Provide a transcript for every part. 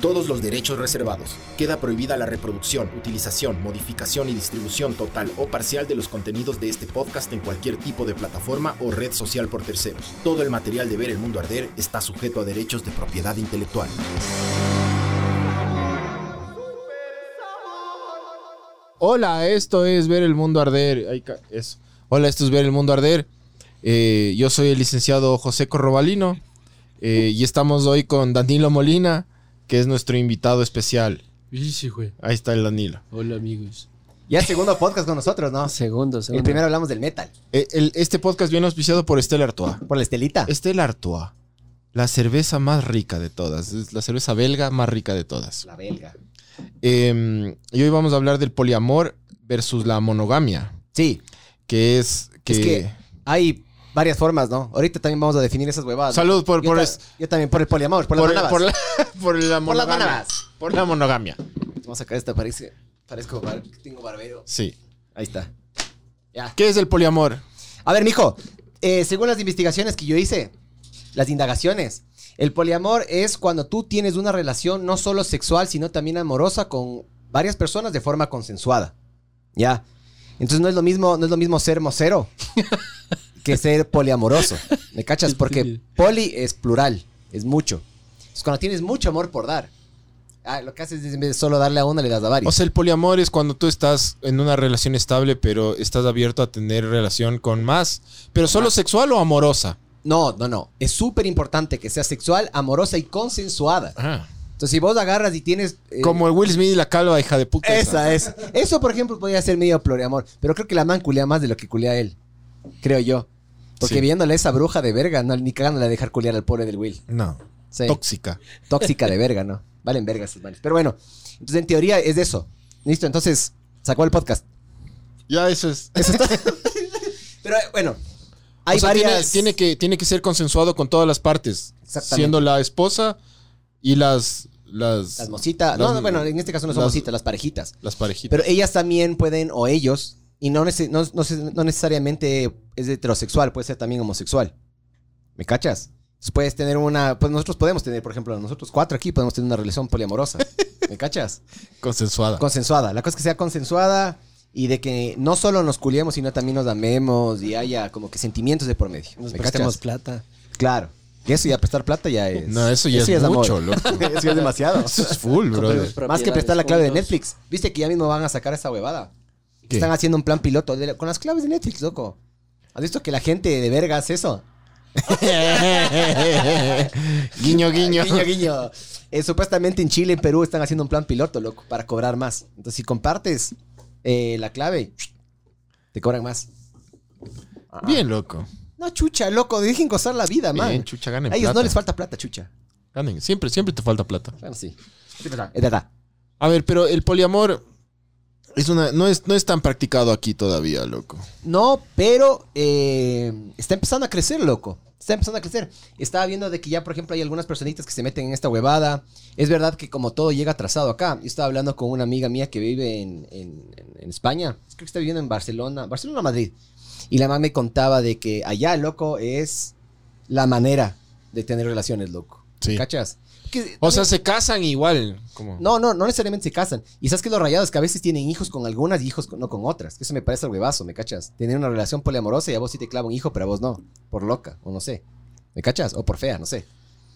Todos los derechos reservados. Queda prohibida la reproducción, utilización, modificación y distribución total o parcial de los contenidos de este podcast en cualquier tipo de plataforma o red social por terceros. Todo el material de Ver el Mundo Arder está sujeto a derechos de propiedad intelectual. Hola, esto es Ver el Mundo Arder. Ay, ca- eso. Hola, esto es Ver el Mundo Arder. Eh, yo soy el licenciado José Corrobalino eh, y estamos hoy con Danilo Molina, que es nuestro invitado especial. Ishi, güey. Ahí está el Danilo. Hola, amigos. Ya segundo podcast con nosotros, ¿no? Segundo, segundo. El primero hablamos del metal, Eh, el- este podcast viene auspiciado por Estela Artois. por la estelita. Estela Artois, la cerveza más rica de todas. Es la cerveza belga más rica de todas. La belga. Eh, y hoy vamos a hablar del poliamor versus la monogamia, Sí, que es que... Es que- hay varias formas, ¿no? Ahorita también vamos a definir esas huevadas. ¿no? Salud por, yo, por, ta- es- yo también, por el poliamor, por, las manabas. por la, por la Por las monogamia. manabas. Por la monogamia. Vamos a sacar esta, parece, parezco bar- tengo barbero. Sí. Ahí está. Ya. ¿Qué es el poliamor? A ver, mijo, eh, según las investigaciones que yo hice, las indagaciones, el poliamor es cuando tú tienes una relación no solo sexual, sino también amorosa con varias personas de forma consensuada. Ya. Entonces no es lo mismo, no es lo mismo ser mocero que ser poliamoroso. ¿Me cachas? Porque poli es plural, es mucho. Es cuando tienes mucho amor por dar. Ah, lo que haces es en vez de solo darle a una, le das a varios. O sea, el poliamor es cuando tú estás en una relación estable, pero estás abierto a tener relación con más, pero solo sexual o amorosa. no, no, no. Es súper importante que sea sexual, amorosa y consensuada. Ajá. Entonces, si vos agarras y tienes. eh, Como el Will Smith y la calva, hija de puta. Esa es. Eso, por ejemplo, podría ser medio amor Pero creo que la man culea más de lo que culea él. Creo yo. Porque Sí. viéndole a esa bruja de verga, no, ni cagando la de dejar culear al pobre del Will. No. Sí. Tóxica. Tóxica de verga, ¿no? Valen verga esas manes. Pero bueno, entonces en teoría es eso. Listo, entonces sacó el podcast. Ya, eso es. Pero eh, bueno, hay O sea, varias. Tiene, tiene que, tiene que ser consensuado con todas las partes. Exactamente. Siendo la esposa y las. Las, Las las- mositas. No, no, bueno, en este caso no son las- mositas, las parejitas. las parejitas. Pero ellas también pueden, o ellos, y no, nece- no- no se- no necesariamente es heterosexual, puede ser también homosexual. ¿Me cachas? Entonces puedes tener una. Pues nosotros podemos tener, por ejemplo, nosotros cuatro aquí podemos tener una relación poliamorosa. ¿Me cachas? consensuada. Consensuada. La cosa es que sea consensuada y de que no solo nos culiemos, sino también nos amemos y haya como que sentimientos de por medio. Nos ¿Me prestamos cachas? plata. Claro. Y eso ya prestar plata ya es. no, eso ya es, amor. mucho, loco. eso ya es demasiado. Eso es full, brother. Más que prestar la clave de Propiedades Netflix. Viste que ya mismo van a sacar esa huevada. ¿Qué? Están haciendo un plan piloto de la- con las claves de Netflix, loco. ¿Has visto que la gente de verga hace eso? guiño, guiño. Guiño, guiño. Eh, supuestamente en Chile, en Perú, están haciendo un plan piloto, loco, para cobrar más. Entonces, si compartes eh, la clave, te cobran más. Bien, loco. No, chucha, loco, dejen gozar la vida, man. Bien, chucha, ganen a ellos plata. no les falta plata, chucha. Ganen. Siempre, siempre te falta plata. Bueno, sí. pues, ah. Es verdad. A ver, pero el poliamor es una, no, es, no es tan practicado aquí todavía, loco. No, pero eh, está empezando a crecer, loco. Está empezando a crecer. Estaba viendo de que ya, por ejemplo, hay algunas personitas que se meten en esta huevada. Es verdad que como todo llega atrasado acá. Yo estaba hablando con una amiga mía que vive en, en- en- en España. Creo que está viviendo en Barcelona. Barcelona, Madrid. Y la mamá me contaba de que allá, loco, es la manera de tener relaciones, loco. Sí. ¿Cachas? Que- O sea, se casan igual. Como... no, no, no necesariamente se casan. Y sabes que los rayados que a veces tienen hijos con algunas y hijos con- no con otras. Que eso me parece el huevazo, ¿me cachas? Tener una relación poliamorosa y a vos sí te clava un hijo, pero a vos no. Por loca, o no sé. ¿Me cachas? O por fea, no sé.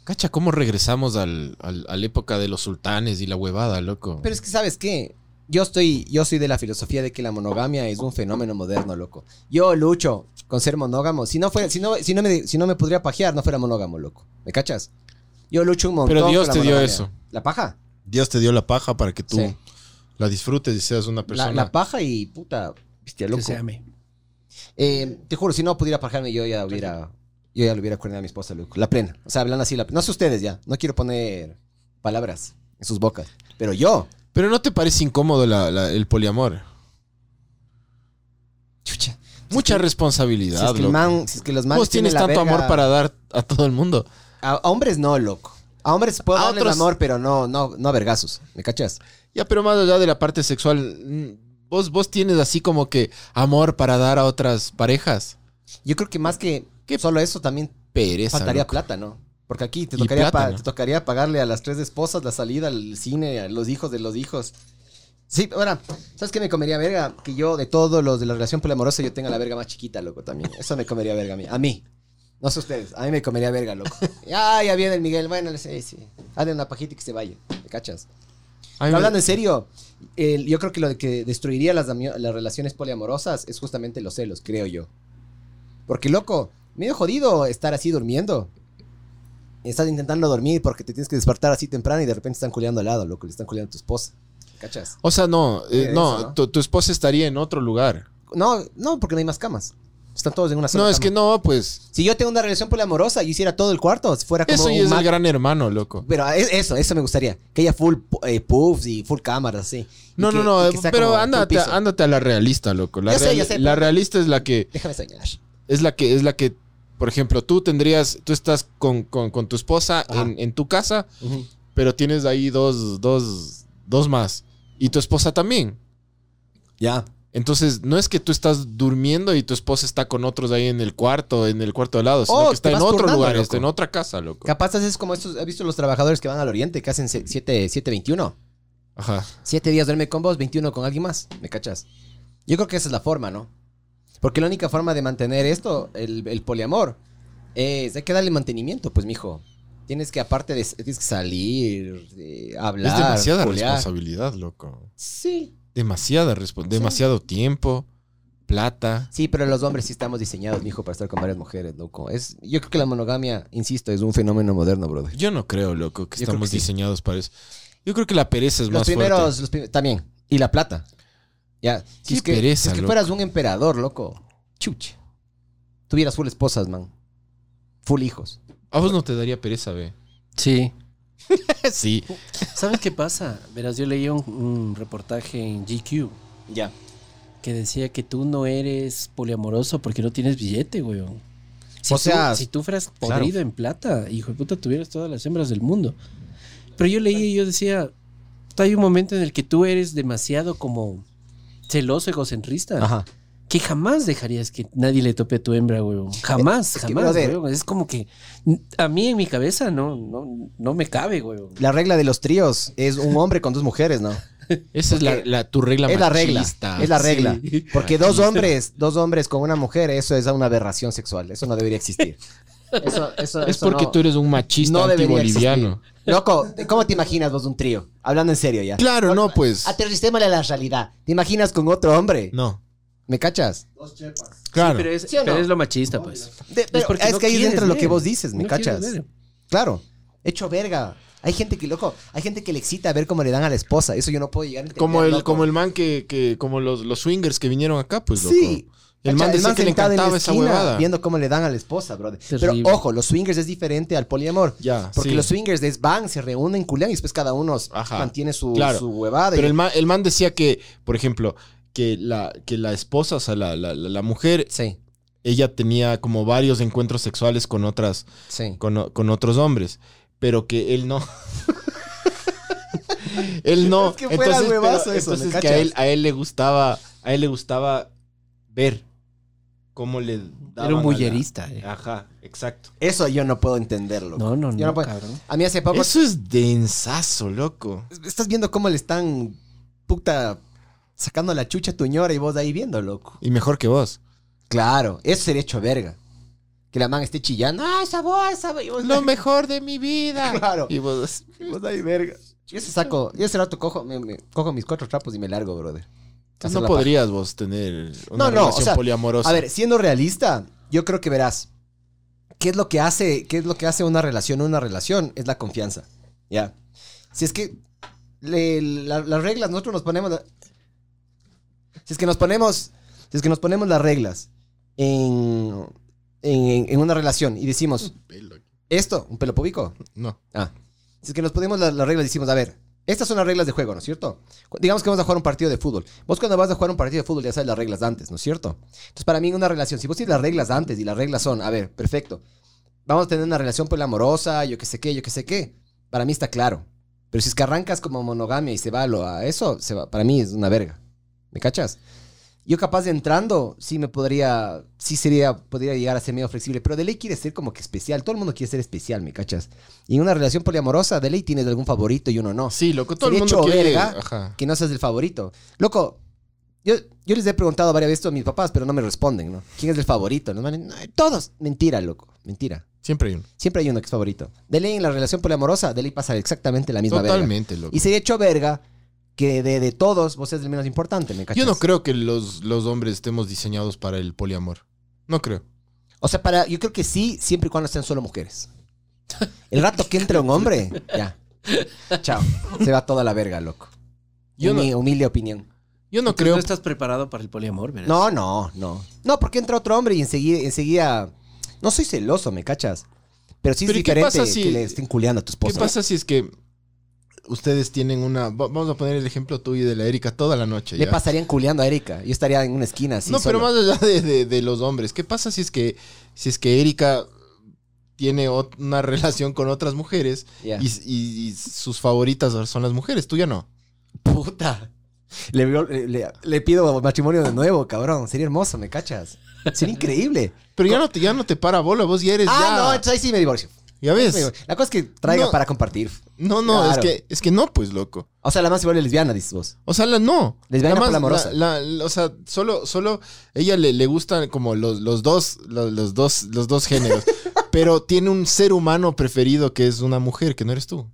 Cacha, ¿cómo regresamos al, al- a la época de los sultanes y la huevada, loco? Pero es que, ¿sabes qué? Yo estoy, yo soy de la filosofía de que la monogamia es un fenómeno moderno, loco. Yo lucho con ser monógamo. Si no fuera, si no, si no me, si no me podría pajear, no fuera monógamo, loco. ¿Me cachas? Yo lucho un montón. Pero Dios con la te dio monogamia. eso. La paja. Dios te dio la paja para que tú Sí. la disfrutes y seas una persona. La, la paja y puta. Viste, Que loco. se ame. Eh, te juro, si no pudiera pajarme, yo ya hubiera. Yo ya lo hubiera cuernado a mi esposa, loco. La plena. O sea, hablando así, la plena. No sé ustedes ya. No quiero poner palabras en sus bocas. Pero yo. Pero ¿no te parece incómodo la- la- el poliamor? Chucha. Mucha Si responsabilidad, es que, el loco. man- si es que los manes Vos tienes tienen la tanto amor verga- para dar a todo el mundo. A, a hombres no, loco. A hombres puedo A darles otros- amor, pero no, no, no a vergazos. ¿Me cachas? Ya, pero más allá de la parte sexual, mm, vos, vos tienes así como que amor para dar a otras parejas. Yo creo que más que solo eso también Pereza. faltaría loco. plata, ¿no? Porque aquí te Y tocaría, plata, pa- ¿no? te tocaría pagarle a las tres esposas la salida al cine, a los hijos de los hijos. Sí, ahora, ¿sabes qué me comería verga? Que yo, de todos los de la relación poliamorosa, yo tenga la verga más chiquita, loco, también. Eso me comería verga a mí. A mí. No sé ustedes. A mí me comería verga, loco. Ya, ya viene el Miguel. Bueno, sí, sí. Hazle una pajita y que se vaya. ¿Me cachas? A mí me- Hablando en serio, el- yo creo que lo que destruiría las, amio- las relaciones poliamorosas es justamente los celos, creo yo. Porque, loco, medio jodido estar así durmiendo. Estás intentando dormir porque te tienes que despertar así temprano y de repente están culeando al lado, loco, le están culeando a tu esposa. ¿Cachas? O sea, no, eh, Eso, no, ¿no? Tu, tu esposa estaría en otro lugar. No, no, porque no hay más camas. Están todos en una sola No, es cama. que no, pues. Si yo tengo una relación poliamorosa y hiciera todo el cuarto, si fuera como Eso un ya es Mac- el gran hermano, loco. Pero es- eso, eso me gustaría. Que haya full eh, puffs y full cámaras, así. Y No, que- no, no, eh, y que sea pero como full ándate, piso. ándate a la realista, loco. La, Ya sé, real- ya sé, la pero- realista es la que, Déjame soñar. es la que, es la que, por ejemplo, tú tendrías, tú estás con, con- con tu esposa Ajá. en, en tu casa, pero tienes ahí dos, dos, dos más. Y tu esposa también. Ya. Entonces, no es que tú estás durmiendo y tu esposa está con otros ahí en el cuarto, en el cuarto de al lado, sino Oh, que está te en vas otro turnando, lugar, loco. está en otra casa, loco. Capaz haces como estos, ¿has visto los trabajadores que van al oriente que hacen se- siete- 721? Ajá. Siete días duerme con vos, 21 con alguien más, ¿me cachas? Yo creo que esa es la forma, ¿no? Porque la única forma de mantener esto, el, el poliamor, es hay que darle mantenimiento, pues, mijo. Tienes que, aparte de tienes que salir, eh, hablar. es demasiada culear. responsabilidad, loco. Sí. Demasiada respon- demasiado tiempo, plata. Sí, pero los hombres sí estamos diseñados, mijo, para estar con varias mujeres, loco. Es, yo creo que la monogamia, insisto, es un fenómeno moderno, brother. Yo no creo, loco, que Yo creo estamos que sí. diseñados para eso. Yo creo que la pereza es los más primeros, fuerte. los prim- también. Y la plata. Ya. Si Qué es que, pereza, si es que loco. fueras un emperador, loco. Chuche. Tuvieras full esposas, man. Full hijos. A vos no te daría pereza, ve. Sí. sí. ¿Sabes qué pasa? Verás, yo leí un, un reportaje en GQ Ya. que decía que tú no eres poliamoroso porque no tienes billete, güey. Si O sea, tú, si tú fueras claro. podrido en plata, hijo de puta, tuvieras todas las hembras del mundo. Pero yo leí y yo decía, "Puta, hay un momento en el que tú eres demasiado como celoso, egocentrista. Ajá. Que jamás dejarías que nadie le tope a tu hembra, güey. Jamás, es que, jamás, brother. güey. Es como que n- a mí en mi cabeza no, no, no me cabe, güey. La regla de los tríos es un hombre con dos mujeres, ¿no? Esa es la, Porque la- tu regla es la regla. machista. Es la regla. Sí. Porque dos hombres, dos hombres con una mujer, eso es una aberración sexual. Eso no debería existir. Eso, eso, Es eso porque no- tú eres un machista no debería antiboliviano. Loco, ¿cómo te imaginas vos un trío? Hablando en serio ya. Claro, no, pues. Aterricémosle a la realidad. ¿Te imaginas con otro hombre? No. ¿Me cachas? Claro. Pero, es, ¿Sí o no? pero es lo machista, pues. De- pero porque es no que ahí quieres entra lo ver. que vos dices, ¿me No quieres cachas? ver. Claro, hecho verga. Hay gente que, loco, hay gente que le excita ver cómo le dan a la esposa. Eso yo no puedo llegar a entender, Como el, loco. como el man que, que como los, los swingers que vinieron acá, pues loco. Sí. El man Cacha, decía que le sentado en la encantaba esa esquina huevada. Viendo cómo le dan a la esposa, brother. Terrible. Pero ojo, los swingers es diferente al poliamor. Ya, Porque sí. los swingers es van, se reúnen, culean y después cada uno Ajá. mantiene su, Claro. su huevada. Pero y- el man, el man decía que, por ejemplo, que la, que la esposa, o sea, la, la- la- la mujer, Sí, ella tenía como varios encuentros sexuales con otras, sí. con, o- con otros hombres, pero que él no. él no. Es que fuera huevazo pero- eso, ¿me entonces que cachas? a él, a él le gustaba, a él le gustaba ver cómo le daban Era a un la- bullerista. eh. Ajá, exacto. Eso yo no puedo entenderlo. No, no, no, Yo no puedo- cabrón. A mí hace poco Eso es densazo, loco. estás viendo cómo le están puta sacando la chucha a tu ñora y vos ahí viendo, loco. Y mejor que vos. Claro, eso sería hecho verga. Que la man esté chillando. ¡Ah, esa voz! Esa voz! Y vos, mejor de mi vida. Claro. Y vos, y vos ahí verga. Yo ese saco, yo ese rato cojo, me- me cojo mis cuatro trapos y me largo, brother. Hacer no la paja. podrías vos tener una No, no, relación o sea, poliamorosa. A ver, siendo realista, yo creo que verás. ¿Qué es lo que hace, qué es lo que hace una relación? Una relación es la confianza. Ya. Si es que le- la- las reglas, nosotros nos ponemos. la- si es que nos ponemos. Si es que nos ponemos las reglas en, en, en una relación y decimos. Esto, un pelo púbico. No. Ah. Si es que nos ponemos la- las reglas y decimos, a ver, Estas son las reglas de juego, ¿no es cierto? Cu- Digamos que vamos a jugar un partido de fútbol. Vos cuando vas a jugar un partido de fútbol ya sabes las reglas de antes, ¿no es cierto? Entonces para mí en una relación, si vos tienes las reglas de antes y las reglas son, a ver, perfecto, vamos a tener una relación pues amorosa, yo qué sé qué, yo qué sé qué, para mí está claro. Pero si es que arrancas como monogamia y se va a, lo- a eso, se va- para mí es una verga. ¿Me cachas? Yo capaz de entrando, sí me podría, sí sería, podría llegar a ser medio flexible, pero de ley quiere ser como que especial, todo el mundo quiere ser especial, ¿me cachas? Y en una relación poliamorosa, de ley tienes algún favorito y uno no Sí, loco, todo el Sería mundo hecho quiere. verga. Ajá. que no seas el favorito. Loco, yo, yo les he preguntado varias veces a mis papás, pero no me responden, ¿no? ¿Quién es el favorito? Nos van, "No, todos. Mentira, loco. Mentira. Siempre hay uno. Siempre hay uno que es favorito. De ley en la relación poliamorosa, de ley pasa exactamente la misma verga. Totalmente, loco. Y sería hecho verga que de, de todos vos seas el menos importante, ¿me cachas? Yo no creo que los, los hombres estemos diseñados para el poliamor. No creo. O sea, para, yo creo que sí, siempre y cuando sean solo mujeres. El rato que entre un hombre, ya. Chao. Se va toda la verga, loco. Yo mi no- humilde opinión. Yo no Entonces, creo. No estás preparado para el poliamor, ¿verdad? No, no, no. No, porque entra otro hombre y enseguida, enseguida no soy celoso, ¿me cachas? Pero sí es Pero ¿y qué diferente pasa si- que le estén culeando a tu ¿Qué esposa. pasa si es que ustedes tienen una. va- Vamos a poner el ejemplo tuyo y de la Erika toda la noche. Le ¿ya? pasarían culeando a Erika. Yo estaría en una esquina así. no, pero solo. más allá de, de- de los hombres. ¿Qué pasa si es que, si es que Erika tiene ot- una relación con otras mujeres Ya. y, y- y sus favoritas son las mujeres? Tú ya no. puta. Le, vio- le- le- le pido matrimonio de nuevo, cabrón. Sería hermoso, ¿me cachas? Sería increíble. Pero ya no te, ya no te para bola, vos ya eres. ah, ya, no, entonces ahí sí me divorcio. ya Me ves. divorcio. La cosa es que traiga No. para compartir. No, no, es Claro. que, es que no, pues, loco. O sea, la más se vuelve lesbiana, dices vos. O sea, la no. Lesbiana La más- poliamorosa. la- la- la- o sea, solo, solo ella le, le gustan como los, los dos, los, los dos, los dos géneros. pero tiene un ser humano preferido que es una mujer, que no eres tú.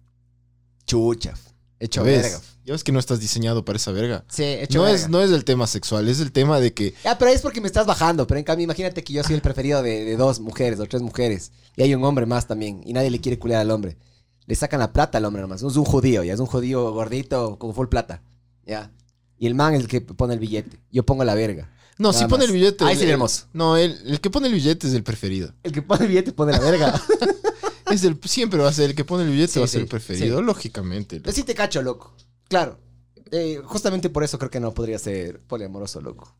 Chucha. Hecho Ya ves. verga. Ya ves que no estás diseñado para esa verga. Sí, hecho No verga. es, no es el tema sexual, es el tema de que. Ah, pero es porque me estás bajando. Pero en cambio, imagínate que yo soy el preferido de, de dos mujeres o tres mujeres. Y hay un hombre más también. Y nadie le quiere culear al hombre. Le sacan la plata al hombre nomás. Es un judío, ya es un judío gordito con full plata. Ya. Y el man es el que pone el billete. Yo pongo la verga. No, Nada si pone más. el billete. Ahí el- sería hermoso. No, el, el que pone el billete es el preferido. El que pone el billete pone la verga. Es el, siempre va a ser el que pone el billete Sí, va a ser sí, el preferido, lógicamente. Pero Pues sí te cacho, loco. Claro. Eh, justamente por eso creo que no podría ser poliamoroso, loco.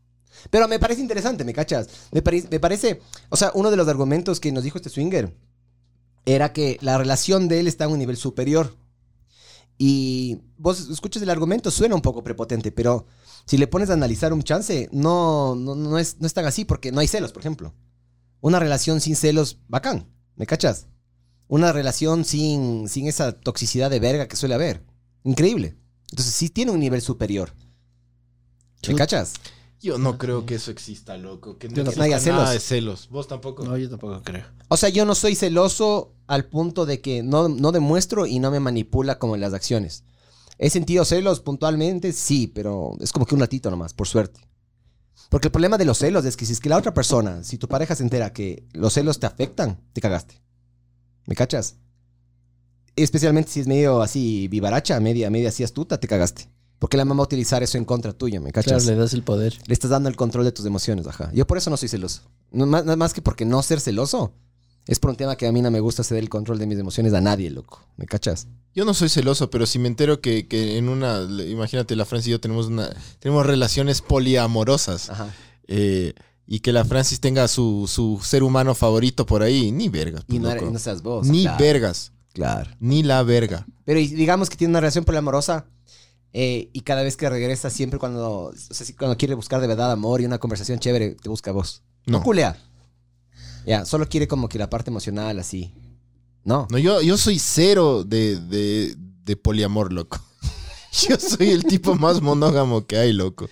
Pero me parece interesante, ¿me cachas? Me, pare- me parece... O sea, uno de los argumentos que nos dijo este swinger era que la relación de él está a un nivel superior. Y vos escuchas el argumento, suena un poco prepotente, pero si le pones a analizar un chance, no, no, no, es, no es tan así porque no hay celos, por ejemplo. Una relación sin celos, bacán, ¿me cachas? Una relación sin, sin esa toxicidad de verga que suele haber. Increíble. Entonces sí tiene un nivel superior. ¿Me Chuta. cachas? Yo no creo que eso exista, loco. Que no, Ah. Yo no- exista no haya celos. nada de celos. Vos tampoco. No, yo tampoco creo. O sea, yo no soy celoso al punto de que no, no demuestro y no me manipula como en las acciones. ¿He sentido celos puntualmente? Sí, pero es como que un ratito nomás, por suerte. Porque el problema de los celos es que si es que la otra persona, si tu pareja se entera que los celos te afectan, te cagaste. ¿Me cachas? Especialmente si es medio así vivaracha, media, media así astuta, te cagaste. Porque la mamá va a utilizar eso en contra tuya, ¿me cachas? Claro, le das el poder. Le estás dando el control de tus emociones, ajá. Yo por eso no soy celoso. No, más, nada más que porque no ser celoso es por un tema que a mí no me gusta ceder el control de mis emociones a nadie, loco. ¿Me cachas? Yo no soy celoso, pero si me entero que, que en una, le- imagínate, la Francis y yo tenemos una, tenemos relaciones poliamorosas Ajá. eh, y que la Francis tenga su, su ser humano favorito por ahí, ni vergas. Y pues, no, loco. y no seas vos. ni claro, vergas, Claro. ni la verga. Pero y digamos que tiene una relación poliamorosa eh, y cada vez que regresa, siempre cuando, o sea, si cuando quiere buscar de verdad amor y una conversación chévere, te busca a vos. No, Culea. Ya, solo quiere como que la parte emocional así. No. no yo, yo soy cero de, de, de poliamor, loco. Yo soy el tipo más monógamo que hay, loco.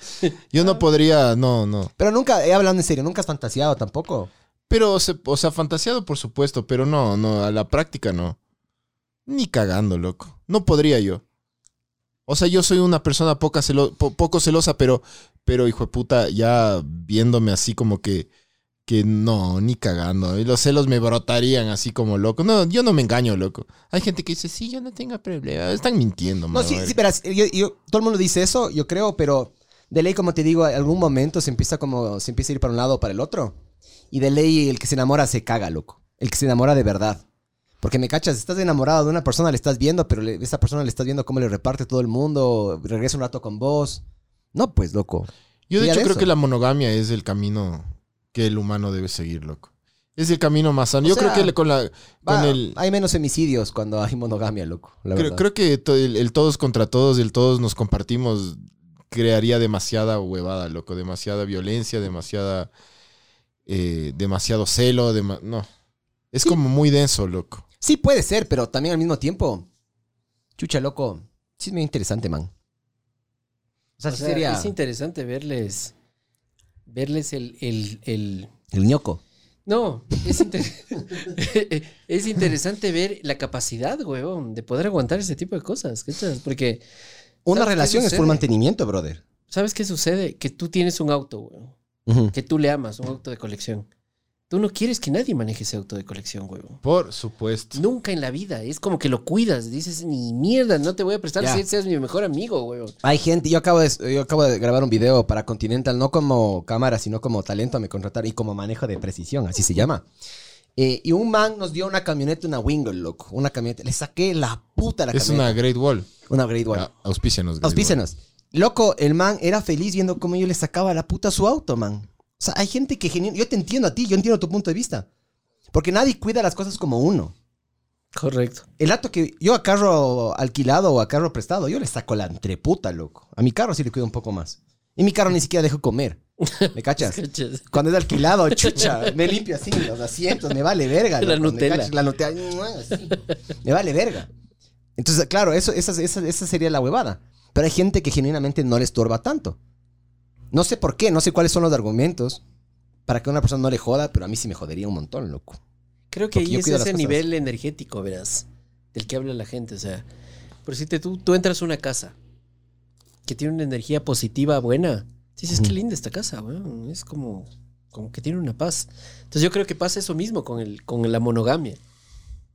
Yo Ah. no podría, no, no. Pero nunca, he hablando en serio, nunca has fantaseado tampoco. Pero, se- o sea, fantaseado por supuesto, pero no, no, a la práctica no. Ni cagando, loco. No podría yo. O sea, yo soy una persona poca celo- po- poco celosa, pero, pero hijo de puta, ya viéndome así como que, que no, ni cagando. Y los celos me brotarían así como loco. No, yo no me engaño, loco. Hay gente que dice, sí, yo no tengo problema. Están mintiendo, No, mano, sí, eh. sí, verás, yo- yo- todo el mundo dice eso, yo creo, pero de ley, como te digo, en algún momento se empieza como, se empieza a ir para un lado o para el otro. Y de ley, el que se enamora se caga, loco. El que se enamora de verdad. Porque me cachas, estás enamorado de una persona, le estás viendo, pero le- esa persona le estás viendo cómo le reparte todo el mundo, regresa un rato con vos. No, pues, loco. Yo de Mira hecho de creo eso. que la monogamia es el camino que el humano debe seguir, loco. Es el camino más sano. O Yo sea, creo que le- con la Va, con el Hay menos homicidios cuando hay monogamia, loco. La creo, verdad. creo que to- el, el todos contra todos y el todos nos compartimos crearía demasiada huevada, loco, demasiada violencia, demasiada eh, demasiado celo, dema- no. Es como muy denso, loco. Sí, puede ser, pero también al mismo tiempo. Chucha, loco. Sí, es muy interesante, man. O sea, O sí sea, sería Es interesante verles. Verles el. el- el- el ñoco. No, es, inter- es interesante ver la capacidad, huevón, de poder aguantar ese tipo de cosas, ¿cachas? Porque. Una ¿sabes qué relación es por sucede? mantenimiento, brother. ¿Sabes qué sucede? Que tú tienes un auto, huevón. Ujú. Que tú le amas, un auto de colección. Tú no quieres que nadie maneje ese auto de colección, huevón. Por supuesto. Nunca en la vida. Es como que lo cuidas. Dices, ni mierda, no te voy a prestar Ya. si seas mi mejor amigo, huevón. Hay gente, yo acabo, de, yo acabo de grabar un video para Continental, no como cámara, sino como talento me contrataron y como manejo de precisión, así se llama. Eh, y un man nos dio una camioneta, una Wingo, loco. Una camioneta. Le saqué la puta la es una camioneta. Great Wall. Una, Great Wall. Ah, Auspícianos. Great Wall. Auspícenos. Loco, el man era feliz viendo cómo yo le sacaba la puta a su auto, man. O sea, hay gente que genial. Yo te entiendo a ti, yo entiendo tu punto de vista. Porque nadie cuida las cosas como uno. Correcto. El auto que yo a carro alquilado o a carro prestado, yo le saco la entreputa, loco. A mi carro sí le cuido un poco más. Y mi carro ni siquiera dejo comer. ¿Me cachas? ¿Cachas? Cuando es alquilado, chucha, me limpio así los asientos, me vale verga. La loco, ¿me Nutella. cachas? La Nutella, mm, así. Me vale verga. Entonces, claro, eso, esa, esa- esa sería la huevada. Pero hay gente que genuinamente no le estorba tanto. No sé por qué, no sé cuáles son los argumentos para que a una persona no le joda, pero a mí sí me jodería un montón, loco. Creo que Porque ahí yo es cuido ese las cosas. nivel energético, verás, del que habla la gente. O sea, por decirte, tú, tú entras a una casa que tiene una energía positiva buena. Dices, qué Ujú. linda esta casa, weón. Es como, como que tiene una paz. Entonces yo creo que pasa eso mismo con, el, con la monogamia.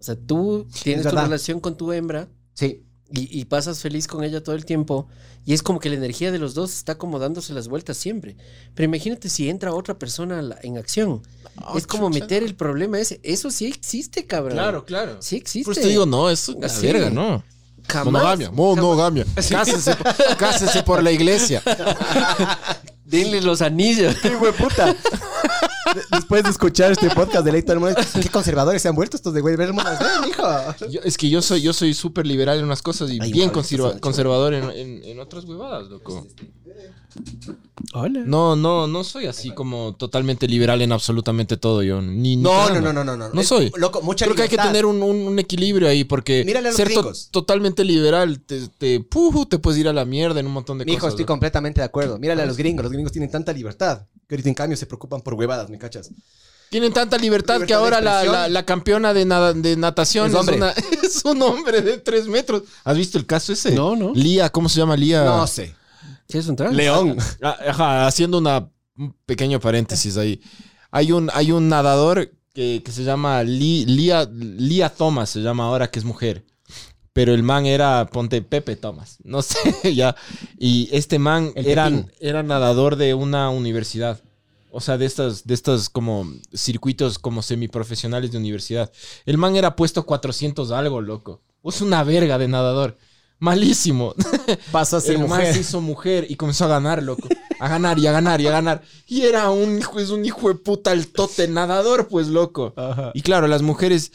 O sea, tú tienes tu verdad. relación con tu hembra Sí. y, y pasas feliz con ella todo el tiempo y es como que la energía de los dos está como dándose las vueltas siempre. Pero imagínate si entra otra persona a la- en acción. es como meter el problema ese. Eso sí existe, cabrón. claro. Sí existe. Por eso te digo, no, es una Sí. verga, no. Jamás. Monogamia, monogamia. Cásense, por- cásense por la iglesia. Denle los anillos. ¡Qué güey puta! Después de escuchar este podcast de Ley todo el mundo, qué conservadores se han vuelto estos de güey, ver el mundo es de él, hijo. Yo- es que yo soy yo soy súper liberal en unas cosas y Ay, bien madre, conserva- estás hecho. conservador en, en- en otras huevadas, loco. Hola. No, no, no soy así como totalmente liberal en absolutamente todo, yo. Ni, ni No, no, cagando. no, no, no, no. No Es- soy. Loco, mucha Creo que hay que libertad. tener un, un- un equilibrio ahí porque Mírale a los ser to- gringos. totalmente liberal te, te, puju, te puedes ir a la mierda en un montón de Mijo, cosas. estoy loco. completamente de acuerdo. Mírale a los gringos. Los gringos tienen tanta libertad que ahorita en cambio se preocupan por huevadas, ¿me cachas? Tienen tanta libertad, Libertad que ahora de la, expresión. la- la campeona de, nada- de natación Es es, hombre. una- es un hombre de tres metros. ¿Has visto el caso ese? No, no. Lía, ¿cómo se llama Lía? No sé. ¿Quieres un trago? León. Ah, ajá, haciendo una, un pequeño paréntesis ahí. Hay un, hay un nadador que, que se llama Li- Lia, Lia Thomas, se llama ahora que es mujer. Pero el man era, ponte Pepe Thomas, no sé, ya. Y este man El era, Pepín. era nadador de una universidad. O sea, de estas, de estos como circuitos como semiprofesionales de universidad. El man era puesto 400 algo, loco. Es una verga de nadador. Malísimo. Pasó a El man se hizo mujer y comenzó a ganar, loco. A ganar y a ganar y a ganar. Y era un hijo, es un hijo de puta el tote nadador, pues, loco. Y claro, las mujeres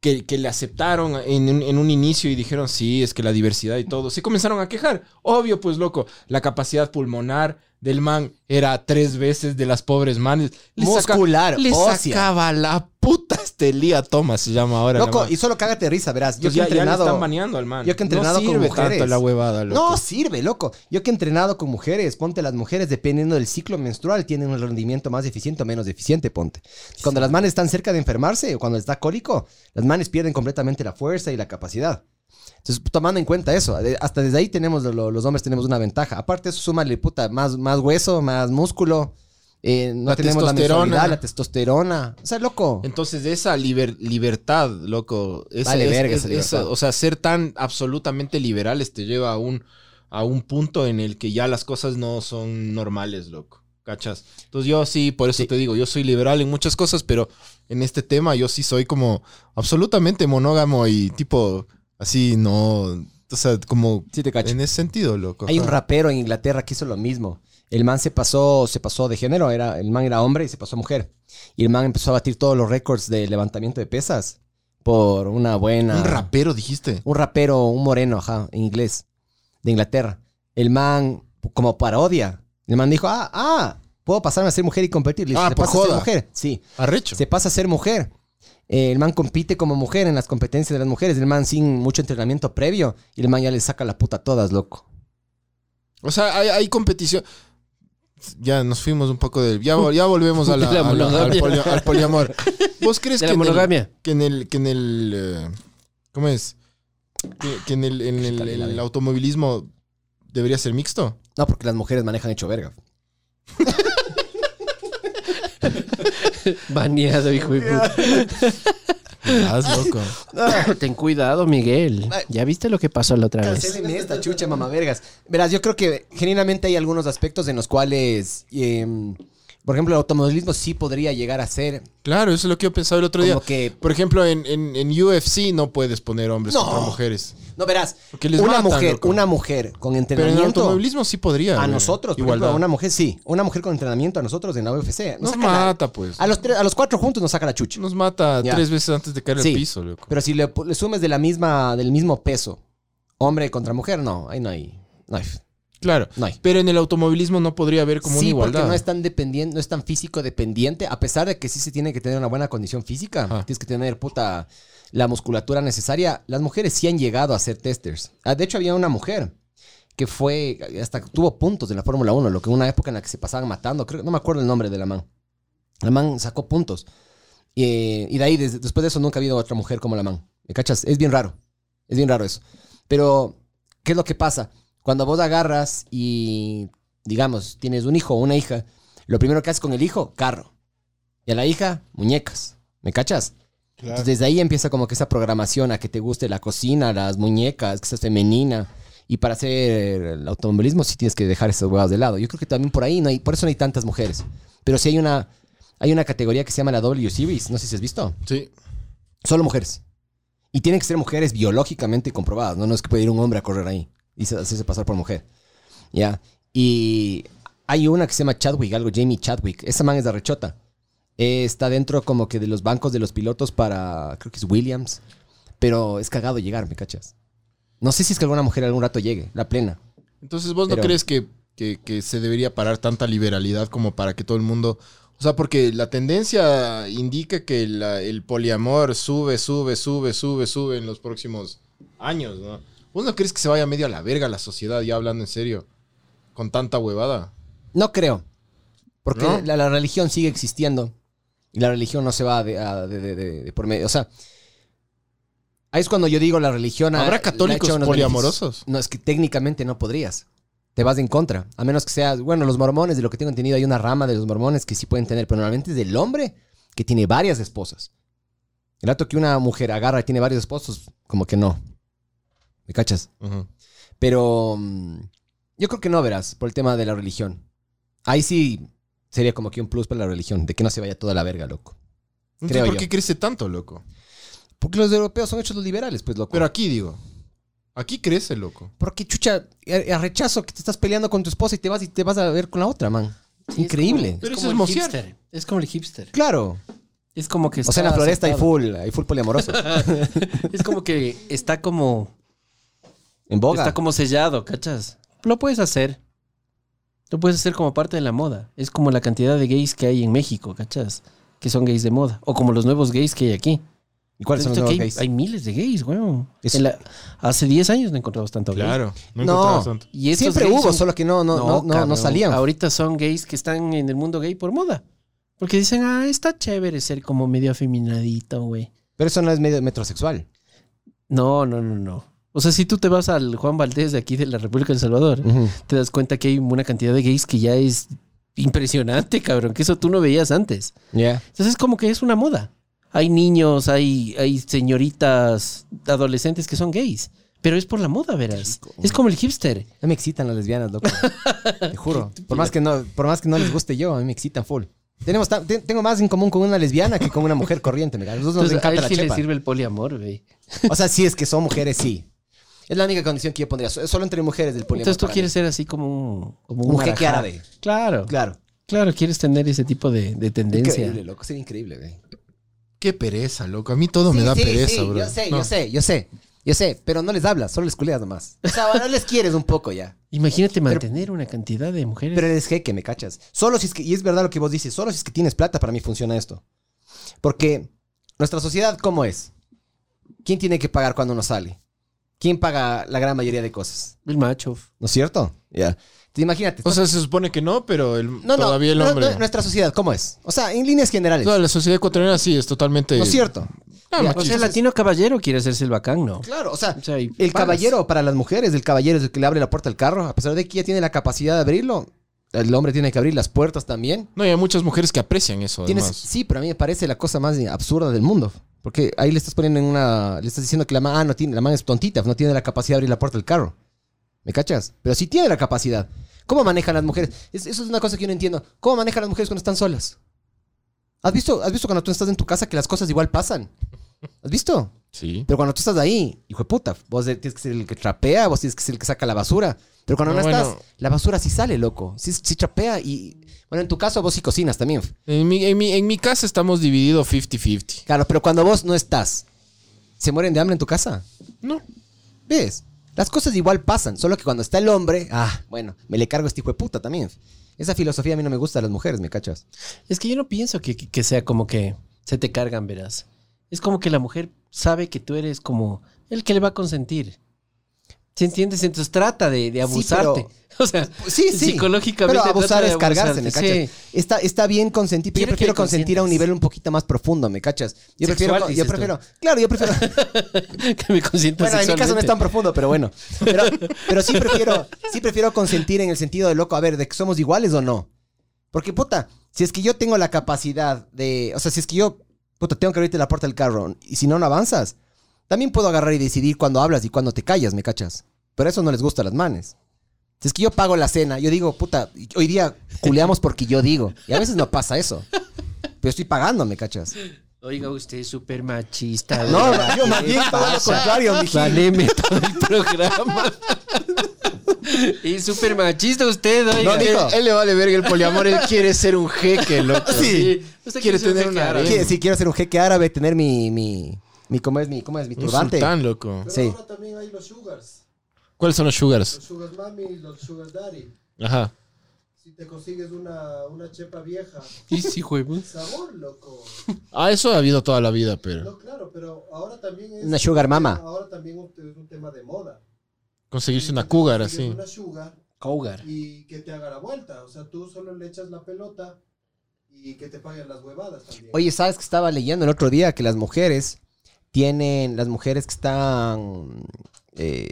que, que le aceptaron en, un- en un inicio y dijeron, sí, es que la diversidad y todo, se comenzaron a quejar. Obvio, pues, loco, la capacidad pulmonar del man era tres veces de las pobres manes. Le saca- Muscular, le ósea. sacaba la puta este Lía Thomas, se llama ahora. la Loco, man. y solo cágate de risa, verás. Yo Entonces que he ya, ya le entrenado. están baneando al man. yo que he entrenado no con sirve tanto mujeres. la huevada, loco. No sirve, loco. Yo que he entrenado con mujeres, ponte las mujeres, dependiendo del ciclo menstrual, tienen un rendimiento más eficiente o menos eficiente, ponte. Cuando las manes están cerca de enfermarse o cuando está cólico, las manes pierden completamente la fuerza y la capacidad. Entonces, tomando en cuenta eso, de- hasta desde ahí tenemos, lo- los hombres tenemos una ventaja. Aparte, eso súmale, puta, más, más hueso, más músculo. eh, no La tenemos la testosterona. mensualidad, la testosterona. O sea, loco. Entonces, esa liber- libertad, loco, esa, Vale es- verga es- esa libertad. esa- o sea, ser tan absolutamente liberales te lleva a un, a un punto en el que ya las cosas no son normales, loco. ¿Cachas? Entonces yo sí, por eso te digo, yo soy liberal en muchas cosas, pero en este tema yo sí soy como absolutamente monógamo y tipo así, no. O sea, como. Sí te cacho. En ese sentido, loco. Hay un ajá. rapero en Inglaterra que hizo lo mismo. El man se pasó, se pasó de género, era, el man era hombre y se pasó a mujer. Y el man empezó a batir todos los récords de levantamiento de pesas por una buena... Un rapero, dijiste. un rapero, un moreno, ajá, en inglés, de Inglaterra. El man, como parodia, el man dijo, ah, ah, puedo pasarme a ser mujer y competir. Listo, Ah, se por pasa a ser joda. mujer. Sí, Arrecho. se pasa a ser mujer. Eh, el man compite como mujer en las competencias de las mujeres. El man sin mucho entrenamiento previo. Y el man ya le saca la puta a todas, loco. O sea, hay, hay competición. Ya nos fuimos un poco del. Ya, vol- ya volvemos a la- De la a la- al, monogamia. polio- al poliamor. ¿Vos crees De que la en, el, monogamia. que en el. que en el, eh, ¿Cómo es? Que, que en el, en el- el automovilismo debería ser mixto. No, porque las mujeres manejan hecho verga. Baneado, hijo de puta. Estás loco. Ten cuidado, Miguel. ¿Ya viste lo que pasó la otra vez? Cancéleme esta chucha, mamá vergas. Verás, yo creo que genuinamente hay algunos aspectos en los cuales, em, por ejemplo, el automovilismo sí podría llegar a ser Claro, eso es lo que yo pensaba el otro como día. que Por ejemplo, en, en- en UFC no puedes poner hombres No. contra mujeres. No, verás, Porque les una matan, mujer, loco. una mujer Pero con en el entrenamiento automovilismo sí podría. a güey. nosotros, por ejemplo, Igualdad. a una mujer, sí, una mujer con entrenamiento a nosotros en la UFC. Nos Nos saca la- mata, pues. a los tres, a los cuatro juntos nos saca la chucha. Nos mata Ya. tres veces antes de caer Sí. al piso, loco. Pero si le, pu- le sumes de la misma, del mismo peso, hombre contra mujer, no, ahí no hay, no hay, Claro. no hay. Pero en el automovilismo no podría haber como sí, una igualdad. porque no es tan dependiente, no es tan físico dependiente, a pesar de que sí se tiene que tener una buena condición física, Ajá. tienes que tener puta la musculatura necesaria. Las mujeres sí han llegado a ser testers. Ah, de hecho, había una mujer que fue, hasta tuvo puntos en la Fórmula 1, lo que una época en la que se pasaban matando, creo, no me acuerdo el nombre de la man. La man sacó puntos. Y, eh, y de ahí, desde- después de eso, nunca ha habido otra mujer como la man. ¿Me cachas? Es bien raro. Es bien raro eso. Pero, ¿qué es lo que pasa? Cuando vos agarras y, digamos, tienes un hijo o una hija, lo primero que haces con el hijo, carro. Y a la hija, muñecas. ¿Me cachas? Entonces desde ahí empieza como que esa programación a que te guste la cocina, las muñecas, que seas femenina. Y para hacer el automovilismo sí tienes que dejar esas huevas de lado. Yo creo que también por ahí no hay, por eso no hay tantas mujeres. Pero sí hay una, hay una categoría que se llama la W Series, no sé si has visto. Sí. Solo mujeres. Y tienen que ser mujeres biológicamente comprobadas, ¿no? No es que puede ir un hombre a correr ahí y se- hacerse pasar por mujer. ¿Ya? Y hay una que se llama Chadwick, algo Jamie Chadwick. Esa man es de rechota. está dentro como que de los bancos de los pilotos para, creo que es Williams. Pero es cagado llegar, ¿me cachas? No sé si es que alguna mujer algún rato llegue, la plena. Entonces, ¿vos no Pero- crees que, que- que se debería parar tanta liberalidad como para que todo el mundo... O sea, porque la tendencia indica que la- el poliamor sube, sube, sube, sube, sube en los próximos años, ¿no? ¿Vos no crees que se vaya medio a la verga la sociedad, ya hablando en serio? Con tanta huevada. No creo. Porque ¿No? la, la religión sigue existiendo. Y la religión no se va de, a- de- de- de- de por medio. O sea, ahí es cuando yo digo la religión. ha- le ¿Habrá ha católicos hecho unos poliamorosos? beneficios. No, es que técnicamente no podrías. Te vas en contra. A menos que seas. Bueno, los mormones, de lo que tengo entendido, hay una rama de los mormones que sí pueden tener. Pero normalmente es del hombre que tiene varias esposas. El dato que una mujer agarra y tiene varios esposos, como que no. ¿Me cachas? Ujú. Pero mm, yo creo que no verás por el tema de la religión. Ahí sí sería como que un plus para la religión, de que no se vaya toda la verga, loco. Entonces, Creo ¿por yo. qué crece tanto, loco? Porque los europeos son hechos los liberales, pues, loco. Pero aquí digo, aquí crece, loco. porque, chucha, el el rechazo que te estás peleando con tu esposa y te vas y te vas a ver con la otra, man. Es Sí, es Increíble. como- Pero eso como es el mocear. hipster. Es como el hipster. Claro. Es como que O sea, en la está floresta hay aceptado. full, hay full poliamoroso. Es como que está como en boga. Está como sellado, ¿cachas? Lo puedes hacer. Lo puedes hacer como parte de la moda. Es como la cantidad de gays que hay en México, ¿cachas? Que son gays de moda. O como los nuevos gays que hay aquí. ¿Y cuáles son los Esto que nuevos hay, gays? hay miles de gays, weón. Es- En la- hace 10 años no encontramos tanto gay. No, No. encontrabas tanto. Y estos Siempre gays hubo, son- solo que no, no, no, no, no cabrón. salían. Ahorita son gays que están en el mundo gay por moda. Porque dicen, ah, está chévere ser como medio afeminadito, güey. Pero eso no es medio metrosexual. No, no, no, no. O sea, si tú te vas al Juan Valdés de aquí de la República del Salvador, Ujú. te das cuenta que hay una cantidad de gays que ya es impresionante, cabrón, que eso tú no veías antes. Ya. Entonces es como que es una moda. Hay niños, hay, hay señoritas, adolescentes que son gays. Pero es por la moda, verás. Es como el hipster. A mí me excitan las lesbianas, loco. Te juro. Por más que no, por más que no les guste yo, a mí me excitan full. Tenemos tan- te- tengo más en común con una lesbiana que con una mujer corriente, mira. A nosotros nos Entonces, a encanta él la sí le chepa. sirve el poliamor, güey. O sea, si es que son mujeres, sí. Es la única condición que yo pondría. So- Solo entre mujeres del poliamor. Entonces tú para quieres ser así como un... Como Un jeque marajá. árabe. Claro, mí. Claro. claro, quieres tener ese tipo de, de tendencia. Increíble, loco. Sería increíble, güey. Qué pereza, loco. A mí todo me Sí, da sí, pereza, sí, bro. Yo sé, No. yo sé, yo sé. Yo sé, pero no les hablas, solo les culeas nomás. O sea, no les quieres un poco ya. Imagínate mantener una cantidad de mujeres. Pero eres jeque, me cachas. Solo si es que, y es verdad lo que vos dices, solo si es que tienes plata, para mí funciona esto. Porque nuestra sociedad, ¿cómo es? ¿Quién tiene que pagar cuando uno sale? ¿Quién paga la gran mayoría de cosas? el macho. ¿No es cierto? Ya. Te Imagínate. O sea, se supone que no, pero el- no, no, todavía el no, hombre. no, nuestra sociedad, ¿cómo es? O sea, en líneas generales. Toda la sociedad ecuatoriana sí es totalmente. ¿No es cierto? Ah, Ya, O sea, machista. el Pues latino caballero quiere hacerse el bacán, ¿no? Claro, o sea, O sea, y pagas. el caballero para las mujeres, el caballero es el que le abre la puerta al carro, a pesar de que ya tiene la capacidad de abrirlo, el hombre tiene que abrir las puertas también. No, y hay muchas mujeres que aprecian eso, Tienes, además. sí, pero a mí me parece la cosa más absurda del mundo. Porque ahí le estás poniendo en una. Le estás diciendo que la man, ah, no tiene, la man es tontita, no tiene la capacidad de abrir la puerta del carro. ¿Me cachas? Pero sí tiene la capacidad. ¿Cómo manejan las mujeres? Es- eso es una cosa que yo no entiendo. ¿Cómo manejan las mujeres cuando están solas? ¿Has visto, ¿Has visto cuando tú estás en tu casa que las cosas igual pasan? ¿Has visto? Sí. Pero cuando tú estás ahí, hijo de puta, vos de- tienes que ser el que trapea, vos tienes que ser el que saca la basura. Pero cuando no, No, bueno. estás, la basura sí sale, loco. Sí, sí trapea y. Bueno, en tu caso vos sí cocinas también. En mi, en mi- en mi casa estamos divididos 50-50. Claro, pero cuando vos no estás, ¿se mueren de hambre en tu casa? No. ¿Ves? Las cosas igual pasan, solo que cuando está el hombre, ah, bueno, me le cargo a este hijo de puta también. Esa filosofía a mí no me gusta a las mujeres, ¿me cachas? Es que yo no pienso que, que- que sea como que se te cargan, verás. Es como que la mujer sabe que tú eres como el que le va a consentir. ¿Sí entiendes? Entonces trata de, de abusarte. o sea, Sí, sí. psicológicamente. Pero abusar trata de es cargarse, abusarte, ¿me cachas? sí. Está, está bien consentir, pero yo Quiere que prefiero le consentir a un consientas. nivel un poquito más profundo, ¿me cachas? Yo Sexual, prefiero. dices Yo tú. prefiero. Claro, yo prefiero. que me consientas Bueno, en mi caso no es sexualmente. tan profundo, pero bueno. Pero, pero sí, prefiero, sí prefiero consentir en el sentido de loco, a ver, de que somos iguales o no. Porque, puta, si es que yo tengo la capacidad de. O sea, si es que yo, puta, tengo que abrirte la puerta del carro y si no, no avanzas, también puedo agarrar y decidir cuándo hablas y cuándo te callas, ¿me cachas? Pero eso no les gusta a las manes. Si es que yo pago la cena, yo digo, puta, hoy día culeamos porque yo digo. Y a veces no pasa eso. Pero estoy pagando, ¿me cachas? Oiga, usted es súper machista. No, ¿verdad? yo más ¿Qué bien todo lo pasa? contrario, mi Valeme todo el programa. y súper machista usted, oiga. No, dijo. Él le vale verga el poliamor, él quiere ser un jeque, Ah, loco. Sí. pues Quiere Usted quiere ser un tener una jeque árabe. arena. Quiero- sí, quiero ser un jeque árabe, tener mi, mi, mi ¿cómo es mi, cómo es mi Un turbante? sultán, loco. Sí. Ahora también hay los sugars, ¿Cuáles son los sugars? los sugar mami y los sugar daddy. Ajá. Si te consigues una, una chepa vieja, Sí, sí, pues, huevos. sabor, loco. Ah, eso ha habido toda la vida, pero No, claro, pero ahora también es... Una sugar mama. Ahora también un- es un tema de moda. conseguirse Que una te cougar consigues así. Una sugar Cougar. y que te haga la vuelta. O sea, tú solo le echas la pelota y que te paguen las huevadas también. Oye, ¿sabes que estaba leyendo el otro día que las mujeres tienen, las mujeres que están, eh,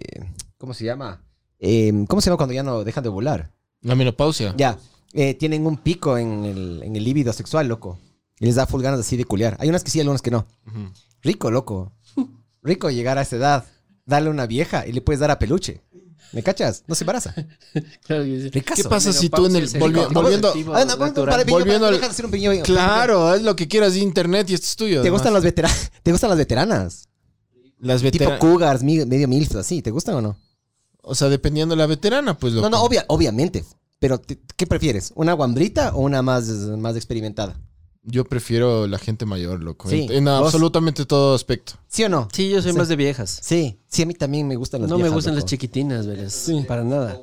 ¿cómo se llama? Em, ¿Cómo se llama cuando ya no dejan de volar? La menopausia. Ya, eh, tienen un pico en el, en el líbido sexual, loco. Y les da full ganas así de culiar. Hay unas que sí, algunas que no. Ujú. Rico, loco. Rico llegar a esa edad, darle a una vieja y le puedes dar a peluche. ¿Me cachas? No se embaraza. Claro que sí. Ricazo. ¿Qué pasa si tú en el- volvi- volviendo- Ah, no, bueno, para, para, Volviendo para, al- deja de ser un pequeño- Claro, es lo que quieras de internet y esto es tuyo. ¿Te además. gustan, las veteranas? ¿Te gustan las veteranas? las Tipo veteranas? Cougars, mi- medio milfs, así. ¿Te gustan o no? O sea, dependiendo de la veterana, pues loco. No, no, obvia- obviamente. Pero, te- ¿qué prefieres? ¿Una guambrita o una más, más experimentada? Yo prefiero la gente mayor, loco. Sí, en en vos- absolutamente todo aspecto. ¿Sí o no? Sí, yo soy Sí. más de viejas. Sí. Sí, a mí también me gustan las No me viejas, gustan loco. las chiquitinas, verás. Para nada.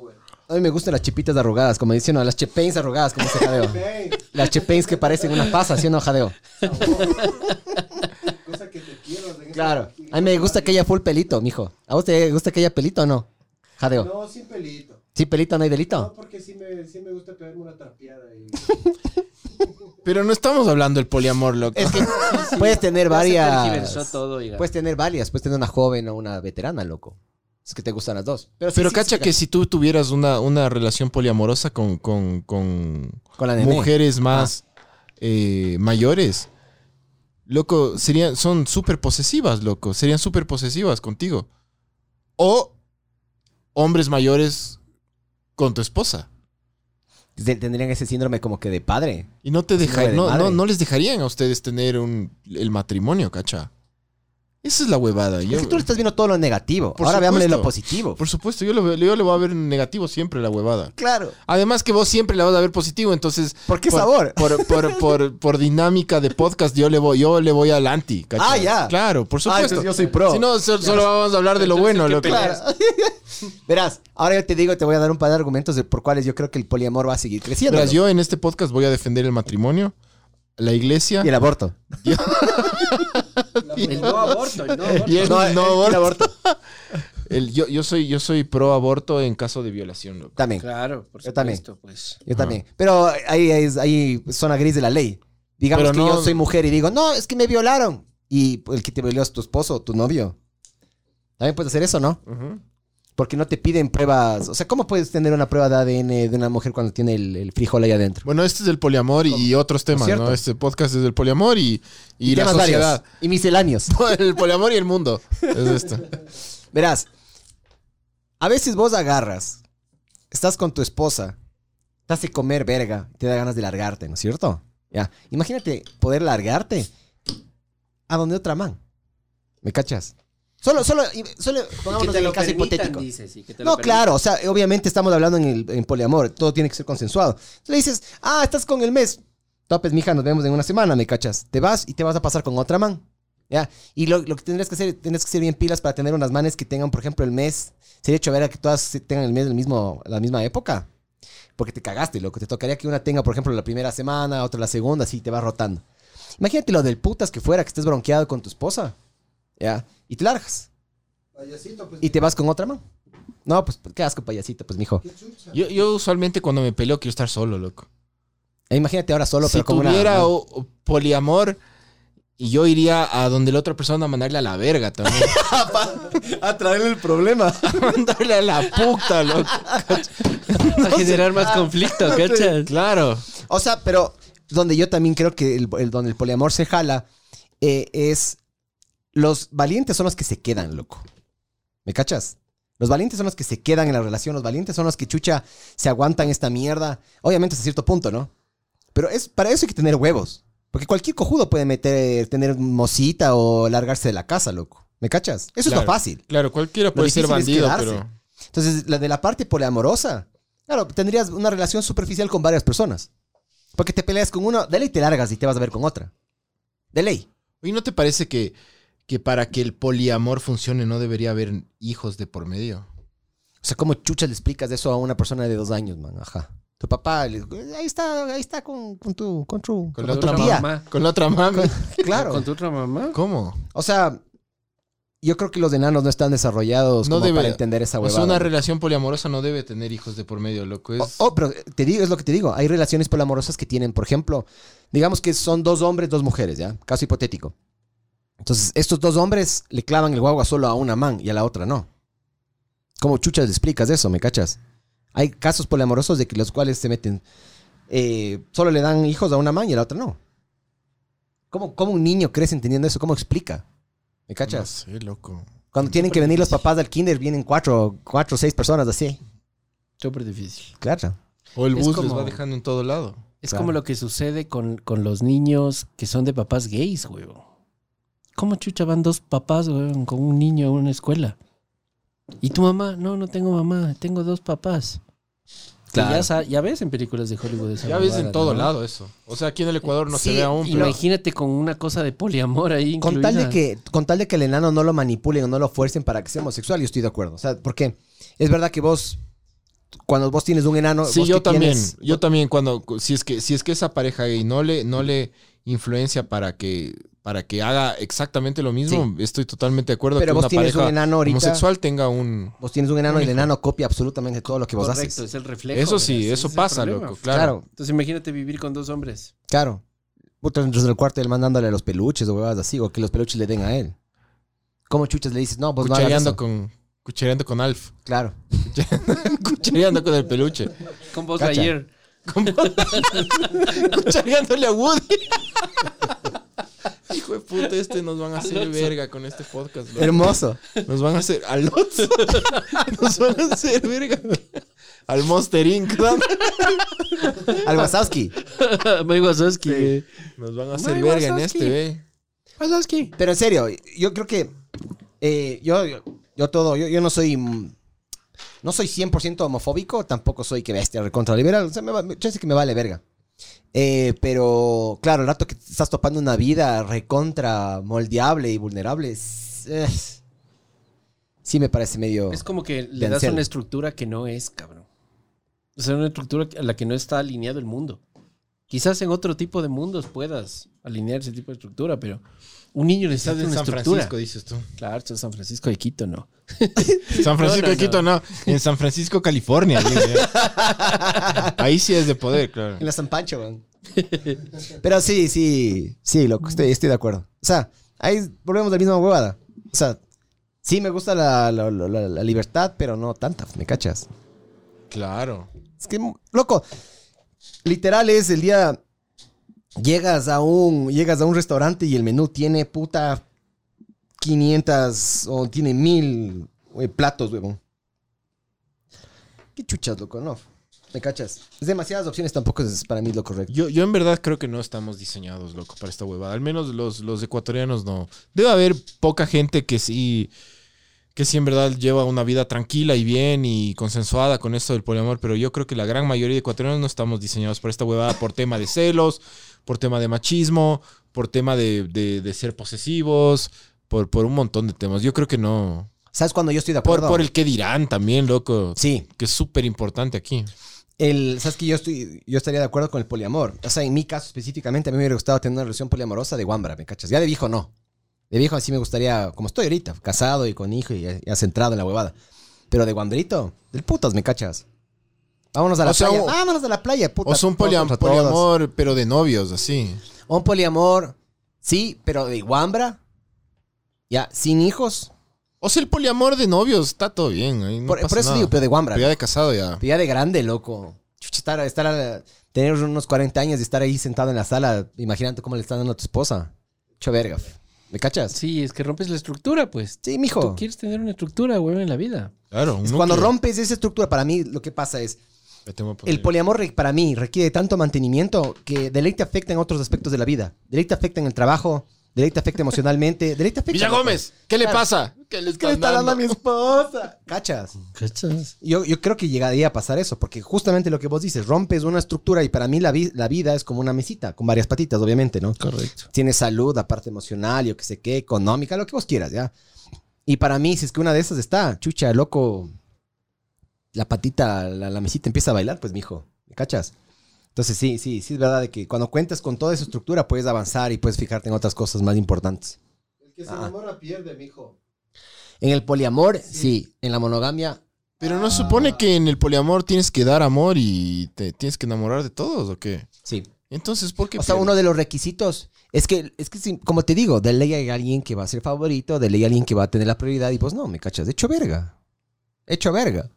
A mí me gustan las chipitas arrugadas, como dicen, no, las chepains arrugadas, como se jadeo. Ven, las chepains que parecen una pasa, ¿sí o no, jadeo? cosa que te pierdas en esta- Claro. A mí me gusta que haya full pelito, mijo. ¿A vos te gusta que haya pelito o no? Jadeo. No, sin pelito. ¿Sí pelito no hay No, delito? porque sí me, sí me gusta pegarme una trapeada y... Pero no estamos hablando del poliamor, loco. Puedes tener Ya se varias... tergiversó todo, oiga. Puedes tener varias, puedes tener una joven o una veterana, loco. Es que te gustan las dos. Pero, sí, Pero sí, cacha sí, que si tú tuvieras una, una relación poliamorosa con, con, con con la nene. Ah. mujeres más eh, mayores, loco, serían, son súper posesivas, loco. Serían súper posesivas contigo. o hombres mayores con tu esposa. Te- Tendrían ese síndrome como que de padre. Y no te deja, Síndrome de no, no, madre. no les dejarían a ustedes tener un, el matrimonio, cacha. Esa es la huevada. Es Yo, que tú le estás viendo todo lo negativo. Por Ahora veámosle lo supuesto. positivo. Por supuesto, yo, lo veo- yo le voy a ver negativo siempre la huevada. Claro. Además que vos siempre la vas a ver positivo, entonces ¿Por qué por, sabor? Por, por- por- por dinámica de podcast, yo le voy, yo le voy al anti. ¿cachai? Ah, ya. Claro, por Ah, supuesto. entonces yo soy pro. Si no, so- solo vamos a hablar de lo Entonces, bueno. ¿qué loco. peleas? Claro. Verás, ahora yo te digo, te voy a dar un par de argumentos de por cuáles yo creo que el poliamor va a seguir creciendo. Verás, yo en este podcast voy a defender el matrimonio, la iglesia Y el aborto. El no aborto, el no aborto. y el No, no, el- el aborto. El- yo, yo soy, yo soy pro aborto en caso de violación. loco. También. Claro, por Yo también. supuesto, pues. Yo también. Pero ahí es ahí zona gris de la ley. Digamos Pero que no- yo soy mujer y digo, no, es que me violaron. Y pues, el que te violó es tu esposo o tu novio. También puedes hacer eso, ¿no? Porque no te piden pruebas. O sea, ¿cómo puedes tener una prueba de ADN de una mujer cuando tiene el, el frijol ahí adentro? Bueno, este es el poliamor y, otros temas, cierto. ¿no? Este podcast es del poliamor y, y, la temas sociedad. varios. Y misceláneos. El poliamor y el mundo. Es esto. Verás, a veces vos agarras, estás con tu esposa, te hace comer verga, te da ganas de largarte, ¿no es cierto? Ya, imagínate poder largarte a donde otra man. ¿Me cachas? Solo, solo, solo pongámonos en el caso hipotético. dices, y que te lo No, permitan. claro, o sea, obviamente estamos hablando en, el, en poliamor, todo tiene que ser consensuado. Le dices, ah, estás con el mes. Topes, mija, nos vemos en una semana, ¿me cachas? Te vas y te vas a pasar con otra man. ¿Ya? Y lo, lo que tendrías que hacer, tendrías que ser bien pilas para tener unas manes que tengan, por ejemplo, el mes. Sería hecho ver a que todas se- tengan el mes del mismo, la misma época. Porque te cagaste, loco. Te tocaría que una tenga, por ejemplo, la primera semana, otra la segunda, así te vas rotando. Imagínate lo del putas que fuera, que estés bronqueado con tu esposa. ¿Ya? Y te largas. Payasito, pues. Y te vas con otra man. No, pues qué asco, payasito, pues mijo. qué chucha. Yo, yo usualmente cuando me peleo quiero estar solo, loco. E Imagínate ahora solo, si pero como tuviera una... o- o poliamor, y yo iría a donde la otra persona a mandarle a la verga también. A traerle el problema. a mandarle a la puta, loco. A generar Ah. más conflicto, ¿cachas? Claro. O sea, pero donde yo también creo que el, el- donde el poliamor se jala eh, es... Los valientes son los que se quedan, loco. ¿Me cachas? Los valientes son los que se quedan en la relación. Los valientes son los que, chucha, se aguantan esta mierda. Obviamente hasta cierto punto, ¿no? Pero es, para eso hay que tener huevos. Porque cualquier cojudo puede meter, tener mosita o largarse de la casa, loco. ¿Me cachas? Eso es Claro. lo fácil. Claro, cualquiera puede ser difícil es bandido, quedarse. pero. Entonces, la de la parte poliamorosa, claro, tendrías una relación superficial con varias personas. Porque te peleas con uno, de ley te largas y te vas a ver con otra. De ley. ¿Y no te parece que, que para que el poliamor funcione no debería haber hijos de por medio? O sea, ¿cómo chucha le explicas eso a una persona de dos años, man? Ajá. Tu papá, le- "Eh, ahí está, ahí está con, con tu, con Con tu, con la tu otra tía. mamá. Con la otra mami. ¿Con Claro. tu otra mamá? ¿Cómo? O sea, yo creo que los enanos no están desarrollados No como debe- para entender esa O huevada. sea, una man. relación poliamorosa no debe tener hijos de por medio, loco. Es... Oh, oh, pero te digo, es lo que te digo. Hay relaciones polamorosas que tienen, por ejemplo, digamos que son dos hombres, dos mujeres, ¿ya? Caso hipotético. Entonces, estos dos hombres le clavan el guagua solo a una man y a la otra no. ¿Cómo chuchas le explicas eso, me cachas? Hay casos polamorosos de que los cuales se meten. eh, solo le dan hijos a una man y a la otra no. ¿Cómo, cómo un niño crece entendiendo eso? ¿Cómo explica? ¿Me No cachas? sé, loco. Cuando tienen que venir los papás al kinder, vienen cuatro, cuatro o seis personas así. Súper difícil. Claro. O el Es bus les como- va dejando en todo lado. Es Claro. como lo que sucede con, con los niños que son de papás gays, huevón. ¿Cómo chucha van dos papás, huevón, con un niño a una escuela? ¿Y tu mamá? No, no tengo mamá, tengo dos papás. Que Claro. Ya, sa- ya ves en películas de Hollywood esa Ya ves huevada, en todo ¿no? lado eso. O sea, aquí en el Ecuador no se Sí, ve aún, Y pero... Imagínate con una cosa de poliamor ahí. Con tal, de incluida. que, con tal de que el enano no lo manipulen o no lo fuercen para que sea homosexual, yo estoy de acuerdo. O sea, porque es verdad que vos, cuando vos tienes un enano. Sí, vos yo que también. tienes- Yo también cuando si es que si es que esa pareja gay no le no le influencia para que para que haga exactamente lo mismo, estoy totalmente de acuerdo Pero que vos una tienes pareja un enano ahorita. homosexual tenga un Vos tienes un enano y el enano copia absolutamente todo lo que vos Correcto, haces. es el reflejo. Eso sí, verás, ese eso es el pasa, problema. loco, claro. Claro, Entonces imagínate vivir con dos hombres. claro. Puta, dentro del cuarto él mandándole los peluches o huevadas así, o que los peluches le den a él. ¿Cómo chuchas le dices? No, vos pues no hagas cuchareando eso. con cuchareando con Alf, Claro. cuchareando con el peluche, Con vos Cacha. ayer. Con- cuchareándole a Woody. Hijo de puta, este nos van a hacer verga con este podcast. loco. Hermoso. Nos van a hacer al Lotso. Nos van a hacer verga. Al Monster Inc. Dan. Al Wasowski. Mike Wazowski. Nos van a hacer Mike verga en Wazowski. este, ve. Ah, Wazowski. Pero en serio, yo creo que eh, yo, yo, yo todo, yo, yo no soy mm, no soy 100% homofóbico, tampoco soy que bestia recontra liberal, o sea, me, va- me- chance que me vale verga. Eh, pero claro, el rato que te estás topando una vida recontra moldeable y vulnerable, es- es- sí me parece medio... Es como que le De das Ansel. una estructura que no es, cabrón. O sea, una estructura a la que no está alineado el mundo. Quizás en otro tipo de mundos puedas alinear ese tipo de estructura, pero un niño necesita una estructura. dices tú. Claro, esto es San Francisco de Quito, no. San Francisco No, no, de Quito, no. En San Francisco, California. bien, bien. Ahí sí es de poder, claro. En la San Pancho, man. Pero sí, sí, sí, loco, estoy, estoy de acuerdo. O sea, ahí volvemos a la misma huevada. O sea, sí me gusta la, la- la- la- la libertad, pero no tanta, ¿me cachas? Claro. Es que, loco, literal es el día... Llegas a un, llegas a un restaurante y el menú tiene puta 500 o tiene 1000 eh, platos, huevón. Qué chuchas, loco, no. ¿Me cachas? Es demasiadas opciones, tampoco es para mí lo correcto. Yo, yo en verdad creo que no estamos diseñados, loco, para esta huevada. Al menos los, los ecuatorianos no. Debe haber poca gente que sí. Que sí, en verdad lleva una vida tranquila y bien y consensuada con esto del poliamor, pero yo creo que la gran mayoría de ecuatorianos no estamos diseñados para esta huevada por tema de celos, por tema de machismo, por tema de, de- de ser posesivos, por, por un montón de temas. Yo creo que no. ¿Sabes cuando yo estoy de Por, acuerdo? por el que dirán también, loco. Sí, Que es súper importante aquí. el, sabes que yo estoy, yo estaría de acuerdo con el poliamor. O sea, en mi caso específicamente, a mí me hubiera gustado tener una relación poliamorosa de guambra, ¿me cachas? Ya de viejo no. De viejo así me gustaría, como estoy ahorita, casado y con hijo y eh, ya centrado en la huevada. Pero de guambrito, del putas, ¿me cachas? Vámonos a la O sea, playa. o- Vámonos a la playa, puta. O son todos poliam- contra todos. poliamor, pero de novios, así. Un poliamor, sí, pero de guambra. Ya, sin hijos. O sea, el poliamor de novios está todo bien. ahí no por, pasa por eso nada. digo, pero de guambra. Pero ya de casado ya. Pues Ya de grande, loco. Chucha, estar, estar a- tener unos 40 años y estar ahí sentado en la sala, imaginando cómo le están dando a tu esposa. Cho verga. f. ¿Me cachas? Sí, Sí, es que rompes la estructura, pues. Tú mijo. quieres tener una estructura, güey, en la vida. Claro, un Es cuando núcleo. rompes esa estructura, para mí lo que pasa es, Ya te voy a poner. el poliamor re- para mí requiere tanto mantenimiento que de ley te afecta en otros aspectos de la vida. De ley te afecta en el trabajo, de ley te afecta emocionalmente, de ley te afecta... Villa Gómez, ¿qué le pasa? ¿Qué le ¿Qué le está dando a mi esposa? ¿Cachas? ¿Cachas? Yo, yo creo que llegaría a pasar eso, porque justamente lo que vos dices, rompes una estructura y para mí la, vi- la vida es como una mesita, con varias patitas, obviamente, ¿no? Correcto. Tienes salud, la parte emocional, yo que sé qué, económica, lo que vos quieras, ¿ya? Y para mí, si es que una de esas está, chucha, loco, la patita, la, la mesita empieza a bailar, pues, mijo, ¿me cachas? Entonces, sí, sí, sí es verdad de que cuando cuentas con toda esa estructura puedes avanzar y puedes fijarte en otras cosas más importantes. El que se Ah. enamora pierde, mijo. En el poliamor, sí. En la monogamia, Pero no supone que en el poliamor tienes que dar amor y te tienes que enamorar de todos, ¿o qué? sí. Entonces, ¿por qué? O sea, pierdes? uno de los requisitos es que, es que sí, como te digo, de ley hay alguien que va a ser favorito, de ley hay alguien que va a tener la prioridad y pues no, me cachas, hecho verga. Hecho verga.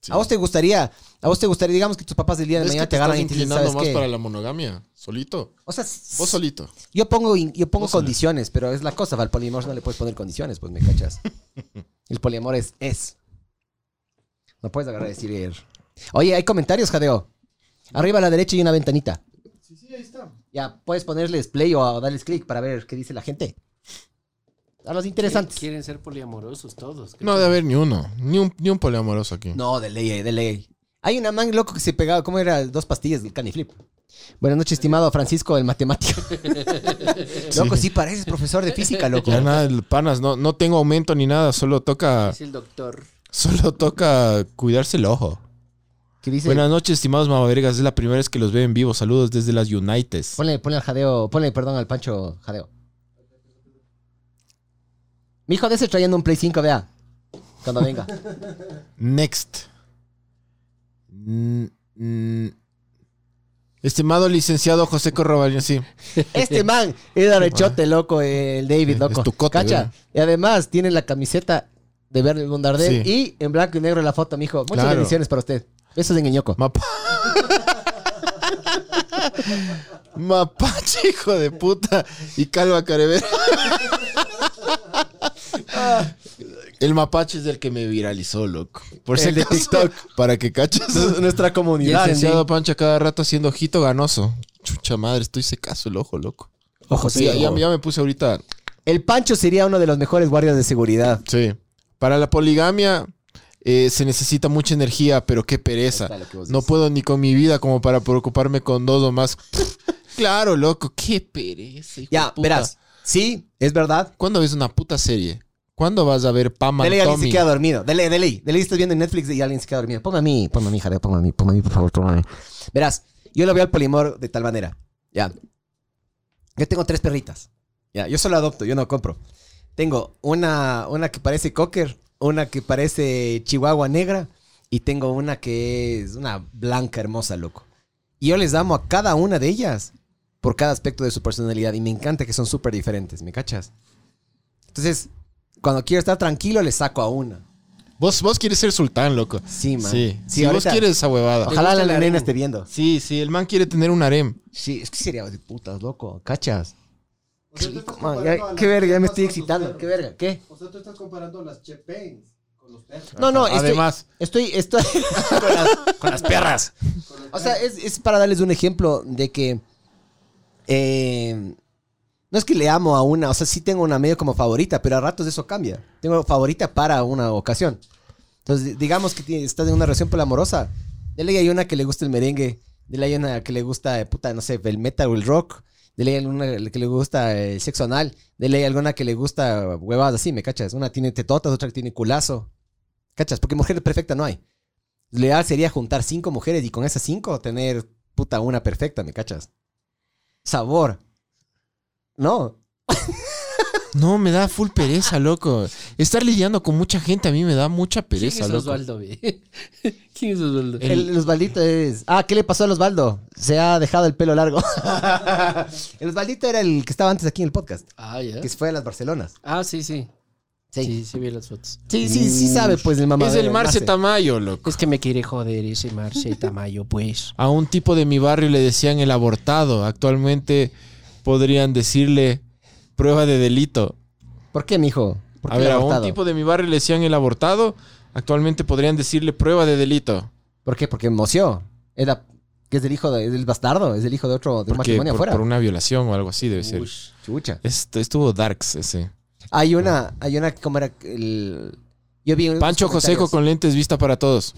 Sí. A vos te gustaría, a vos te gustaría, digamos que tus papás del día de ¿Crees mañana que te agarran estás y te dicen, inclinando ¿sabes más qué? para la monogamia, solito. O sea, Vos solito. yo pongo, in- yo pongo Vos solito. condiciones, pero es la cosa, al poliamor no le puedes poner condiciones, pues me cachas. El poliamor es, es. No puedes agarrar y decir, eh, oye, hay comentarios, jadeo. Arriba a la derecha hay una ventanita. Sí, sí, ahí está. Ya, puedes ponerles play o, o darles clic para ver qué dice la gente. A los interesantes. Quieren ser poliamorosos todos. No debe haber ni uno, ni un, ni un poliamoroso aquí. No, de ley, eh, de ley. Hay una man loco que se pegaba, ¿cómo era? Dos pastillas del caniflip. Buenas noches, estimado Francisco, el matemático. loco, sí pareces profesor de física, loco. Ya nada, panas, no, no tengo aumento ni nada, solo toca, Es el doctor. solo toca cuidarse el ojo. ¿Qué dice? Buenas noches, estimados mamavergas. Es la primera vez que los veo en vivo. Saludos desde las Unites. Ponle, ponle al jadeo, ponle, perdón, al Pancho jadeo. Mi hijo de ese trayendo un Play 5, vea. Cuando venga. Next. Mm, mm. Estimado licenciado José Corrobalino, sí. Este man era rechote, loco, el David, Sí, loco. es tu cote, Cacha. ¿verdad? Y además tiene la camiseta de Verde Bundardel Sí. y en blanco y negro la foto, mijo. Muchas Claro. bendiciones para usted. Besos en ñoco. Mapa. Mapache, hijo de puta. Y calva carever. El mapache es el que me viralizó, loco. Por si El de acaso, TikTok. Para que caches. Nuestra El comunidad. licenciado Pancha cada rato haciendo ojito ganoso. Chucha madre, estoy secazo el ojo, loco. Ojo, Sí, sí. ya, ya- ya me puse ahorita. El Pancho sería uno de los mejores guardias de seguridad. Sí. Para la poligamia eh, se necesita mucha energía, pero qué pereza. Está lo que vos No dices. puedo ni con mi vida como para preocuparme con dos o más. claro, loco, qué pereza. hijo de Ya, puta. verás. Sí, es verdad. ¿Cuándo ves una puta serie? ¿Cuándo vas a ver Pam and Dele a alguien se Tommy? queda dormido. Dele, dele. Dele, estás viendo en Netflix y alguien se queda dormido. Ponme a mí, ponme a mí, Jadeo, ponme a mí, ponme a mí, por favor, ponme a mí. Verás, yo lo veo al polimor de tal manera. Ya. Yo tengo tres perritas. Ya, yo solo adopto, yo no compro. Tengo una, una que parece cocker, una que parece chihuahua negra y tengo una que es una blanca hermosa, loco. Y yo les amo a cada una de ellas por cada aspecto de su personalidad y me encanta que son súper diferentes, ¿me cachas? Entonces, cuando quiero estar tranquilo, le saco a una. Vos, vos quieres ser sultán, loco. Sí, man. Sí. Si vos ahorita- quieres esa huevada. Ojalá gusta la la, nena arena. esté viendo. Sí, sí, el man quiere tener un harem. Sí, es que sería de putas, loco. ¿Cachas? O sea, tú estás Man, comparando a ya- las qué verga, ya me chepas estoy con tus excitando. perros. ¿Qué verga? ¿Qué? O sea, tú estás comparando las chepains con los perros. No, no, este Ajá. estoy- Además, Estoy, estoy con, las, con las perras. Con los O sea, perros. es, es para darles un ejemplo de que. eh, no es que le amo a una, o sea, sí tengo una medio como favorita, pero a ratos eso cambia. Tengo favorita para una ocasión. Entonces, digamos que tiene- estás en una relación amorosa. Dele hay una que le gusta el merengue. Dele hay una que le gusta, eh, puta, no sé, el metal o el rock. Dele hay una que le gusta eh, el sexo anal. Dele hay alguna que le gusta huevadas así, ¿me cachas? Una tiene tetotas, otra que tiene culazo. ¿Cachas? Porque mujer perfecta no hay. Lo ideal sería juntar cinco mujeres y con esas cinco tener puta una perfecta, ¿me cachas? Sabor. No. No, me da full pereza, loco. Estar lidiando con mucha gente a mí me da mucha ¿Quién pereza, es loco. Osvaldo? ve? ¿Quién es Osvaldo? El- El, el Osvaldito es. Ah, ¿qué le pasó al Osvaldo? Se ha dejado el pelo largo. el Osvaldito era el que estaba antes aquí en el podcast, Ah, ya. ¿Eh? que se fue a las Barcelonas. Ah, sí, sí. Sí. Sí, sí, vi las fotos. Mm. Sí, sí, sí sabe, pues, el mamá. Es el Marce Tamayo, loco. Es que me quiere joder ese Marce Tamayo, pues. A un tipo de mi barrio le decían el abortado. Actualmente podrían decirle prueba de delito. ¿Por qué, mijo? ¿Por A qué ver, le ha a un gustado? tipo de mi barrio le decían el abortado. Actualmente podrían decirle prueba de delito. ¿Por qué? Porque moció. Era. Que es del hijo de, es del bastardo, es del hijo de otro, de un Porque matrimonio por, afuera. por una violación o algo así debe ser. Ush. Chucha. Est- estuvo Darks ese. Hay una, hay una, ¿cómo era? El, yo vi unos Pancho Joseco comentarios. con lentes vista para todos.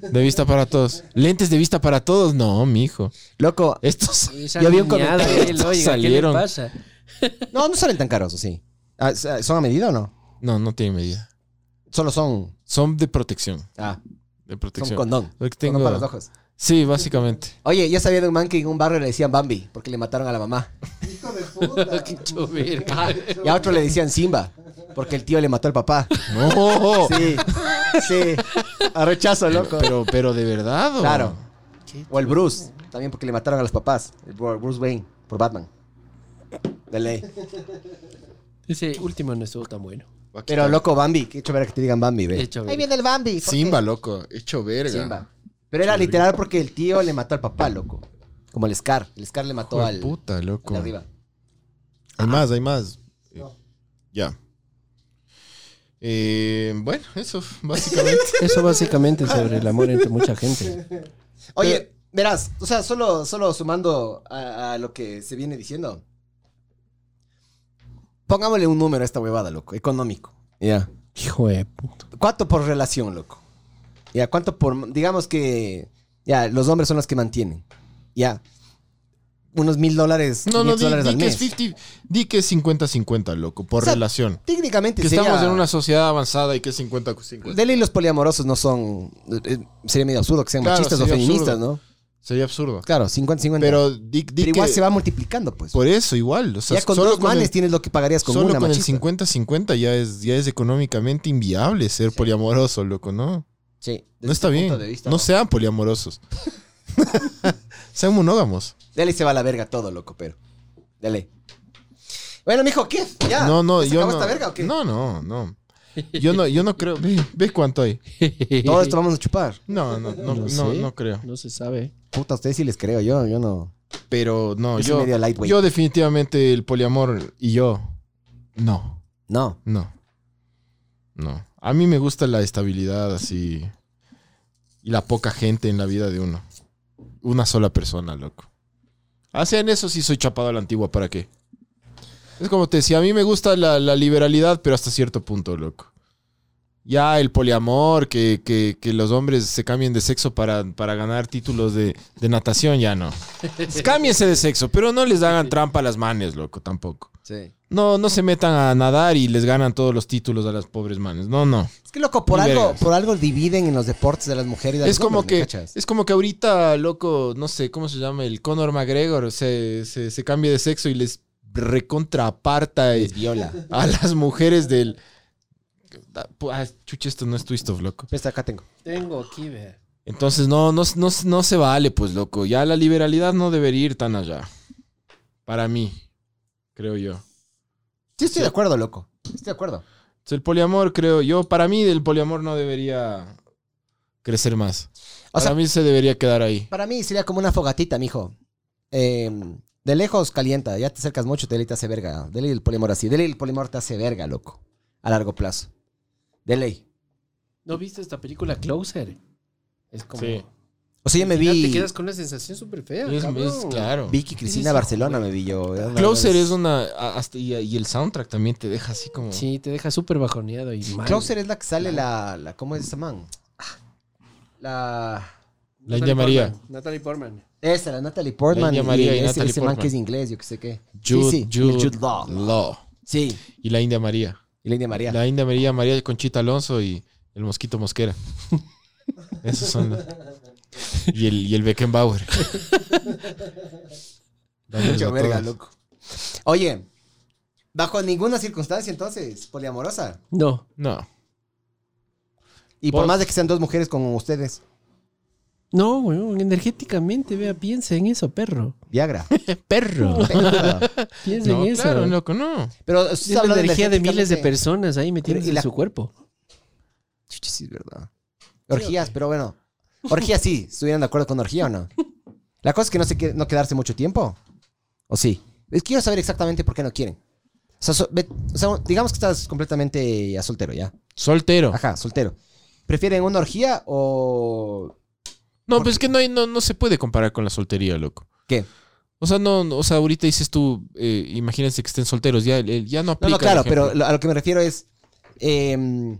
De vista para todos. Lentes de vista para todos. No, mijo. Loco, Estos. Esa Yo vi un niñada comentario. de él, oiga, Salieron. ¿Qué le pasa? no, no salen tan caros, ¿o sí. Ah, s- ¿Son a medida o no? No, no tiene medida. Solo son, Son de protección. ah, De son protección. condón. Lo que Condón para los tengo... ojos. Sí, básicamente. Oye, ya sabía de un man que en un barrio le decían Bambi porque le mataron a la mamá. Hijo de puta. Ah, Qué choverga. Y a otro le decían Simba porque el tío le mató al papá. No. Sí, sí. A rechazo, loco. Pero, pero de verdad. ¿o? Claro. Qué O el Bruce, también porque le mataron a los papás. El Bru- Bruce Wayne por Batman. De ley. Ese último no estuvo tan bueno. Pero loco, Bambi. Qué chévere que te digan Bambi, De ve. hecho, Ahí viene el Bambi. ¿por qué? Simba, loco. Hecho verga. Simba. Pero era literal porque el tío le mató al papá, loco. Como el Scar. El Scar le mató Hijo de al, puta, al loco. de arriba. Hay más, hay más. No. Ya. Eh, bueno, eso, básicamente. eso básicamente sobre el amor entre mucha gente. Oye, verás, o sea, solo, solo sumando a, a lo que se viene diciendo. Pongámosle un número a esta huevada, loco. Económico. Ya. Hijo de puta. ¿Cuánto por relación, loco? Ya, ¿cuánto por...? Digamos que... Ya, los hombres son los que mantienen. Ya. Unos mil dólares, No, no, quinientos di, dólares di al que es mes. 50, di que es 50-50, loco, por O sea, relación. Técnicamente Que sería- estamos en una sociedad avanzada y que es 50-50. Pues, Dele y los poliamorosos no son. eh, Sería medio absurdo que sean Claro, machistas o sería feministas, absurdo. ¿no? Sería absurdo. Claro, 50-50. Pero, Pero di, di que- igual se va multiplicando, pues. Por eso, igual. O sea, ya con solo dos con manes el- tienes lo que pagarías con solo una con el machista. 50-50 ya es, ya es económicamente inviable ser poliamoroso, loco, ¿no? Sí, desde No está ese bien. punto de vista, no, ¿no? sean poliamorosos. sean monógamos. Dele y se va a la verga todo, loco, pero. Dele. Bueno, mijo, ¿qué? ¿Ya? no, no, ¿Ya se yo acabó no. esta verga o qué? No, no, no. Yo no, yo no creo. Ve, ve cuánto hay. Todo esto vamos a chupar. No, no, no, no, No sé. no creo. No se sabe. puta, a ustedes sí les creo, yo, yo no. Pero no, Yo soy yo, medio lightweight. yo definitivamente el poliamor y yo, no, No. no, no. A mí me gusta la estabilidad así y la poca gente en la vida de uno. Una sola persona, loco. Hacen eso sí soy chapado a la antigua, ¿para qué? Es como te decía, a mí me gusta la, la liberalidad, pero hasta cierto punto, loco. Ya el poliamor, que, que- que los hombres se cambien de sexo para, para ganar títulos de, de natación, ya no. Pues cámbiense de sexo, pero no les hagan trampa a las manes, loco, tampoco. Sí. No, no se metan a nadar y les ganan todos los títulos a las pobres manes. No, no. Es que, loco, por Ni algo, vergas. por algo dividen en los deportes de las mujeres y de Es los como hombres, ¿me que cachas? es como que ahorita, loco, no sé, ¿cómo se llama? El Conor McGregor se, se, se cambia de sexo y les recontra aparta eh, Les viola. a las mujeres del... Ah, chucha, esto no es twist of, loco. Esta acá tengo. Tengo aquí, vea. Entonces, no, no, no, no se vale, pues, loco. Ya la liberalidad no debería ir tan allá. Para mí, creo yo. Sí, estoy de acuerdo, loco. Estoy de acuerdo. Entonces, el poliamor, creo yo, para mí el poliamor no debería crecer más. O para sea, mí se debería quedar ahí. Para mí sería como una fogatita, mijo. Eh, de lejos calienta, ya te acercas mucho, dele y te hace verga. Dele el polimor así, dele el polimor te hace verga, loco. A largo plazo. De ley. ¿No viste esta película Closer? Es como. Sí. O sea, yo me Al final vi Te quedas con una sensación súper fea. Es, cabrón. es claro. Vicky Cristina Sí, sí, Barcelona, me vi yo. Ah, Closer es una... a- hasta- y, y el soundtrack también te deja así como... Sí, te deja súper bajoneado y mal. Closer es la que Ah. sale la, la- ¿cómo es esa man? La La Natalie India María. Portman, Natalie Portman. esa, la Natalie Portman. India María y ese, Natalie ese man que Portman. es inglés, yo que sé qué. Jude, sí, sí, Jude Jude Law. Law. Sí, Y la India María. y la India María. La India María, María Conchita Alonso y el Mosquito Mosquera. Esos son. los- Y el, y el Beckenbauer. Dándoles Mucho a verga, todas. loco. Oye, bajo ninguna circunstancia entonces, poliamorosa. No. No. Y por Vos- más de que sean dos mujeres como ustedes, No, weón, energéticamente, vea, piensa en eso, perro. Viagra. Perro. Piensa No, en eso. claro, loco, no. Pero Es la energía de miles de personas ahí metidas y la- en su cuerpo. Chucha, sí, es verdad. Orgías, pero bueno. Orgías sí, estuvieran de acuerdo con orgía o no. La cosa es que no, se quede- no quedarse mucho tiempo. ¿O sí? Es que quiero saber exactamente por qué no quieren. O sea, so- ve- o sea, digamos que estás completamente ya soltero, ya. Soltero. Ajá, soltero. ¿Prefieren una orgía o No, pues es que no, hay, no, no se puede comparar con la soltería, loco. qué? O sea, no, no, o sea, ahorita dices tú, eh, imagínense que estén solteros, ya, el- el- ya no No, aplica. no, el claro, ejemplo. pero lo- a lo que me refiero es. em,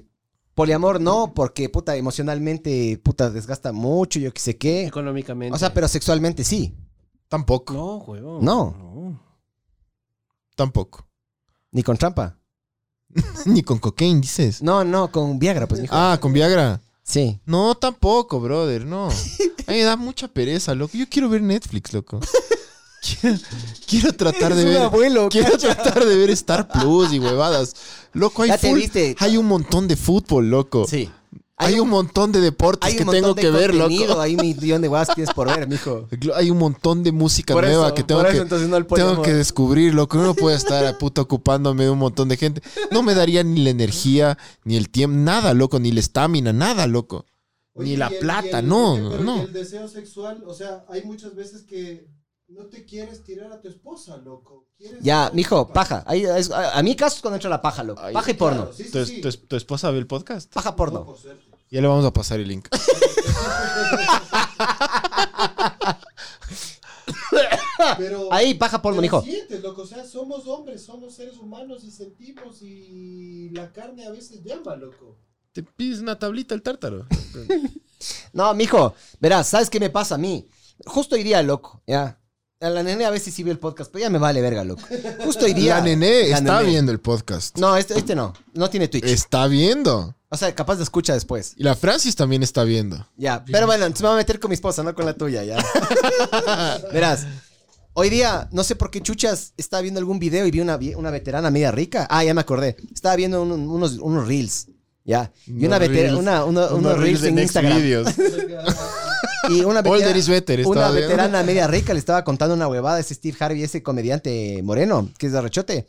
poliamor no, porque puta, emocionalmente, puta, desgasta mucho, yo qué sé qué. Económicamente. O sea, pero sexualmente sí. Tampoco, No, weón. No. tampoco. Ni con trampa. Ni con cocaine, dices. No, no, con Viagra, pues, mijo. Ah, con Viagra. Sí. No, tampoco, brother, no. A mí me da mucha pereza, loco. Yo quiero ver Netflix, loco. Quiero, quiero tratar de Eres un ver. abuelo, Quiero cacha. tratar de ver Star Plus y huevadas. Loco, hay Ya te full- viste. hay un montón de fútbol, loco. Sí. Hay, un, montón de deportes hay que un montón tengo de que ver, contenido, loco. Hay un millón de guas que tienes por ver, mijo. Hay un montón de música Por nueva eso, que tengo por que eso, entonces, no el tengo poliamor. que descubrir, loco. Uno puede estar a puta ocupándome de un montón de gente. No me daría ni la energía, ni el tiempo, nada, loco, ni la estamina, nada, loco. Ni Oye, la y el- plata, y el- no, pero no, y no. El deseo sexual, o sea, hay muchas veces que no te quieres tirar a tu esposa, loco. Quieres Ya, estar mijo, ocupada. paja. Ahí es- a, a mí caso es cuando entra la paja, loco. Ay, Paja y Claro, porno. sí, sí, ¿Tu, sí. tu es- tu esposa ve el podcast? Paja No, porno. por suerte. Ya le vamos a pasar el link. Pero, Ah, Ahí, paja porno, pero mijo. sientes, loco, o sea, somos hombres, somos seres humanos y sentimos y la carne a veces llama, loco. Te pides una tablita el tártaro. No, mijo, verás, ¿sabes qué me pasa a mí? Justo hoy día, loco, ya. A la nene a veces sí veo el podcast, pero ya me vale verga, loco. Justo hoy día. La nené La está nené. viendo el podcast. No, este, este no. No tiene Twitch. Está viendo. O sea, capaz de escucha después. Y la Francis también está viendo. Ya. Pero bueno, entonces me voy a meter con mi esposa, no con la tuya, ya. verás. Hoy día, no sé por qué chuchas, estaba viendo algún video y vi una, vie- una veterana media rica. Ah, ya me acordé. Estaba viendo un- unos, unos reels. Ya. Y una Unos veterana, reels. una, una- unos, reels, en Next Instagram. Videos. ah, Y una Older is better, una estaba viendo. veterana media rica le estaba contando una huevada a ese Steve Harvey, ese comediante moreno, que es de Arrechote.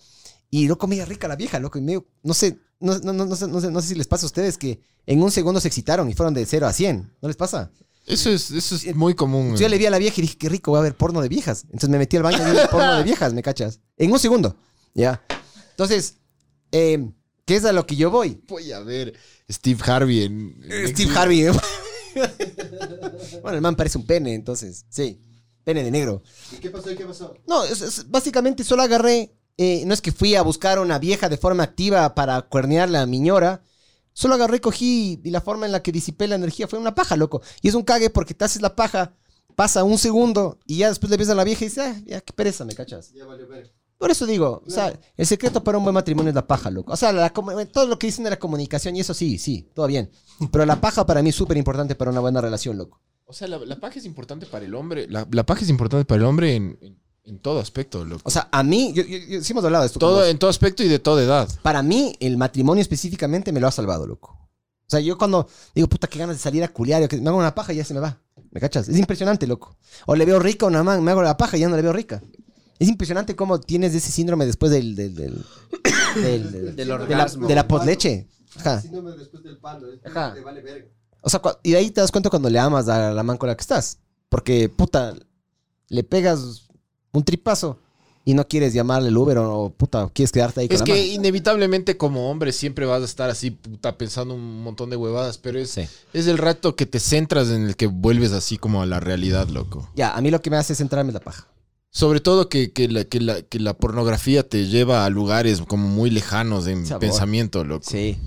Y loco, media rica la vieja, loco. Y medio, no sé, no, no, no, no sé, no sé- no sé si les pasa a ustedes que en un segundo se excitaron y fueron de 0 a 100. ¿No les pasa? Eso es, eso es muy común. Entonces yo le vi a la vieja y dije, qué rico, voy a ver porno de viejas. Entonces me metí al baño y vi porno de viejas, ¿me cachas? En un segundo. Ya. Entonces, eh, ¿qué es a lo que yo voy? Voy a ver Steve Harvey en... en Steve Harvey. ¿eh? bueno, el man parece un pene, entonces. Sí. Pene de negro. ¿Y qué pasó y qué pasó? No, es- es- básicamente solo agarré. eh, no es que fui a buscar a una vieja de forma activa para cuernear la miñora. Solo agarré, cogí y la forma en la que disipé la energía fue una paja, loco. Y es un cague porque te haces la paja, pasa un segundo y ya después le ves a la vieja y dices, ah, ya, qué pereza, ¿me cachas? Ya valió ver. Por eso digo, o sea, el secreto para un buen matrimonio es la paja, loco. O sea, la comu- todo lo que dicen de la comunicación y eso sí, sí, todo bien. Pero la paja para mí es súper importante para una buena relación, loco. O sea, la, la paja es importante para el hombre. La, la paja es importante para el hombre en, en- en todo aspecto, loco. O sea, a mí, yo, yo- yo- sí hemos hablado de esto. con todo, vos. en todo aspecto y de toda edad. Para mí, el matrimonio específicamente me lo ha salvado, loco. O sea, yo cuando digo, puta, qué ganas de salir a culiar, o que me hago una paja y ya se me va. ¿Me cachas? Es impresionante, loco. O le veo rica a una man, me hago la paja y ya no le veo rica. Es impresionante cómo tienes ese síndrome después del... del, del, del- del- Del de la, orgasmo. de la posleche. Ajá. Síndrome después del palo. Es que Ajá. Te vale verga. O sea, cua- y de ahí te das cuenta cuando le amas a la man con la que estás. Porque, puta, le pegas un tripazo y no quieres llamarle el Uber o, o, puta, quieres quedarte ahí con Es la que man. inevitablemente como hombre siempre vas a estar así puta pensando un montón de huevadas, pero es, Sí. es el rato que te centras en el que vuelves así como a la realidad, loco. Ya, a mí lo que me hace es centrarme en la paja. Sobre todo que, que la, que, la, que la pornografía te lleva a lugares como muy lejanos en Sabor. pensamiento, loco. Sí.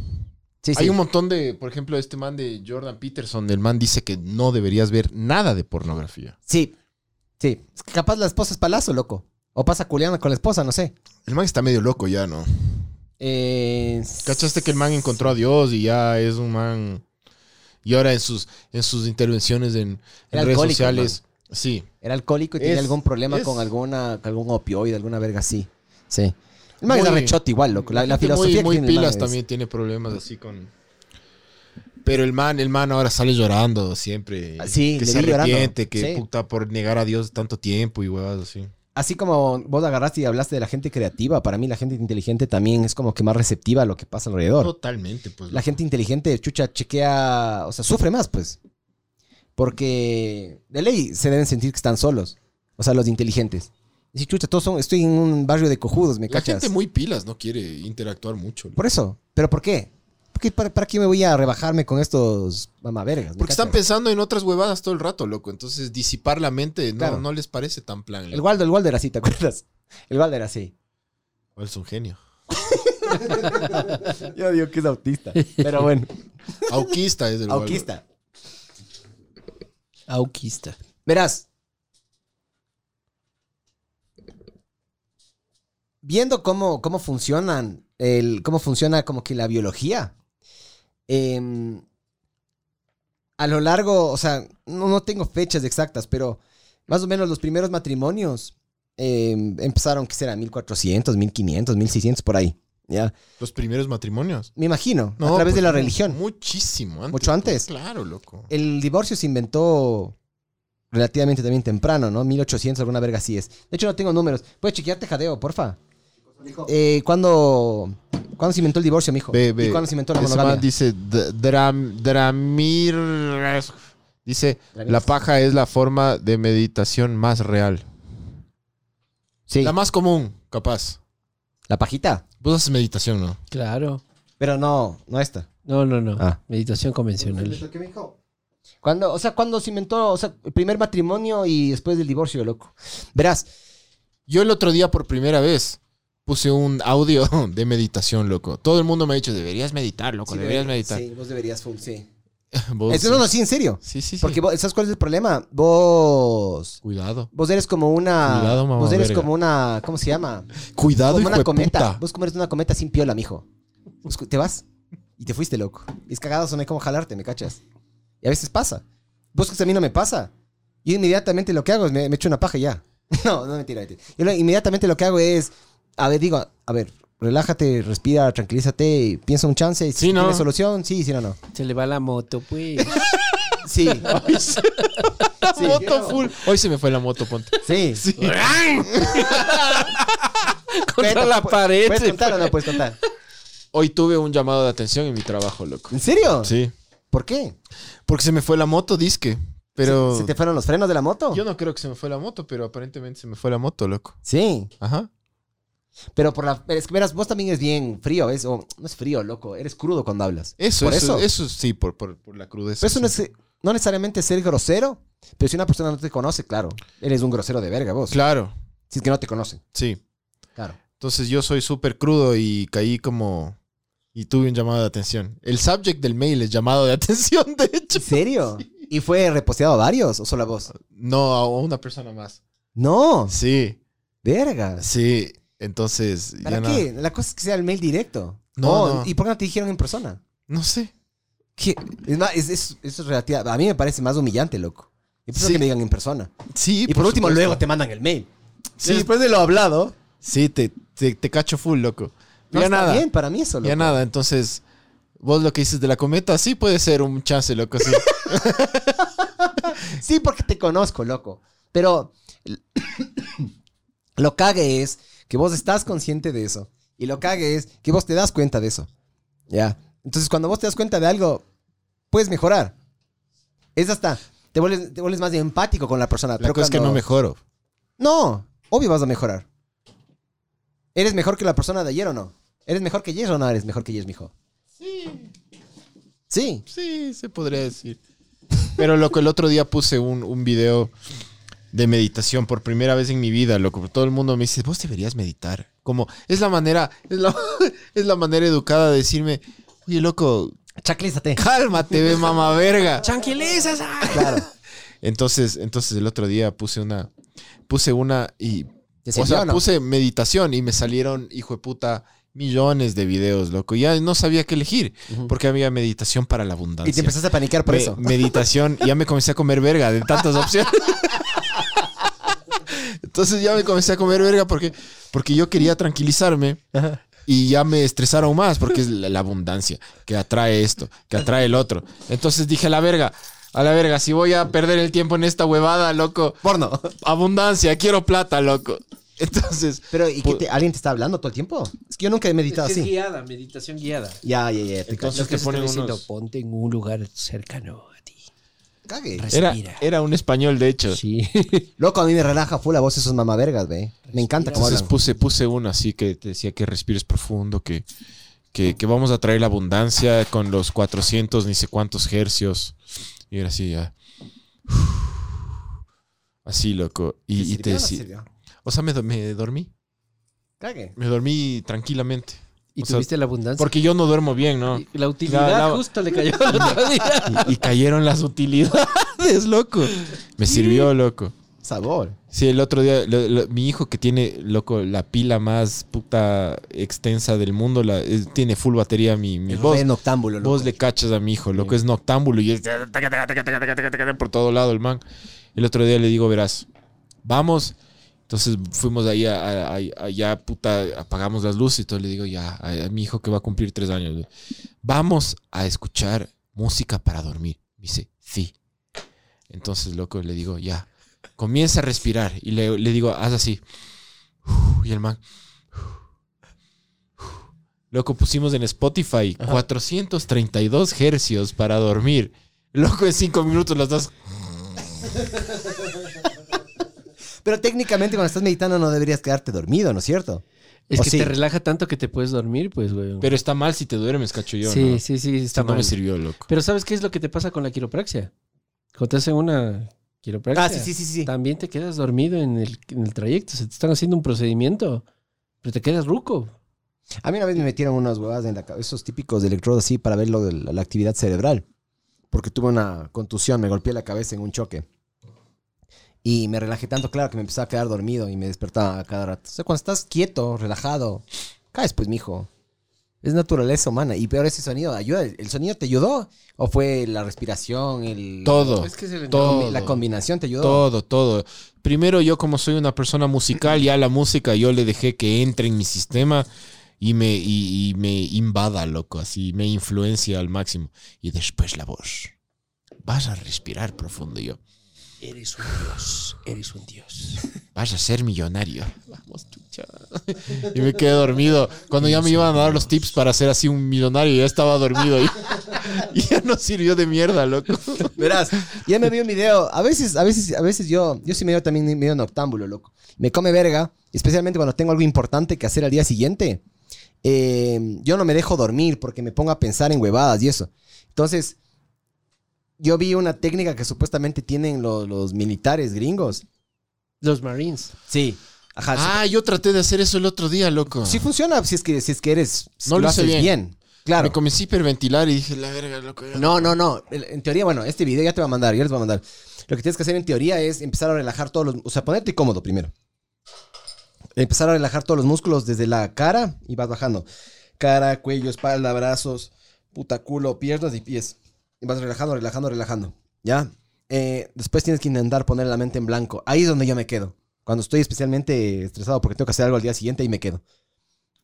Sí, Hay un montón de, por ejemplo, este man de Jordan Peterson, el man dice que no deberías ver nada de pornografía. Sí. Sí. Es que capaz la esposa es palazo, loco. O pasa culiana con la esposa, no sé. El man está medio loco ya, ¿no? Eh, ¿Cachaste que el man encontró a Dios y ya es un man? Y ahora en sus, en sus intervenciones en, en Era redes alcohólico, sociales. Sí. Era alcohólico y tenía Es- algún problema es- con alguna, con algún opioide, alguna verga así. Sí. El man Muy- es arrechote igual, loco. La, la Gente muy- filosofía que muy, tiene el man pilas es- también tiene problemas así con. Pero el man, el man ahora sale llorando siempre. Ah, sí, que le se vi llorando. arrepiente, que Sí. puta por negar a Dios tanto tiempo y huevas así. Así como vos agarraste y hablaste de la gente creativa, para mí la gente inteligente también es como que más receptiva a lo que pasa alrededor. Totalmente, pues. La gente inteligente, chucha, chequea, o sea, sufre más, pues. Porque de ley se deben sentir que están solos. O sea, los inteligentes. Dice, chucha, todos son, estoy en un barrio de cojudos, ¿me La cachas? gente muy pilas no quiere interactuar mucho. loco. Por eso. ¿Pero por qué? Porque para, ¿Para qué me voy a rebajarme con estos mamavergas? ¿me Porque están cachas? pensando en otras huevadas todo el rato, loco. Entonces disipar la mente no, Claro. no les parece tan plan. El loco. Waldo, el Waldo era así, ¿te acuerdas? El Waldo era así. Es un genio. Yo digo que es autista. Pero bueno, Auquista es el Waldo. autista. Auquista. Verás. Viendo cómo, cómo funcionan, el, cómo funciona como que la biología. em, a lo largo, o sea, no, no tengo fechas exactas, pero más o menos los primeros matrimonios em, empezaron, que será? 1400, 1500, 1600, por ahí. ¿ya? Los primeros matrimonios. Me imagino, No, a través de pues, la mu- religión. Muchísimo antes. Mucho antes. pues, claro, loco. El divorcio se inventó relativamente también temprano, ¿no? 1800, alguna verga así es. De hecho, no tengo números. ¿Puedes chequearte, jadeo, porfa? Dijo, Eh, ¿cuándo, ¿Cuándo se inventó el divorcio, mijo? Ve, ve. ¿Y cuándo se inventó la Ese monogamia? man dice "D- dram- Dramir. Dice, Dramir. la paja es la forma de meditación más real. Sí, La la, más común, capaz. pajita. Vos haces meditación, ¿no? Claro. Pero no, no esta. No, no, no. Ah. Meditación convencional. ¿Qué me dijo? ¿Cuándo, o sea, ¿cuándo se inventó o sea, el primer matrimonio y después del divorcio, loco? Verás, Yo el otro día por primera vez puse un audio de meditación, loco. Todo el mundo me ha dicho, deberías meditar, loco, deberías meditar. Sí, vos deberías, full, sí. Vos, Eso no, no, sí, en serio. sí, sí, sí. Porque vos- ¿sabes cuál es el problema? Vos... Cuidado. Vos eres como una... Cuidado, mamá vos eres verga. como una... ¿Cómo se llama? Cuidado, como hijo una de cometa. puta. Vos como eres una cometa sin piola, mijo. Vos cu- Te vas y te fuiste, loco. Y es cagado, no hay como jalarte, ¿me cachas? Y a veces pasa. Vos que a mí no me pasa. Yo inmediatamente lo que hago es me, me echo una paja y ya. No, no mentira, mentira. Yo lo- inmediatamente lo que hago es, a ver, digo, a ver, relájate, respira, tranquilízate, piensa un chance. Si Sí, ¿no? tienes solución, sí, sí, no, no. Se le va la moto, pues. Sí, moto full. Hoy se me fue la moto, ponte. sí. Contra la pues, pared. ¿Puedes contar o no puedes contar? Hoy tuve un llamado de atención en mi trabajo, loco. ¿En serio? Sí. ¿Por qué? Porque se me fue la moto, disque. Pero ¿Se, se te fueron los frenos de la moto? yo no creo que se me fue la moto, pero aparentemente se me fue la moto, loco. Sí. Ajá. Pero por la. pero Es que verás, vos también es bien frío, es, o, no es frío, loco. Eres crudo cuando hablas. Eso, Por eso, eso. eso sí, por, por, por la crudeza. Pero eso no sí. es no necesariamente ser grosero, pero si una persona no te conoce, claro. Eres un grosero de verga vos. Claro, Si es que no te conocen. sí. Claro. Entonces yo soy súper crudo y caí como... Y tuve un llamado de atención. El subject del mail es llamado de atención, de hecho. ¿En serio? ¿Y fue reposteado a varios o solo a vos? No, a una persona más. No, Sí, verga. sí. Entonces... ¿Para ya qué? nada. La cosa es que sea el mail directo. No, Oh, no. ¿Y por qué no te dijeron en persona? No sé. ¿Qué? Es más, es, es- eso es relativa. A mí me parece más humillante, loco. Y por Sí. que me digan en persona. Sí, Y, por, último, supuesto. luego te mandan el mail. Sí. Y después de lo hablado. Sí, te, te, te cacho full, loco. No ya está nada. bien para mí eso, loco. Ya nada, entonces, vos lo que dices de la cometa, sí puede ser un chance, loco, sí. Sí, porque te conozco, loco. Pero lo cague es que vos estás consciente de eso. Y lo cague es que vos te das cuenta de eso. Ya. Entonces, cuando vos te das cuenta de algo, puedes mejorar. Es hasta. Te vuelves, te vuelves más empático con la persona. La pero cosa es que no cuando- mejoro. No, obvio vas a mejorar. ¿Eres mejor que la persona de ayer o no? ¿Eres mejor que ayer o no eres mejor que ayer, mijo? Sí, Sí. sí, se podría decir. Pero, loco, el otro día puse un, un video de meditación por primera vez en mi vida, loco. Todo el mundo me dice, vos deberías meditar. Como, es la manera, es la, es la manera educada de decirme, oye, loco, Chaclízate. cálmate, ve, mamá verga. ¡Tranquilizas! ah. Claro. Entonces, entonces el otro día puse una, puse una y, ¿Te o sirvió sea, o no? puse meditación y me salieron, hijo de puta, millones de videos, loco. Ya no sabía qué elegir Ujú. porque había meditación para la abundancia. Y te empezaste a paniquear por Me- eso. Meditación, ya me comencé a comer verga de tantas opciones. Entonces ya me comencé a comer verga porque, porque yo quería tranquilizarme y ya me estresaron más porque es la, la abundancia que atrae esto, que atrae el otro. Entonces dije, a la verga, a la verga, si voy a perder el tiempo en esta huevada, loco, Porno. abundancia, quiero plata, loco. Entonces, Pero, ¿y qué Pu- te- alguien te está hablando todo el tiempo? Es que yo nunca he meditado Es que es así. guiada, meditación guiada. Ya, ya, ya. Te Entonces, Lo que te se ponen está diciendo, unos- ponte en un lugar cercano a ti. cague. era, Respira. era un español, de hecho. Sí. Loco, a mí me relaja full la voz esos mamavergas, ve. Me encanta cómo Entonces hablan. puse, puse uno así que te decía que respires profundo, que, que, que vamos a traer la abundancia con los 400 ni sé cuántos hercios. Y era así ya. Así, loco. Y, y te ¿Te sirvió o no decía... sirvió? O sea, me, do- me dormí. Cague. Me dormí tranquilamente. Y O sea, tuviste la abundancia. Porque yo no duermo bien, ¿no? Y La utilidad La- la- justo le cayó el otro día. Y, y cayeron las utilidades, loco. Me sirvió, loco. Sabor. Sí, el otro día, lo- lo- mi hijo que tiene, loco, la pila más puta extensa del mundo, la, eh, tiene full batería mi, mi El voz. re noctámbulo, loco. Vos le cachas a mi hijo, loco, es noctámbulo y es taca, taca, taca, taca, taca, taca, taca, por todo lado el man. El otro día le digo, verás, vamos. Entonces fuimos ahí a- a- a- allá, puta, apagamos las luces y todo. Le digo, ya, a, a mi hijo que va a cumplir tres años, le- vamos a escuchar música para dormir. Me dice, sí. Entonces, loco, le digo, ya, comienza a respirar. Y le, le digo, haz así. Y el man, Loco, pusimos en Spotify 432 hercios para dormir. Loco, en cinco minutos las das. Pero técnicamente cuando estás meditando no deberías quedarte dormido, ¿no es cierto? Es O que sí. te relaja tanto que te puedes dormir, pues, güey. Pero está mal si te duermes, cacho yo. sí, ¿no? sí, sí, Esto está no me mal. sirvió, loco. Pero ¿sabes qué es lo que te pasa con la quiropraxia? Cuando te hacen una quiropraxia, Ah, sí, sí, sí, sí. también te quedas dormido en el, en el trayecto. Se te están haciendo un procedimiento, pero te quedas ruco. A mí una vez me metieron unas huevadas en la cabeza, esos típicos de electrodo así para ver lo de la, la actividad cerebral. Porque tuve una contusión, me golpeé la cabeza en un choque. Y me relajé tanto, claro, que me empezaba a quedar dormido y me despertaba a cada rato. O sea, cuando estás quieto, relajado, caes pues, mijo. Es naturaleza humana. Y peor ese sonido, ayuda. ¿El sonido te ayudó? ¿O fue la respiración, el... Todo. que se le la Todo. combi- La combinación te ayudó. Todo, todo. Primero, yo como soy una persona musical, ya la música yo le dejé que entre en mi sistema y me, y, y me invada, loco, así, me influencia al máximo. Y después la voz. Vas a respirar profundo y yo. Eres un dios, eres un dios. Vas a ser millonario. Vamos, chucha. Y me quedé dormido. Cuando ya me iban a dar los tips para ser así un millonario, ya estaba dormido. Y, y ya no sirvió de mierda, loco. Verás, ya me vi un video. A veces, a veces, a veces yo, yo sí me veo también medio noctámbulo, loco. Me come verga, especialmente cuando tengo algo importante que hacer al día siguiente. Eh, yo no me dejo dormir porque me pongo a pensar en huevadas y eso. Entonces, yo vi una técnica que supuestamente tienen los, los militares gringos. Los Marines. Sí. Ajá. sí. Ah, yo traté de hacer eso el otro día, loco. Sí funciona si es que, si es que eres. si No lo hice haces bien. Claro. Me comencé a hiperventilar y dije, la verga, loco. ya No, no, no. El- En teoría, bueno, este video ya te va a mandar, ya les va a mandar. Lo que tienes que hacer en teoría es empezar a relajar todos los... O sea, ponerte cómodo primero. Empezar a relajar todos los músculos desde la cara y vas bajando. Cara, cuello, espalda, brazos, puta culo, piernas y pies. Y vas relajando, relajando, relajando. ¿Ya? Eh, después tienes que intentar poner la mente en blanco. Ahí es donde yo me quedo. Cuando estoy especialmente estresado porque tengo que hacer algo al día siguiente, ahí me quedo.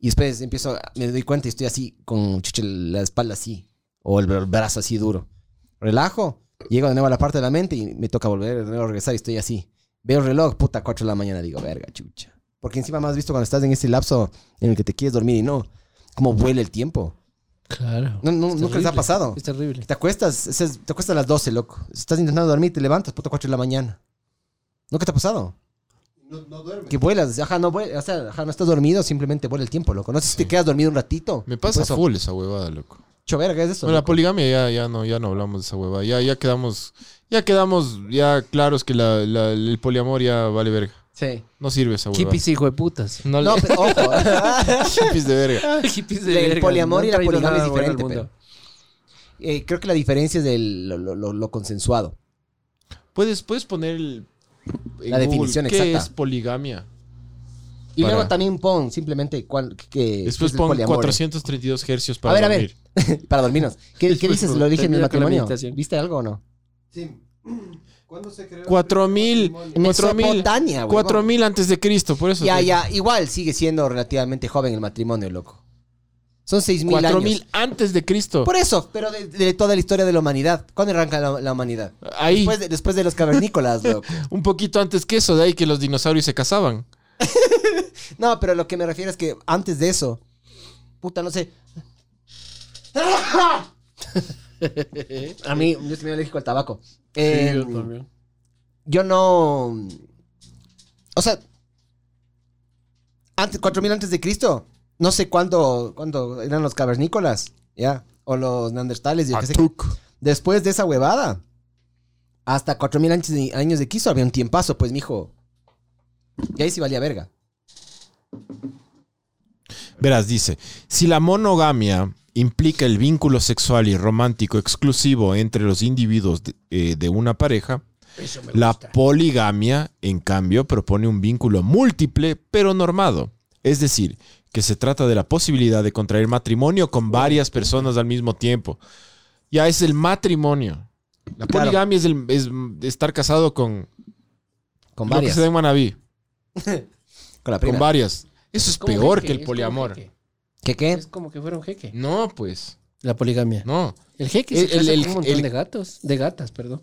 Y después empiezo, a- me doy cuenta y estoy así, con chucha, la espalda así, o el bra- brazo así duro. Relajo, llego de nuevo a la parte de la mente y me toca volver de nuevo a regresar y estoy así. Veo el reloj, puta, 4 de la mañana, digo, verga, chucha. Porque encima más visto cuando estás en ese lapso en el que te quieres dormir y no, cómo vuela el tiempo. Claro. No, no, Es nunca les ha terrible, pasado. Es terrible. Te acuestas, o sea, te acuestas a las 12, loco. Estás intentando dormir, te levantas, puta, 4 de la mañana. ¿Nunca te ha pasado? No, no duerme. Que vuelas, ajá, no vuelas, o sea, ajá, no estás dormido, simplemente vuela el tiempo, loco. No sé si te quedas dormido un ratito. Me pasa Pues, full esa huevada, loco. ocho, verga, es eso. Bueno, la loco. poligamia ya, ya no, ya no hablamos de esa huevada. Ya, ya quedamos, ya quedamos ya claros que la- la- el poliamor ya vale verga. Sí. No sirve esa huevada. Hippies, hijo de putas. No, No, le- pero ojo. Ah, hippies de verga. Hippies El poliamor y han la traído poligamia nada es bueno al diferente, mundo. Eh, creo que la diferencia es el- lo, lo- lo- lo consensuado. Puedes, puedes poner el- en La definición ¿qué exacta. es poligamia? Y Para- luego también pon simplemente cuál, que, Después que es el pon poliamor. ¿eh? 432 hercios A para ver, a ver. Ah, dormir. Para dormirnos. ¿Qué, qué Después, dices? pues, ¿Lo origen del termina con la matrimonio? meditación. ¿Viste algo o no? Sí. ¿Cuándo se creó? el Cuatro primer mil. matrimonio? En 4000, Mesopotamia, güey. 4000 antes de Cristo, por eso. Ya, te- ya. Igual sigue siendo relativamente joven el matrimonio, loco. Son 6.000 años. Pues, 4000 antes de Cristo. Por eso, pero de, de toda la historia de la humanidad. ¿Cuándo arranca la, la humanidad? Ahí, Después de, después de los cavernícolas, loco. un poquito antes que eso, de ahí que los dinosaurios se casaban. No, pero lo que me refiero es que antes de eso. Puta, no sé. A mí, yo soy medio alérgico al tabaco. Eh, Sí, yo también. yo no. O sea. Antes, 4000 antes de Cristo. No sé cuándo, cuándo eran los cavernícolas. Ya. O los neandertales. Yo qué sé. Atuk. Después de esa huevada. Hasta 4000 antes de- años de Cristo había un tiempazo, pues, mijo. Y ahí sí valía verga. Verás, dice, si la monogamia implica el vínculo sexual y romántico exclusivo entre los individuos de, eh, de una pareja, la poligamia, en cambio, propone un vínculo múltiple pero normado. Es decir, que se trata de la posibilidad de contraer matrimonio con varias personas al mismo tiempo. Ya es el matrimonio. La Claro. poligamia es, el- es, mm, estar casado con, Con lo que varias. se da en Manabí, Con la con prima. varias. Eso es Como peor jeque, que es el como poliamor. Eh. jeque. ¿Qué qué? Es como que fuera un jeque. No, pues, La poligamia. no. El jeque se El- casa el- con el- un montón el- de gatos. De gatas, perdón.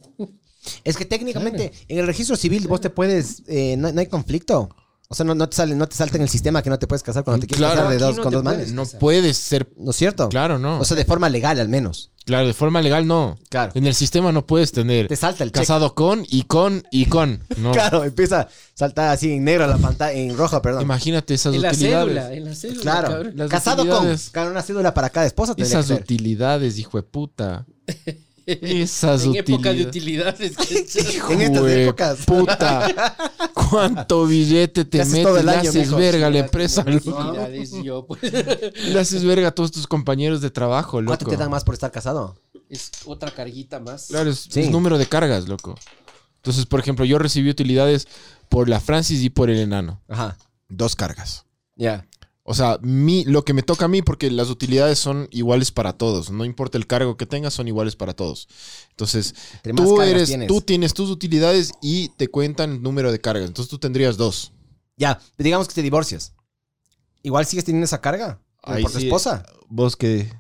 Es que técnicamente en el registro civil vos te puedes, eh, no, no hay conflicto. O sea, no, no te sale, no te salta en el sistema que no te puedes casar cuando te quieres Claro, casar de aquí dos, no con te dos puedes. manes. No Esa. puedes ser. ¿No es cierto? Claro, no. O sea, de forma legal al menos. claro, de forma legal no. Claro. En el sistema no puedes tener Te salta el cheque. casado con y con y con. No. Claro, empieza a saltar así en negro la pantalla, en rojo, perdón. Imagínate esas En la utilidades. cédula. En la cédula. Claro, cabrón. Las casado con, utilidades. con una cédula para cada esposa. tendría Esas que ser. utilidades, hijo de puta. Esas En utilidades. época de utilidades. Hijo En estas Jue épocas. Puta. ¿Cuánto billete te haces metes? todo el Le año, haces mijo. verga a la empresa. loco. Utilidades, yo, pues. Le haces verga a todos tus compañeros de trabajo, loco. ¿Cuánto te dan más por estar casado? Es otra carguita más. Claro, es, Sí. es número de cargas, loco. Entonces, por ejemplo, yo recibí utilidades por la Francis y por el enano. Ajá. Dos cargas. Ya. O sea, mi, lo que me toca a mí, porque las utilidades son iguales para todos. No importa el cargo que tengas, son iguales para todos. Entonces, Entre más tú cargas eres, tienes. tú tienes tus utilidades y te cuentan el número de cargas. Entonces tú tendrías dos. Ya, digamos que te divorcias. Igual sigues teniendo esa carga. pero Ahí por tu sí. esposa. Vos Pues que.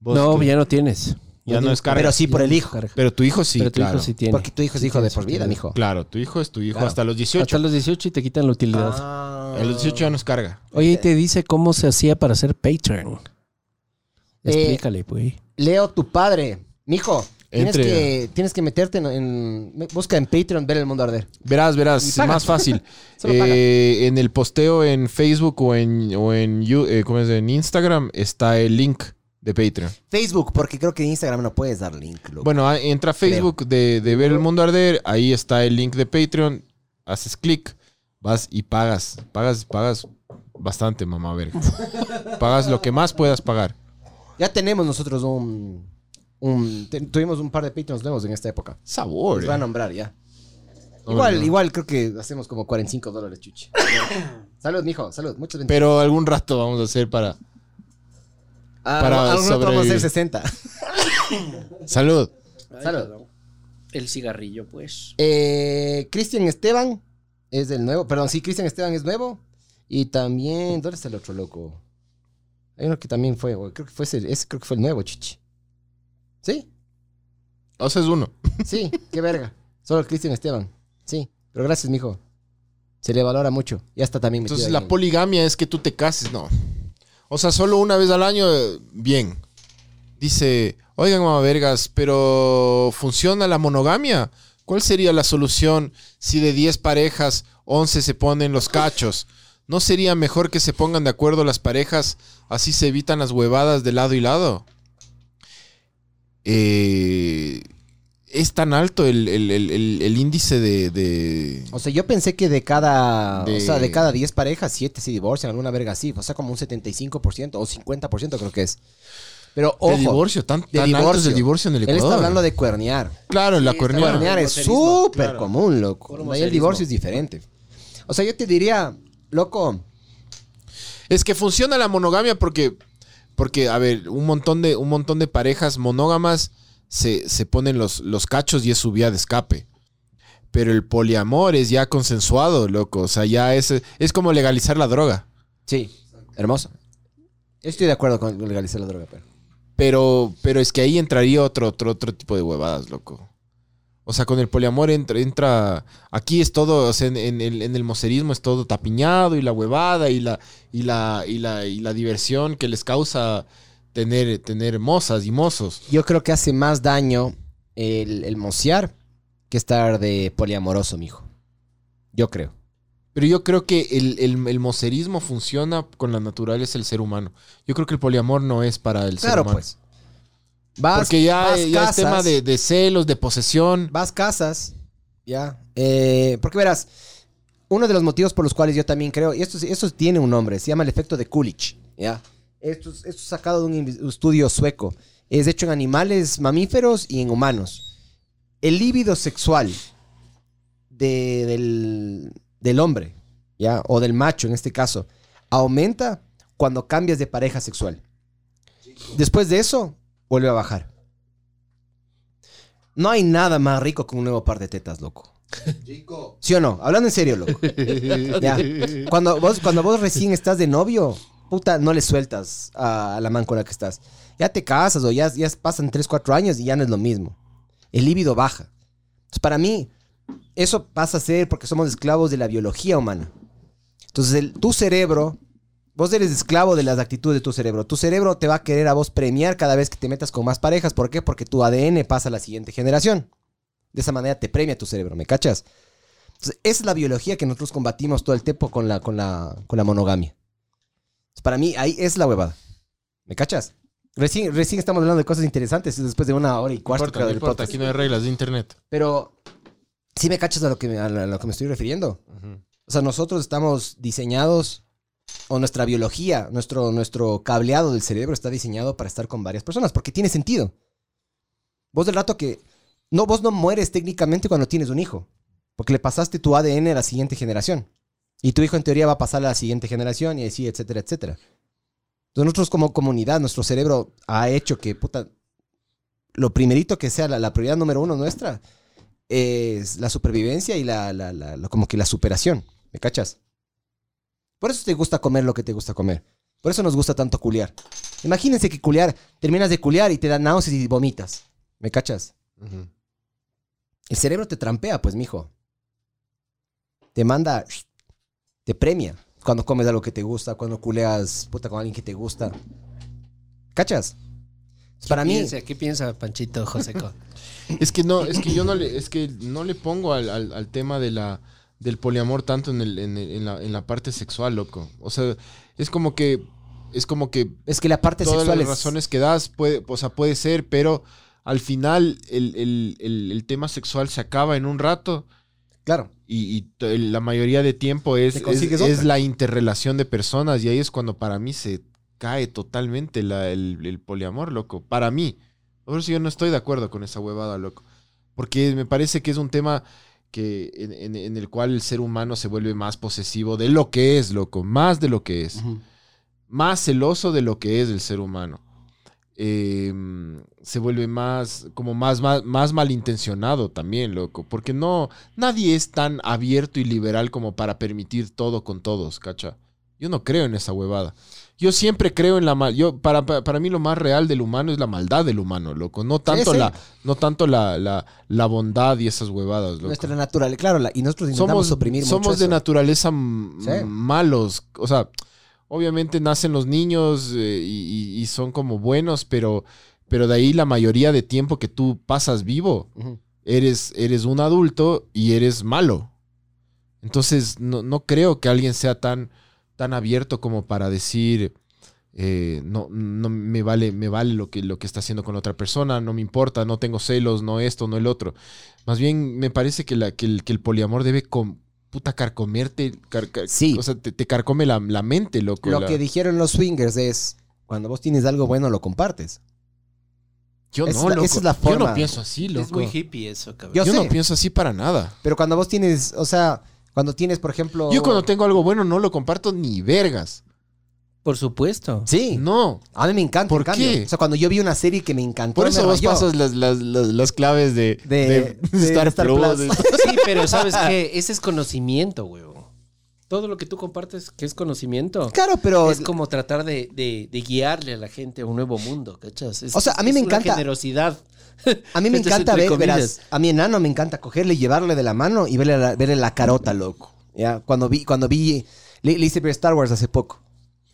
no, ya no tienes. Ya no es carga. Pero sí por el hijo. Pero tu hijo sí, pero tu claro. hijo sí tiene. Porque tu hijo es hijo de por vida, Claro. mijo. Claro, tu hijo es tu hijo Claro. hasta los 18. Hasta los 18 y te quitan la utilidad. Ah. A los 18 ya nos carga. Oye, y te dice cómo se hacía para ser Patreon. Eh, Explícale, pues. Leo, tu padre. Mijo, tienes Entre. que, tienes que meterte en, en- me- Busca en Patreon ver el mundo arder. Verás, verás, Y es paga. más fácil. Solo paga. Eh, en el posteo en Facebook o en, o en, you- eh, ¿cómo es? en Instagram está el link de Patreon. Facebook, porque creo que en Instagram no puedes dar link. loco. Bueno, ah, entra a Facebook de, de Ver el Mundo Arder, ahí está el link de Patreon, haces clic, vas y pagas. Pagas, pagas bastante, mamá verga. pagas lo que más puedas pagar. Ya tenemos nosotros un. un- te- tuvimos un par de Patreons nuevos en esta época. Sabor. Los eh. va a nombrar ya. No, igual, no. igual creo que hacemos como 45 dólares, chuchi. salud, mijo, salud. Muchas bendiciones. Pero algún rato vamos a hacer para... Ah, para algún rato vamos a sobrevivir. hacer 60. Salud. Salud. El cigarrillo, pues. Eh, Cristian Esteban es del nuevo. Perdón, sí, Cristian Esteban es nuevo. Y también, ¿dónde está el otro loco? Hay uno que también fue, o creo que fue ese, ese creo que fue el nuevo, chichi. ¿Sí? O sea, es uno. Sí, qué verga. Solo el Cristian Esteban. Sí, pero gracias, mijo. Se le valora mucho. Ya está también metido Entonces ahí la en- poligamia es que tú te cases, no. O sea, solo una vez al año, eh, bien. Dice, oigan, mamá vergas, pero ¿funciona la monogamia? ¿Cuál sería la solución si de 10 parejas, 11 se ponen los cachos? ¿No sería mejor que se pongan de acuerdo las parejas, así se evitan las huevadas de lado y lado? Eh, es tan alto el, el- el- el- el índice de- de... O sea, yo pensé que de cada, De- o sea, de cada 10 parejas, 7 se divorcian, alguna verga así. O sea, como un 75% o 50% creo que es. Pero ojo, de divorcio, tan, tan altos divorcio. de divorcio en el él Ecuador. está hablando de cuernear. Claro, la Sí, cuerniana. está Cuernear Claro, es homoserismo, súper claro. común, loco. Ahí el Homoserismo. divorcio es diferente. O sea, yo te diría, loco, Es que funciona la monogamia porque, porque a ver, un montón de, un montón de parejas monógamas se, se ponen los, los cachos y es su vía de escape. Pero el poliamor es ya consensuado, loco. O sea, ya es, es como legalizar la droga. sí, hermoso. Yo estoy de acuerdo con legalizar la droga, pero. Pero, pero es que ahí entraría otro, otro, otro tipo de huevadas, loco. O sea, con el poliamor entra, entra aquí es todo, o sea, en, en el, en el mocerismo es todo tapiñado y la huevada y la, y la, y la, y la diversión que les causa tener, tener mozas y mozos. Yo creo que hace más daño el, el mocear que estar de poliamoroso, mijo. Yo creo. Pero yo creo que el, el, el mocerismo funciona con la naturaleza del ser humano. Yo creo que el poliamor no es para el ser Claro, humano. pues. Vas, Porque ya, vas ya es casas, tema de, de celos, de posesión. Vas casas, ya. eh, porque verás, uno de los motivos por los cuales yo también creo, y esto, esto tiene un nombre, se llama el efecto de Coolidge, ya. Esto, es- esto es sacado de un invi- estudio sueco. Es hecho en animales mamíferos y en humanos. El líbido sexual de- del, del hombre, ya, o del macho en este caso, aumenta cuando cambias de pareja sexual. Después de eso, vuelve a bajar. No hay nada más rico que un nuevo par de tetas, loco. Chico, ¿Sí o no? Hablando en serio, loco. Ya. Cuando, vos, cuando vos recién estás de novio, puta, no le sueltas a, a la man con la que estás. Ya te casas o ya, ya pasan 3, 4 años y ya no es lo mismo. El líbido baja. Entonces, para mí, eso pasa a ser porque somos esclavos de la biología humana. Entonces, el- tu cerebro, vos eres esclavo de las actitudes de tu cerebro. Tu cerebro te va a querer a vos premiar cada vez que te metas con más parejas. ¿Por qué? Porque tu ADN pasa a la siguiente generación. De esa manera te premia tu cerebro, ¿me cachas? Entonces, esa es la biología que nosotros combatimos todo el tiempo con la, con la, con la monogamia. Entonces, para mí, ahí es la huevada. ¿Me cachas? Recién, recién estamos hablando de cosas interesantes después de una hora y No cuarto importa, creo, no del importa, podcast. aquí no hay reglas de internet. Pero si me cachas a lo que me, a la- a lo que me estoy refiriendo. O sea, nosotros estamos diseñados, o nuestra biología, nuestro, nuestro cableado del cerebro está diseñado para estar con varias personas, porque tiene sentido. Vos del rato que... No, vos no mueres técnicamente cuando tienes un hijo, porque le pasaste tu ADN a la siguiente generación. Y tu hijo en teoría va a pasar a la siguiente generación y así, etcétera, etcétera. Entonces nosotros como comunidad, nuestro cerebro ha hecho que, puta, lo primerito que sea la, la prioridad número uno nuestra es la supervivencia y la, la- la- la- como que la superación. ¿Me cachas? Por eso te gusta comer lo que te gusta comer. Por eso nos gusta tanto culiar. Imagínense que culiar, terminas de culiar y te dan náuseas y vomitas. ¿Me cachas? Ujú. El cerebro te trampea, pues, mijo. Te manda, te premia cuando comes algo que te gusta, cuando culeas, puta, con alguien que te gusta. ¿Cachas? Para mí, Piensa, ¿Qué piensa Panchito Joseco? Es que no, es que yo no le, es que no le pongo al, al- al tema de la, del poliamor tanto en, el- en el- en la, en la parte sexual, loco. O sea, es como que, es como que es que la parte todas sexual las es- razones que das, puede, o sea, puede ser, pero al final el, el- el- el tema sexual se acaba en un rato Claro. y, y to- el- la mayoría de tiempo es, Te es, consigues es otra. la interrelación de personas y ahí es cuando para mí se cae totalmente la- el, el poliamor, loco. Para mí. Por eso yo no estoy de acuerdo con esa huevada, loco. Porque me parece que es un tema que en, en- en el cual el ser humano se vuelve más posesivo de lo que es, loco. Más de lo que es más celoso de lo que es el ser humano. Eh, se vuelve más, como más, más, más malintencionado también, loco. Porque no, nadie es tan abierto y liberal como para permitir todo con todos, cacha. Yo no creo en esa huevada. Yo siempre creo en la mal. Yo, para, para, para mí lo más real del humano es la maldad del humano, loco. No tanto sí. la, no tanto la, la, la bondad y esas huevadas, loco Nuestra naturaleza, claro, la- y nosotros intentamos suprimir mucho somos de eso. naturaleza m- Sí. malos. O sea, obviamente nacen los niños eh, y, y- y son como buenos, pero, pero de ahí la mayoría de tiempo que tú pasas vivo, Ujú. eres, eres un adulto y eres malo. Entonces, no, no creo que alguien sea tan, tan abierto como para decir. eh, no, no me vale, me vale lo que, lo que está haciendo con la otra persona, no me importa, no tengo celos, no esto, no el otro. Más bien me parece que, la, que, el, que el poliamor debe com- puta carcomerte. car- car- Sí. O sea, te, te carcome la, la mente, loco. Lo la- que dijeron los swingers es, cuando vos tienes algo bueno, lo compartes. yo esa no, es la- loco. esa es la Yo no forma. pienso así, loco. es muy hippie eso, cabrón. Yo, yo sé, no pienso así para nada. pero cuando vos tienes, o sea, cuando tienes, por ejemplo... Yo cuando tengo algo bueno no lo comparto ni vergas. Por supuesto. Sí, No. a mí me encanta, ¿Por en cambio. qué? O sea, cuando yo vi una serie que me encantó, Por eso me vos rayó. pasas las, las- las- las claves de, De- de de Star, Star Plus, Plus. de- Sí, pero sabes que ese es conocimiento, huevón. Todo lo que tú compartes que es conocimiento. Claro, pero... Es como tratar de, de- de guiarle a la gente a un nuevo mundo, ¿cachas? Es- O sea, a mí es me una encanta. generosidad. A mí me Esto es encanta entre ver, comillas. verás, a mi enano me encanta cogerle y llevarle de la mano y verle la, verle la carota, loco. Ya, cuando vi, cuando vi, le, le hice ver Star Wars hace poco.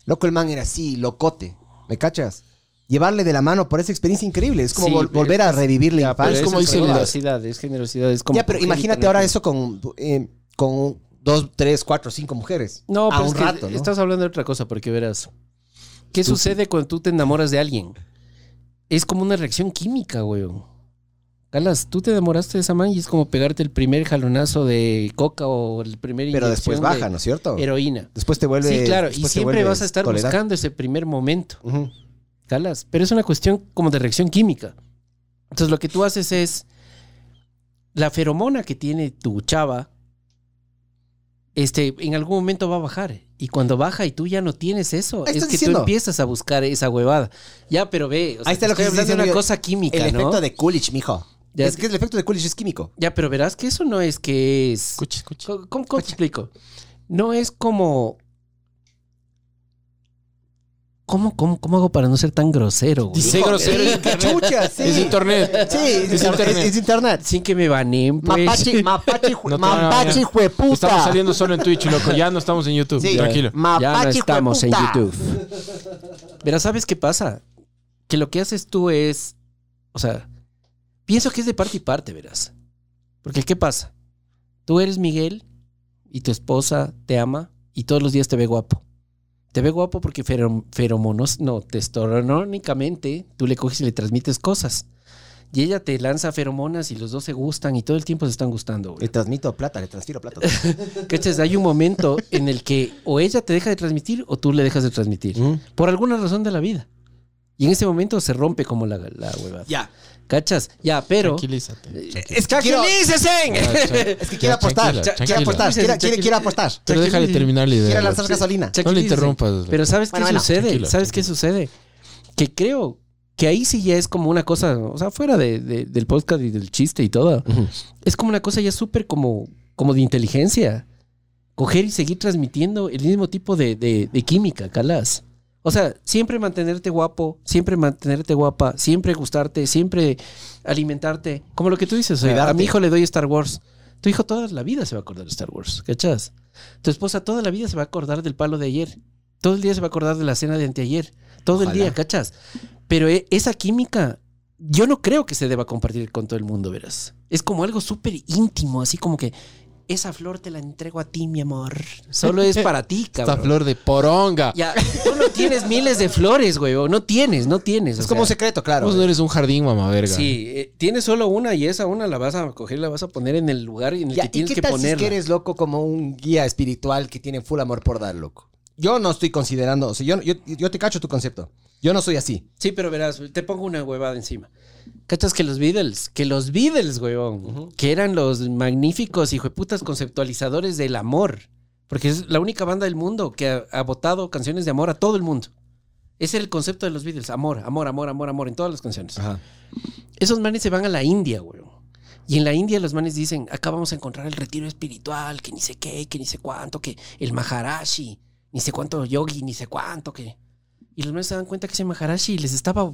Loco, el man era así, locote. ¿Me cachas? Llevarle de la mano por esa experiencia increíble. Es como Sí, vol- pero- volver a revivir la Pero infancia. es como eso dicen las- generosidad, es generosidad, es como ya, pero coger y imagínate tener ahora con- eso con, eh, con dos, tres, cuatro, cinco mujeres. No, a pero un es que rato, ¿no? estás hablando de otra cosa, porque verás. ¿Qué sucede cuando tú te enamoras de alguien? Es como una reacción química, weón. Calas, tú te enamoraste de esa man y es como pegarte el primer jalonazo de coca o el primer Pero después inyección de baja, ¿no es cierto? heroína. Después te vuelve. sí, claro, y después te siempre vuelves vas a estar tolerante. buscando ese primer momento. Ujú. Calas, pero es una cuestión como de reacción química. Entonces lo que tú haces es la feromona que tiene tu chava este en algún momento va a bajar y cuando baja y tú ya no tienes eso, Ahí es estás que diciendo. tú empiezas a buscar esa huevada. Ya, pero ve, o sea, Ahí está te lo que estoy estoy hablando de diciendo una yo. cosa química, El ¿no? efecto de Coolidge, mijo. Ya- Es que el efecto de Coolidge es químico. Ya, pero verás que eso no es que es Escucha, escucha. ¿Cómo, cómo- cómo te explico? No es como. ¿Cómo, cómo, cómo hago para no ser tan grosero, güey? Dice grosero en ¡Qué internet. chucha! Sí. Es internet. Sí, es, Es internet. internet. Es, es internet. Sin que me baneen, pues. Mapache, mapache, No te van a mapache, bañar. Estamos jueputa. saliendo solo en Twitch, loco. Ya no estamos en YouTube. Sí. eh, Tranquilo. Mapache, ya no estamos en jueputa. YouTube. Pero ¿sabes qué pasa? Que lo que haces tú es. O sea, pienso que es de parte y parte, verás. Porque ¿qué pasa? Tú eres Miguel y tu esposa te ama y todos los días te ve guapo. Te ve guapo porque fero- feromonos, no, testosterónicamente tú le coges y le transmites cosas. Y ella te lanza feromonas y los dos se gustan y todo el tiempo se están gustando. güey. Le transmito plata, le transfiero plata. ¿Cachas? Hay un momento en el que o ella te deja de transmitir o tú le dejas de transmitir. Mm. Por alguna razón de la vida. Y en ese momento se rompe como la, la huevada. Ya. ¿Cachas? Ya, pero. eh, Tranquilízate. Es que quiero, es que quiero apostar. Tranquila, Quiero apostar. tranquila. Quiero, quiero- quiero apostar. Pero déjale terminar la idea. Quiero loco. lanzar gasolina. No le Tranquilícese. interrumpas. Pero ¿sabes Bueno, qué bueno. sucede? Tranquilo, ¿Sabes qué sucede? Que creo que ahí sí ya es como una cosa, o sea, fuera de- de- del podcast y del chiste y todo, es como una cosa ya súper como, como de inteligencia. Coger y seguir transmitiendo el mismo tipo de, de- de química, calas. O sea, siempre mantenerte guapo, siempre mantenerte guapa, siempre gustarte, siempre alimentarte. Como lo que tú dices, o sea, a Cuidarte. mi hijo le doy Star Wars. Tu hijo toda la vida se va a acordar de Star Wars, ¿cachas? Tu esposa toda la vida se va a acordar del palo de ayer. Todo el día se va a acordar de la cena de anteayer. Todo el Ojalá. día, ¿cachas? Pero e- esa química, yo no creo que se deba compartir con todo el mundo, verás. Es como algo súper íntimo, así como que esa flor te la entrego a ti, mi amor. Solo es para ti, Esta cabrón. flor de poronga. Ya, tú no tienes miles de flores, güey. o No tienes, no tienes. Es o como un sea, secreto, claro. eh. Vos no eres un jardín, mamá verga. Sí, eh, tienes solo una y esa una la vas a coger, la vas a poner en el lugar en el Ya, que ¿Y tienes qué que tal si es ponerla. que eres loco como un guía espiritual que tiene full amor por dar, loco? Yo no estoy considerando, o sea, yo, yo, yo te cacho tu concepto. Yo no soy así. Sí, pero verás, te pongo una huevada encima. ¿Cachas que los Beatles? Que los Beatles, huevón. Que eran los magníficos hijueputas conceptualizadores del amor. Porque es la única banda del mundo que ha, ha votado canciones de amor a todo el mundo. Ese era el concepto de los Beatles. Amor, amor, amor, amor, amor. En todas las canciones. Ajá. Esos manes se van a la India, güey. Y en la India los manes dicen, acá vamos a encontrar el retiro espiritual, que ni sé qué, que ni sé cuánto, que el Maharashi, ni sé cuánto yogi, ni sé cuánto, que... Y los manes se dan cuenta que ese Maharashi les estaba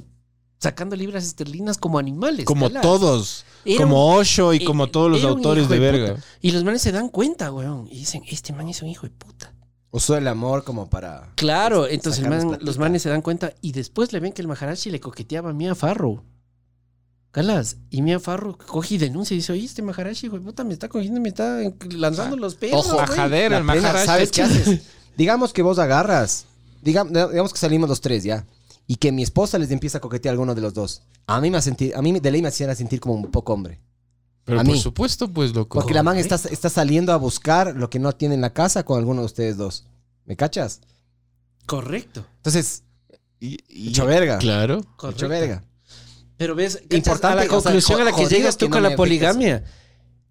sacando libras esterlinas como animales. Como calas. todos. Era un- como Osho y eh, como todos los era un autores hijo de puta. verga. Y los manes se dan cuenta, güey. Y dicen, este man es un hijo de puta. Uso el amor como para... Claro, entonces el sacarnos man- platita. los manes se dan cuenta y después le ven que el Maharashi le coqueteaba a Mia Farrow. Calas, y Mia Farrow coge y denuncia y dice, oye, este Maharashi, hijo de puta, me está cogiendo, me está lanzando los pelos, Ojo, güey". ajadera, el La plena, Maharashi. ¿Sabes qué haces? digamos que vos agarras, diga- digamos que salimos los tres ya, y que mi esposa les empieza a coquetear a alguno de los dos. A mí me, sentí, a mí de ley me hacían sentir como un poco hombre. Pero A por mí. supuesto, pues, loco. Porque la man está, está saliendo a buscar lo que no tiene en la casa con alguno de ustedes dos. ¿Me cachas? Correcto, Entonces, Y- y- hecho verga. Claro. Hecho correcto. verga. Pero ves, Importante, importante a la o sea, conclusión a la que jodido llegas tú que no con me la afecte eso. poligamia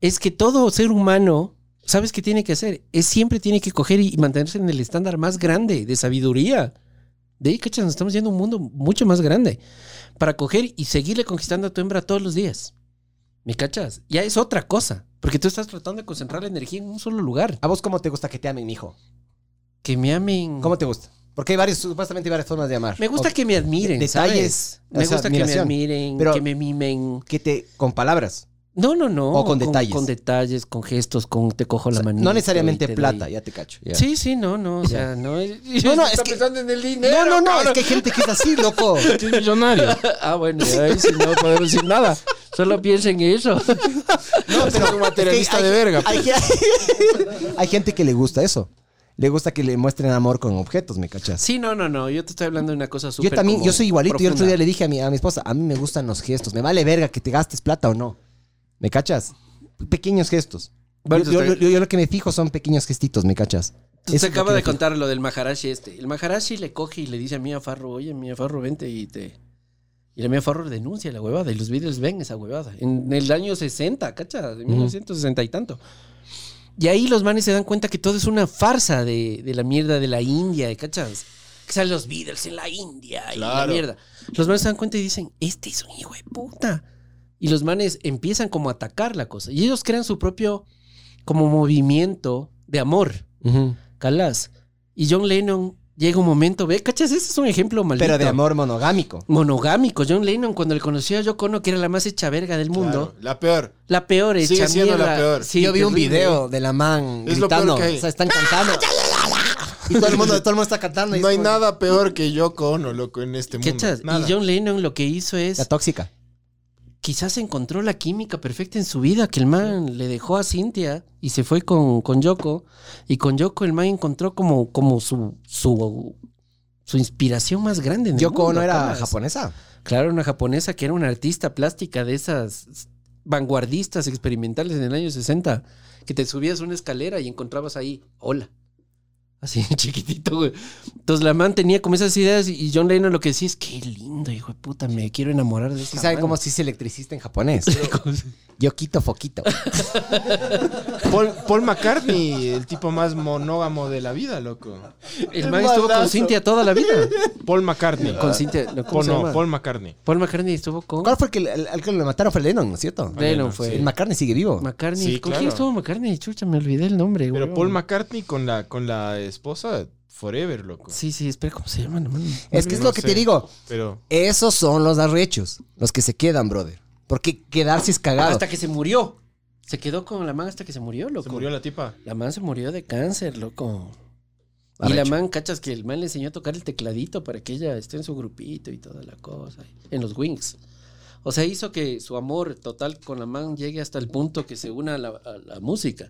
es que todo ser humano, ¿sabes qué tiene que hacer? Es siempre tiene que coger y mantenerse en el estándar más grande de sabiduría. De ahí, cachas, nos estamos yendo a un mundo mucho más grande para coger y seguirle conquistando a tu hembra todos los días. ¿Me cachas? Ya es otra cosa, porque tú estás tratando de concentrar la energía en un solo lugar. ¿A vos cómo te gusta que te amen, mijo? Que me amen. ¿Cómo te gusta? Porque hay varios, supuestamente hay varias formas de amar. Me gusta O que me admiren, Detalles, ¿sabes? o Me sea, gusta que me admiración. admiren, Pero- que me mimen. que te... Con palabras. No, no, no. O con detalles. Con detalles, con gestos, con te cojo O la sea, mano. no necesariamente plata, ya te cacho. ya. Sí, sí, no, no. O sea, no. No, no, es que- en el No, no, no, es que hay gente que es así, loco. Qué millonario. Ah, bueno, ya, ahí sí no podemos decir nada. Solo piensa en eso. No, pero un materialista de verga, pues. Hay, hay gente que le gusta eso. Le gusta que le muestren amor con objetos, ¿me cachas? Sí, no, no, no. Yo te estoy hablando de una cosa súper. Yo también, como yo soy igualito. Yo el otro profunda. día le dije a mi, a mi esposa, a mí me gustan los gestos. Me vale verga que te gastes plata o no. ¿Me cachas? Pequeños gestos. Bueno, yo, yo- está bien. yo- yo lo que me fijo son pequeños gestitos, ¿me cachas? Tú Eso Se es lo acaba que de me fijo. contar lo del Maharashi este. El Maharashi le coge y le dice a Mia Farro, oye, Mia Farro, vente y te... Y la Mia Farro denuncia la huevada y los Beatles ven esa huevada. En el año 60, ¿cacha? De 1960 y tanto. Y ahí los manes se dan cuenta que todo es una farsa de, de la mierda de la India, ¿cachas? Que salen los Beatles en la India y la Claro. mierda. Los manes se dan cuenta y dicen, este es un hijo de puta. Y los manes empiezan como a atacar la cosa. Y ellos crean su propio como movimiento de amor. Calas. Y John Lennon llega un momento, ve, cachas, ese es un ejemplo maldito. Pero de amor monogámico. Monogámico. John Lennon, cuando le conoció a Yoko Ono, que era la más hecha verga del mundo, La peor. la peor hecha Sigue siendo la mierda. peor. Sí, yo vi un terrible. video de la man Es lo gritando. peor que hay. O sea, están cantando. y todo el mundo, todo el mundo está cantando. y No es hay como- nada peor que yo con o loco, en este mundo. Cachas, Nada. Y John Lennon lo que hizo La es, tóxica. quizás encontró la química perfecta en su vida, que el man le dejó a Cintia y se fue con, con Yoko. Y con Yoko el man encontró como, como su, su, su inspiración más grande. En el Yoko mundo, no era calas. japonesa. Claro, una japonesa que era una artista plástica de esas vanguardistas experimentales en el año 60, que te subías una escalera y encontrabas ahí, hola. Así, chiquitito, güey. Entonces la man tenía como esas ideas y John Lennon lo que decía es, qué lindo, hijo de puta, me quiero enamorar de Si esa saben man". cómo se dice electricista en japonés. Yo quito foquito. Paul, Paul McCartney, el tipo más monógamo de la vida, loco. El man estuvo con Cintia toda la vida. Paul McCartney. Con Cintia, no, ¿cómo Paul, se no, llama? Paul McCartney. Paul McCartney estuvo con... ¿Cuál fue el que, el- el que le mataron? Fue Lennon, ¿no es cierto? Lennon fue. El McCartney sigue vivo. McCartney. Sí, ¿Con claro. quién estuvo McCartney? Chucha, me olvidé el nombre, Pero güey. Paul McCartney con la, con la esposa forever, loco. Sí, sí, espera, ¿cómo se llaman? hermano? Es que es No lo que sé. te digo. Pero Esos son los arrechos, los que se quedan, brother. Porque quedarse es cagado. Hasta que se murió. Se quedó con la man hasta que se murió, loco. se murió la tipa. La man se murió de cáncer, loco. Y la Arrecho. man, cachas, que el man le enseñó a tocar el tecladito para que ella esté en su grupito y toda la cosa, en los wings. O sea, hizo que su amor total con la man llegue hasta el punto que se una a la, a la música.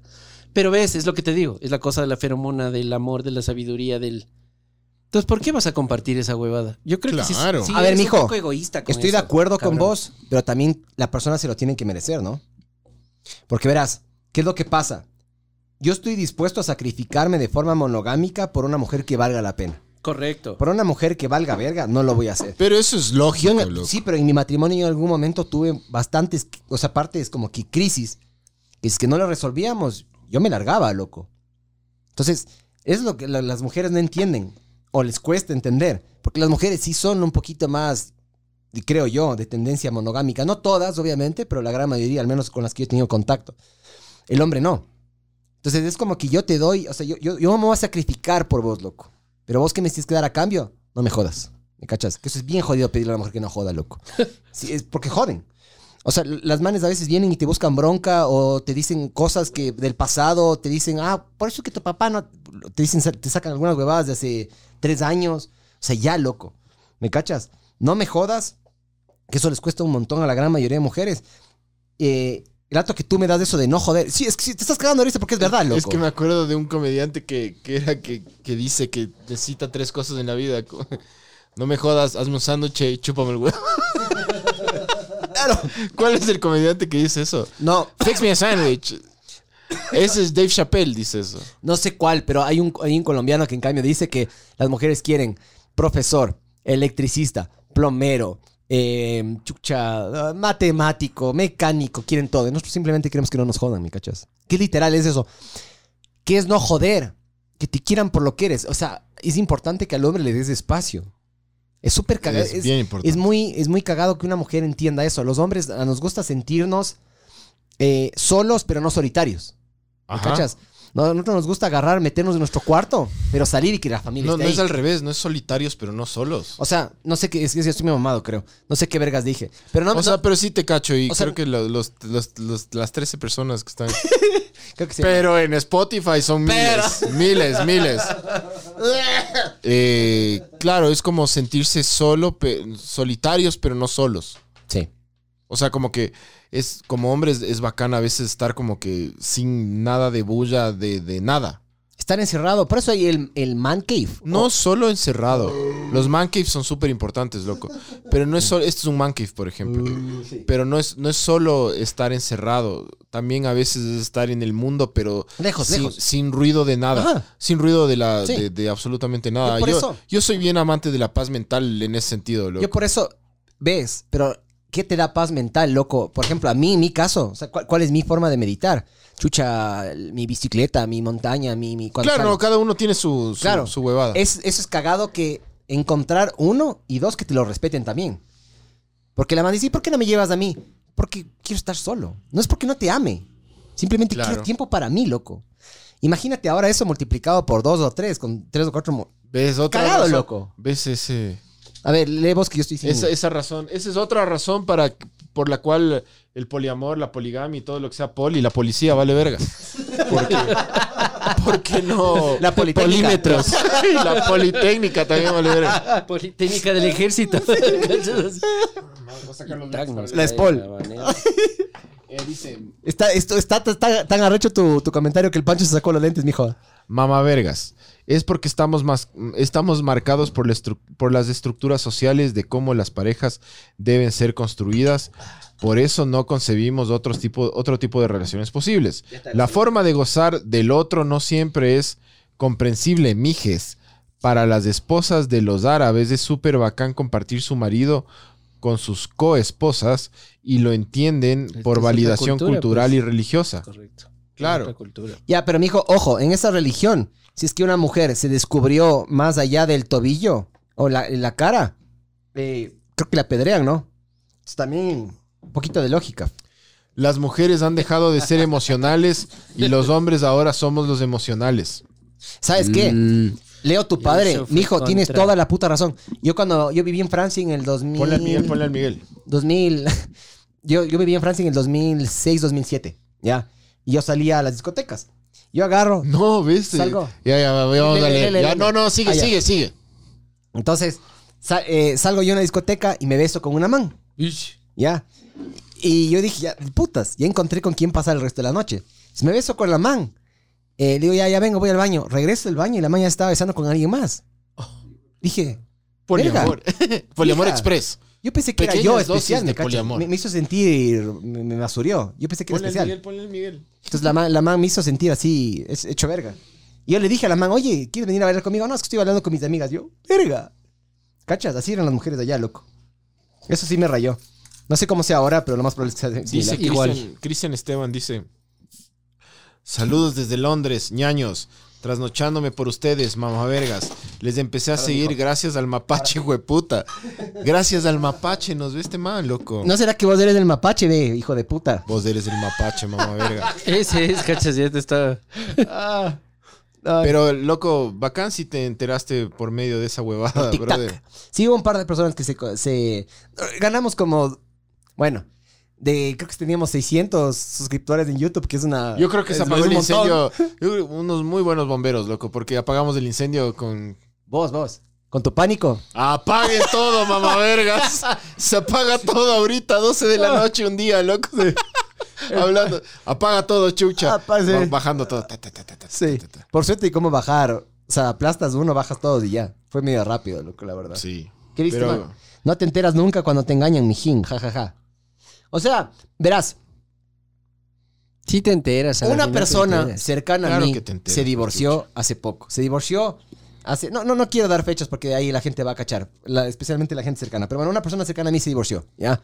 Pero ves, es lo que te digo, es la cosa de la feromona, del amor, de la sabiduría, del... Entonces, ¿por qué vas a compartir esa huevada? Yo creo que sí- Claro. sí A ver, eres un mijo, poco egoísta con Estoy de eso, acuerdo con cabrón. vos, pero también la persona se lo tiene que merecer, ¿no? Porque verás, ¿qué es lo que pasa? Yo estoy dispuesto a sacrificarme de forma monogámica por una mujer que valga la pena. Correcto. Por una mujer que valga verga, no lo voy a hacer. Pero eso es lógico, Yo en- loco. sí, pero en mi matrimonio en algún momento tuve bastantes, o sea, partes como que crisis, que es que no lo resolvíamos, yo me largaba, loco. Entonces, es lo que la- las mujeres no entienden, o les cuesta entender, porque las mujeres sí son un poquito más, y creo yo, de tendencia monogámica. No todas, obviamente, pero la gran mayoría, al menos con las que yo he tenido contacto. El hombre no. Entonces es como que yo te doy, o sea, yo, yo, yo me voy a sacrificar por vos, loco. Pero vos que me tienes que dar a cambio, no me jodas. ¿Me cachas? Que eso es bien jodido pedirle a la mujer que no joda, loco. Sí, es porque joden. O sea, l- las manes a veces vienen y te buscan bronca o te dicen cosas que del pasado, te dicen, ah, por eso que tu papá no. Te dicen, te sacan algunas huevadas de hace tres años. O sea, ya, loco. ¿Me cachas? No me jodas, que eso les cuesta un montón a la gran mayoría de mujeres. Eh, el rato que tú me das de eso de no joder. Sí, es que sí, te estás cagando ahorita porque es verdad, loco. Es que me acuerdo de un comediante que, que era que, que dice que necesita tres cosas en la vida. como, No me jodas, hazme un sándwich y chúpame el huevo. Claro. ¿Cuál es el comediante que dice eso? No, Fix me a sandwich. Ese es Dave Chappelle, dice eso. No sé cuál, pero hay un, hay un colombiano que en cambio dice que las mujeres quieren profesor, electricista, plomero, eh, chucha, ah, matemático, mecánico, quieren todo. Y nosotros simplemente queremos que no nos jodan, ¿me cachas? ¿Qué literal es eso? ¿Qué es no joder? Que te quieran por lo que eres. O sea, es importante que al hombre le des espacio. Es súper cagado. Es bien importante. Es muy, es muy cagado que una mujer entienda eso. A los hombres ah, nos gusta sentirnos eh, solos, pero no solitarios. ¿Me Ajá. cachas? No, a nosotros nos gusta agarrar, meternos en nuestro cuarto, pero salir y que la familia No, esté no ahí. es al revés, no es solitarios, pero no solos. O sea, no sé qué, es que estoy muy mamado, creo. No sé qué vergas dije. Pero no, O sea, no- pero sí te cacho y O creo sea- que lo- los, los- los- las 13 personas que están... creo que sí. Pero en Spotify son miles, miles, miles. Eh, claro, es como sentirse solo, pe- solitarios, pero no solos. Sí. O sea, como que es como hombres es bacán a veces estar como que sin nada de bulla, de, de nada. Estar encerrado. Por eso hay el, el man cave. No O- solo encerrado. Los man caves son súper importantes, loco. Pero no es solo... Este es un man cave, por ejemplo. Mm, Pero no es, no es solo estar encerrado. También a veces es estar en el mundo, pero... Lejos, sin, lejos. sin ruido de nada. Ajá. Sin ruido de, la, Sí. de, de absolutamente nada. Yo por Yo, eso- yo soy bien amante de la paz mental en ese sentido, loco. Yo por eso, ves, pero ¿qué te da paz mental, loco? Por ejemplo, a mí, en mi caso, o sea, ¿cuál, cuál es mi forma de meditar? Chucha, mi bicicleta, mi montaña, mi... mi cuando claro, salgo. no, cada uno tiene su, su, Claro. Eh, su huevada. Es, eso es cagado que encontrar uno y dos que te lo respeten también. Porque la man dice, ¿y por qué no me llevas a mí? Porque quiero estar solo. No es porque no te ame. Simplemente Claro. quiero tiempo para mí, loco. Imagínate ahora eso multiplicado por dos o tres, con tres o cuatro... mo- ¿Ves otra Cagado, razón? loco. ¿Ves ese...? A ver, lee vos que yo estoy sin- Esa, esa razón, esa es otra razón para, por la cual el poliamor, la poligamia y todo lo que sea poli, la policía vale verga. Porque, porque no. La Politécnica. Polímetros. Sí, la politécnica también vale verga. Politécnica del ejército. La Spol. Está, esto, está, está- está tan arrecho tu, tu comentario que el Pancho se sacó los lentes, mijo. Mamá vergas. Es porque estamos, más, estamos marcados por, la estru- por las estructuras sociales de cómo las parejas deben ser construidas. Por eso no concebimos otros tipo, otro tipo de relaciones posibles. La forma de gozar del otro no siempre es comprensible, mijes. Para las esposas de los árabes es súper bacán compartir su marido con sus coesposas y lo entienden Esta es por otra validación cultura, cultural pues. y religiosa. Correcto. Claro. Otra cultura. Ya, pero mijo, ojo, en esa religión, si es que una mujer se descubrió más allá del tobillo o la, la cara, eh, creo que la pedrean, ¿no? Es también un poquito de lógica. Las mujeres han dejado de ser emocionales y los hombres ahora somos los emocionales. ¿Sabes qué? Mm, Leo, tu Yo padre, sufrí mijo, tienes contra- toda la puta razón. Yo cuando yo viví en Francia en el 2000... Ponle al Miguel, ponle al Miguel. 2000. Yo, yo viví en Francia en el 2006, 2007. Ya. Y yo salía a las discotecas. Yo agarro. No, ¿viste? Salgo. Ya, ya, vamos Le- a le- leer. le- Ya, le- no, no, sigue, Ah, ya. sigue, sigue. Entonces, sa- eh, salgo yo a una discoteca y me beso con una man. Ya. Y yo dije, ya, putas, ya encontré con quién pasar el resto de la noche. Entonces, me beso con la man. Eh, le digo, ya, ya vengo, voy al baño. Regreso del baño y la man ya estaba besando con alguien más. Dije, Poliamor. Poliamor Hija. Express. yo pensé que Pequeñas era yo dosis especial, de me, cachas. poliamor. me, me hizo sentir, me, me basurió. Yo pensé que era especial. ponle al Miguel. Entonces la man, la man me hizo sentir así, es- hecho verga. Y yo le dije a la man, oye, ¿quieres venir a bailar conmigo? No, es que estoy hablando con mis amigas. Yo, verga. ¿Cachas? Así eran las mujeres de allá, loco. Eso sí me rayó. No sé cómo sea ahora, pero lo más probable es que sea Dice similar. Cristian- Cristian Esteban, dice... Saludos desde Londres, ñaños. Trasnochándome por ustedes, mamavergas. Les empecé a seguir gracias al mapache, hueputa. Gracias al mapache, nos ve este man, loco. ¿No será que vos eres del mapache, ve, hijo de puta? Vos eres el mapache, mamaverga. Ese es, cachas, ya te está. Pero, loco, bacán si te enteraste por medio de esa huevada, Tic-tac. Ah, brother. Sí, hubo un par de personas que se, co- se- Ganamos como... Bueno, de creo que teníamos 600 suscriptores en YouTube, que es una... Yo creo que se es- apagó es el un montón. incendio. Yo creo- unos muy buenos bomberos, loco, porque apagamos el incendio con. Vos, vos. Con tu pánico. ¡Apaguen todo, mamavergas! Se apaga todo ahorita, 12 de Ah. la noche, un día, loco. Hablando. Apaga todo, chucha. Ah, pase. Va- Bajando todo. Ta, ta, ta, ta, ta, Sí. ta, ta, ta. Por suerte, ¿y cómo bajar? O sea, aplastas uno, bajas todos y ya. Fue medio rápido, loco, la verdad. Sí. ¿Qué viste, Pero- man? No te enteras nunca cuando te engañan, mijín. Ja, ja, ja. O sea, verás, Sí te enteras. a la una final te persona enteras. cercana Claro a mí que te enteras, se divorció hace poco. Se divorció hace... No, no, no quiero dar fechas porque ahí la gente va a cachar. la- especialmente la gente cercana. Pero bueno, una persona cercana a mí se divorció, ¿ya?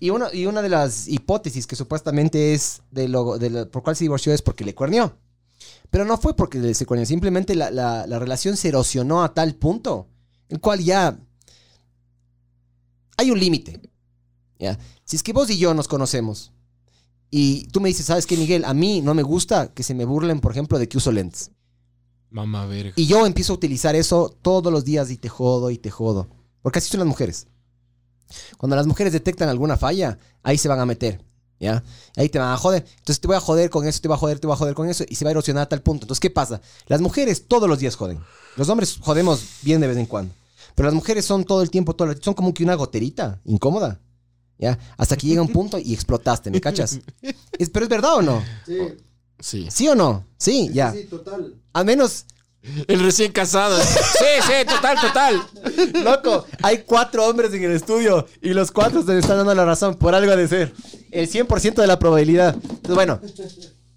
Y, uno, y una de las hipótesis que supuestamente es de lo, de lo- por cuál se divorció es porque le cuernió. Pero no fue porque le se cuernió. Simplemente la, la- la relación se erosionó a tal punto el cual ya... Hay un límite. ¿ya? Si es que vos y yo nos conocemos y tú me dices, ¿sabes qué, Miguel? A mí no me gusta que se me burlen, por ejemplo, de que uso lentes. Mamaverga. Y yo empiezo a utilizar eso todos los días y te jodo y te jodo. Porque así son las mujeres. Cuando las mujeres detectan alguna falla, ahí se van a meter. ¿Ya? Ahí te van a joder. Entonces te voy a joder con eso, te voy a joder, te voy a joder con eso y se va a erosionar a tal punto. Entonces, ¿qué pasa? Las mujeres todos los días joden. Los hombres jodemos bien de vez en cuando. Pero las mujeres son todo el tiempo, todo el- son como que una goterita incómoda. ¿Ya? Hasta que llega un punto y explotaste, ¿me cachas? Es- pero es verdad o no? Sí, Sí. ¿Sí o no? Sí, sí, ya. sí, total. A menos, El recién casado. sí, sí, total, total. loco, hay cuatro hombres en el estudio y los cuatro se le están dando la razón por algo ha de ser. El 100% de la probabilidad. Entonces, bueno,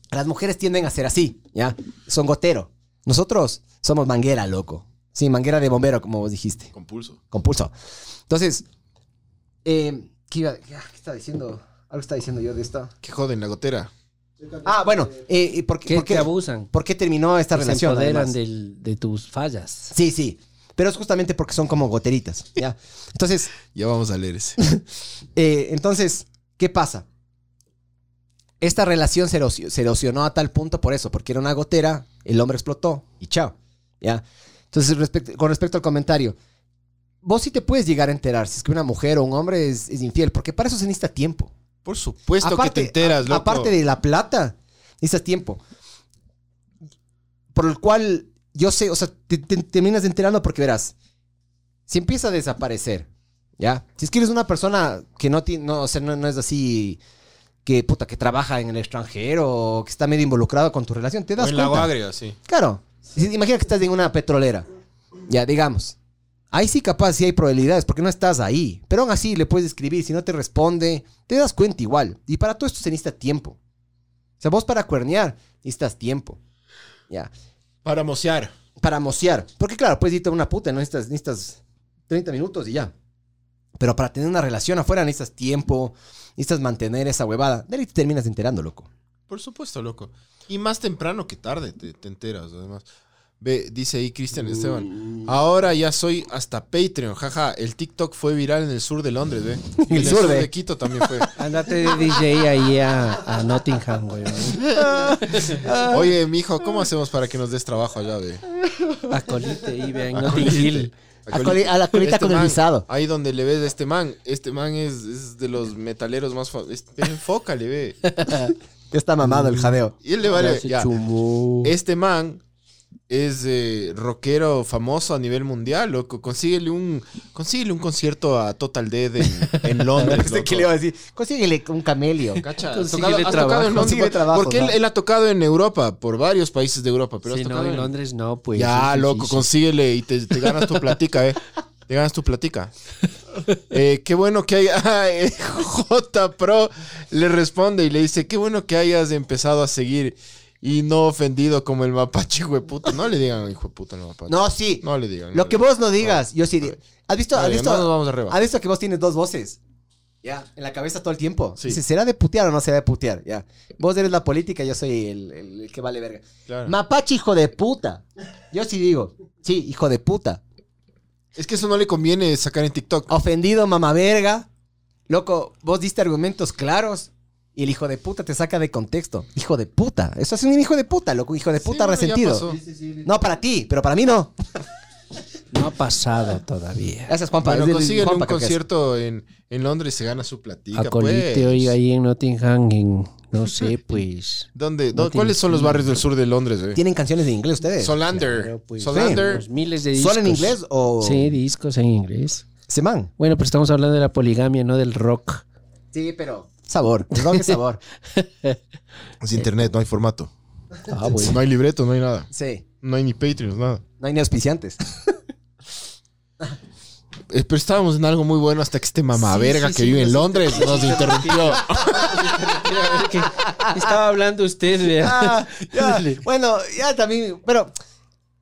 las mujeres tienden a ser así, ¿ya? Son gotero. Nosotros somos manguera, loco. Sí, manguera de bombero, como vos dijiste. Compulso. Con pulso. Entonces, eh, ¿qué, iba- ah, ¿qué estaba diciendo? Algo estaba diciendo yo de esta. Que joden la gotera. Chécate Ah, este- bueno, eh, eh, ¿por, qué- Que por te qué, abusan. por qué terminó esta que se relación? empoderan además? del- de tus fallas. Sí, sí. Pero es justamente porque son como goteritas, ¿ya? Entonces, Ya vamos a leer ese. Eh, entonces, ¿qué pasa? Esta relación se, erosi- se erosionó a tal punto por eso, porque era una gotera, el hombre explotó y chao. ¿ya? Entonces, respect- con respecto al comentario, vos sí te puedes llegar a enterar si es que una mujer o un hombre es, es infiel, porque para eso se necesita tiempo. Por supuesto que Aparte- te enteras, loco. Aparte de la plata, necesitas tiempo. Por el cual yo sé, o sea, te, te- terminas enterando porque verás, si empieza a desaparecer, ¿ya? Si es que eres una persona que no tiene, no, o sea, no, no es así que puta, que trabaja en el extranjero o que está medio involucrado con tu relación, te O das en lago cuenta. agrio, sí. Claro. Si- Imagina que estás en una petrolera. Ya, digamos. Ahí sí capaz sí hay probabilidades porque no estás ahí. Pero aún así le puedes escribir. Si no te responde, te das cuenta igual. Y para todo esto se necesita tiempo. O sea, vos para cuernear necesitas tiempo. Ya. Para mocear. Para mocear. Porque claro, puedes irte a una puta, no necesitas, necesitas 30 minutos y ya. Pero para tener una relación afuera necesitas tiempo. Necesitas mantener esa huevada. De ahí te terminas enterando, loco. Por supuesto, loco. Y más temprano que tarde te, te enteras, además. Ve, dice ahí Cristian Esteban. Ahora ya soy hasta Patreon, jaja. El TikTok fue viral en el sur de Londres, ve. Y en el sur de Quito también fue. Andate de DJ ahí a, a Nottingham, güey. ¿no? Oye, mijo, ¿cómo hacemos para que nos des trabajo allá, ve? A Colite y ve en A Notting Colite. Hill. A coli- este a la colita con Este el man, visado. Ahí donde le ves a este man. Este man es, es de los metaleros más. fa- es- ve, enfócale, ve. Ya está mamado el jadeo. Y él le vale. Ya se ya. chumbó. Este man es eh, rockero famoso a nivel mundial, loco. Consíguele un, consíguele un concierto a Total Dead en, en Londres. Pensé Este loco. que le iba a decir, consíguele un camelio. Cacha, has Consíguele tocado- has trabajo. tocado en Londres, Consíguele por- trabajo, Porque él, ¿no? él ha tocado en Europa, por varios países de Europa, pero Si has no, tocado en en- Londres no, pues. ya, Sí, sí, loco, sí, sí. consíguele y te, te ganas tu platica, eh. Te ganas tu platica. Eh, qué bueno que haya. Ah, eh, J Pro le responde y le dice: Qué bueno que hayas empezado a seguir y no ofendido como el mapache, hueputa. No le digan, hijo de puta, el mapache. No, sí. No le digan. no Lo le que digan. vos no digas, yo sí. di- ¿Has visto, Está has bien, visto, no nos vamos arriba. has visto que vos tienes dos voces? Ya, en la cabeza todo el tiempo. Sí. Dice, ¿será de putear o no será de putear? Ya. Vos eres la política, yo soy el, el- el que vale verga. Claro. Mapache, hijo de puta. Yo sí digo, sí, hijo de puta. Es que eso no le conviene sacar en TikTok. Ofendido, mamá verga. Loco, vos diste argumentos claros y el hijo de puta te saca de contexto. Hijo de puta. Eso es un hijo de puta, loco. Hijo de Sí, puta bueno, ya resentido. pasó. Sí, sí, sí. No para ti, pero para mí no. No ha pasado todavía. Gracias, Juanpa. Bueno, Es del consíguele un Pues Juanpa, creo que es. concierto en, en Londres y se gana su platica. A Colite pues. hoy ahí en Nottingham, en- no sé, pues. ¿Dónde, No dó- ¿Cuáles tiene- son los barrios del sur de Londres, eh? ¿Tienen canciones en inglés ustedes? Solander. Claro, pues, Solander. los miles de discos. ¿Solo en inglés o Sí, discos en inglés. semán? Bueno, pero estamos hablando de la poligamia, no del rock. Sí, pero sabor. Rock es sabor. Es internet, no hay formato. Ah, bueno. No hay libreto, no hay nada. Sí. No hay ni Patreon, nada. No hay ni auspiciantes. Eh, Pero estábamos en algo muy bueno hasta que este Sí, mamaverga sí, que sí, vive en nos Londres nos interrumpió. Estaba hablando usted, vea. Ah, ya. Bueno, ya también. Pero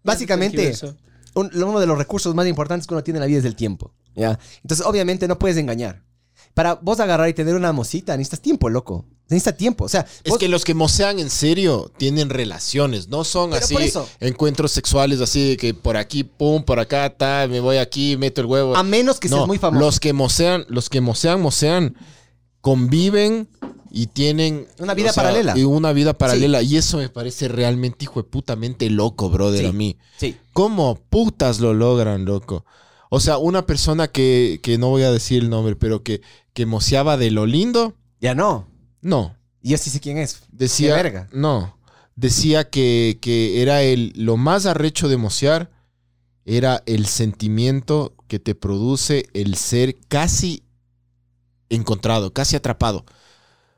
básicamente, Eso. un- uno de los recursos más importantes que uno tiene en la vida es el tiempo. ¿ya? Entonces, obviamente, no puedes engañar. Para vos agarrar y tener una mosita, necesitas tiempo, loco. Necesitas tiempo. O sea, Es vos- que los que mosean en serio tienen relaciones, no son Pero así por eso. encuentros sexuales así de que por aquí, pum, por acá, tal, me voy aquí, meto el huevo. a menos que seas No, muy famoso. Los que mosean, los que mosean, mosean, conviven y tienen Una vida paralela. Y una vida paralela. Y eso me parece realmente hijo de putamente loco, brother, Sí. a mí. Sí. ¿Cómo putas lo logran, loco? O sea, una persona que, que no voy a decir el nombre, pero que, que moseaba de lo lindo, Ya no. no. Yo sí sé quién es. Decía. Qué verga. No. Decía que, que era el, lo más arrecho de mocear era el sentimiento que te produce el ser casi encontrado, casi atrapado.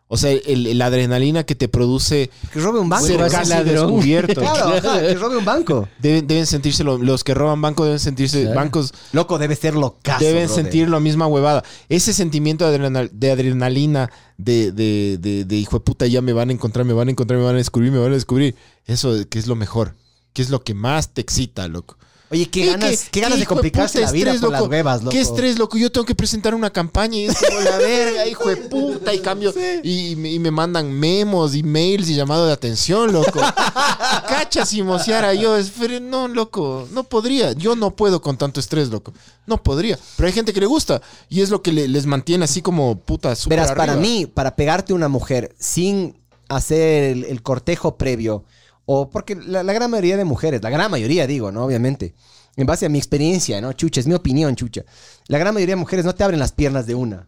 O sea, el, la adrenalina que te produce Que robe un banco. ser ¿no? casi ladrón. descubierto. Claro, ajá, que robe un banco. Deben, deben sentirse, lo- los que roban banco deben sentirse, Claro. bancos Loco, debe ser locazo. deben brother. sentir la misma huevada. Ese sentimiento de, adrenal- de adrenalina, de, de, de- de hijo de puta, ya me van a encontrar, me van a encontrar, me van a descubrir, me van a descubrir. Eso que es lo mejor, que es lo que más te excita, loco. Oye, qué ganas, qué, ganas de hijo complicarse puta la vida estrés, por las loco? huevas, loco. Qué estrés, loco. Yo tengo que presentar una campaña y es como la verga, hijo de puta. Y cambio. Y, y me- y me mandan memos, emails y llamado de atención, loco. Cachas y moceara yo. es- pero No, loco. No podría. Yo no puedo con tanto estrés, loco. No podría. Pero hay gente que le gusta. Y es lo que le- les mantiene así como puta súper Verás, para arriba. mí, para pegarte una mujer sin hacer el, el cortejo previo, o porque la, la gran mayoría de mujeres, la gran mayoría digo, ¿no? Obviamente, en base a mi experiencia, ¿no? Chucha, es mi opinión, chucha. La gran mayoría de mujeres no te abren las piernas de una.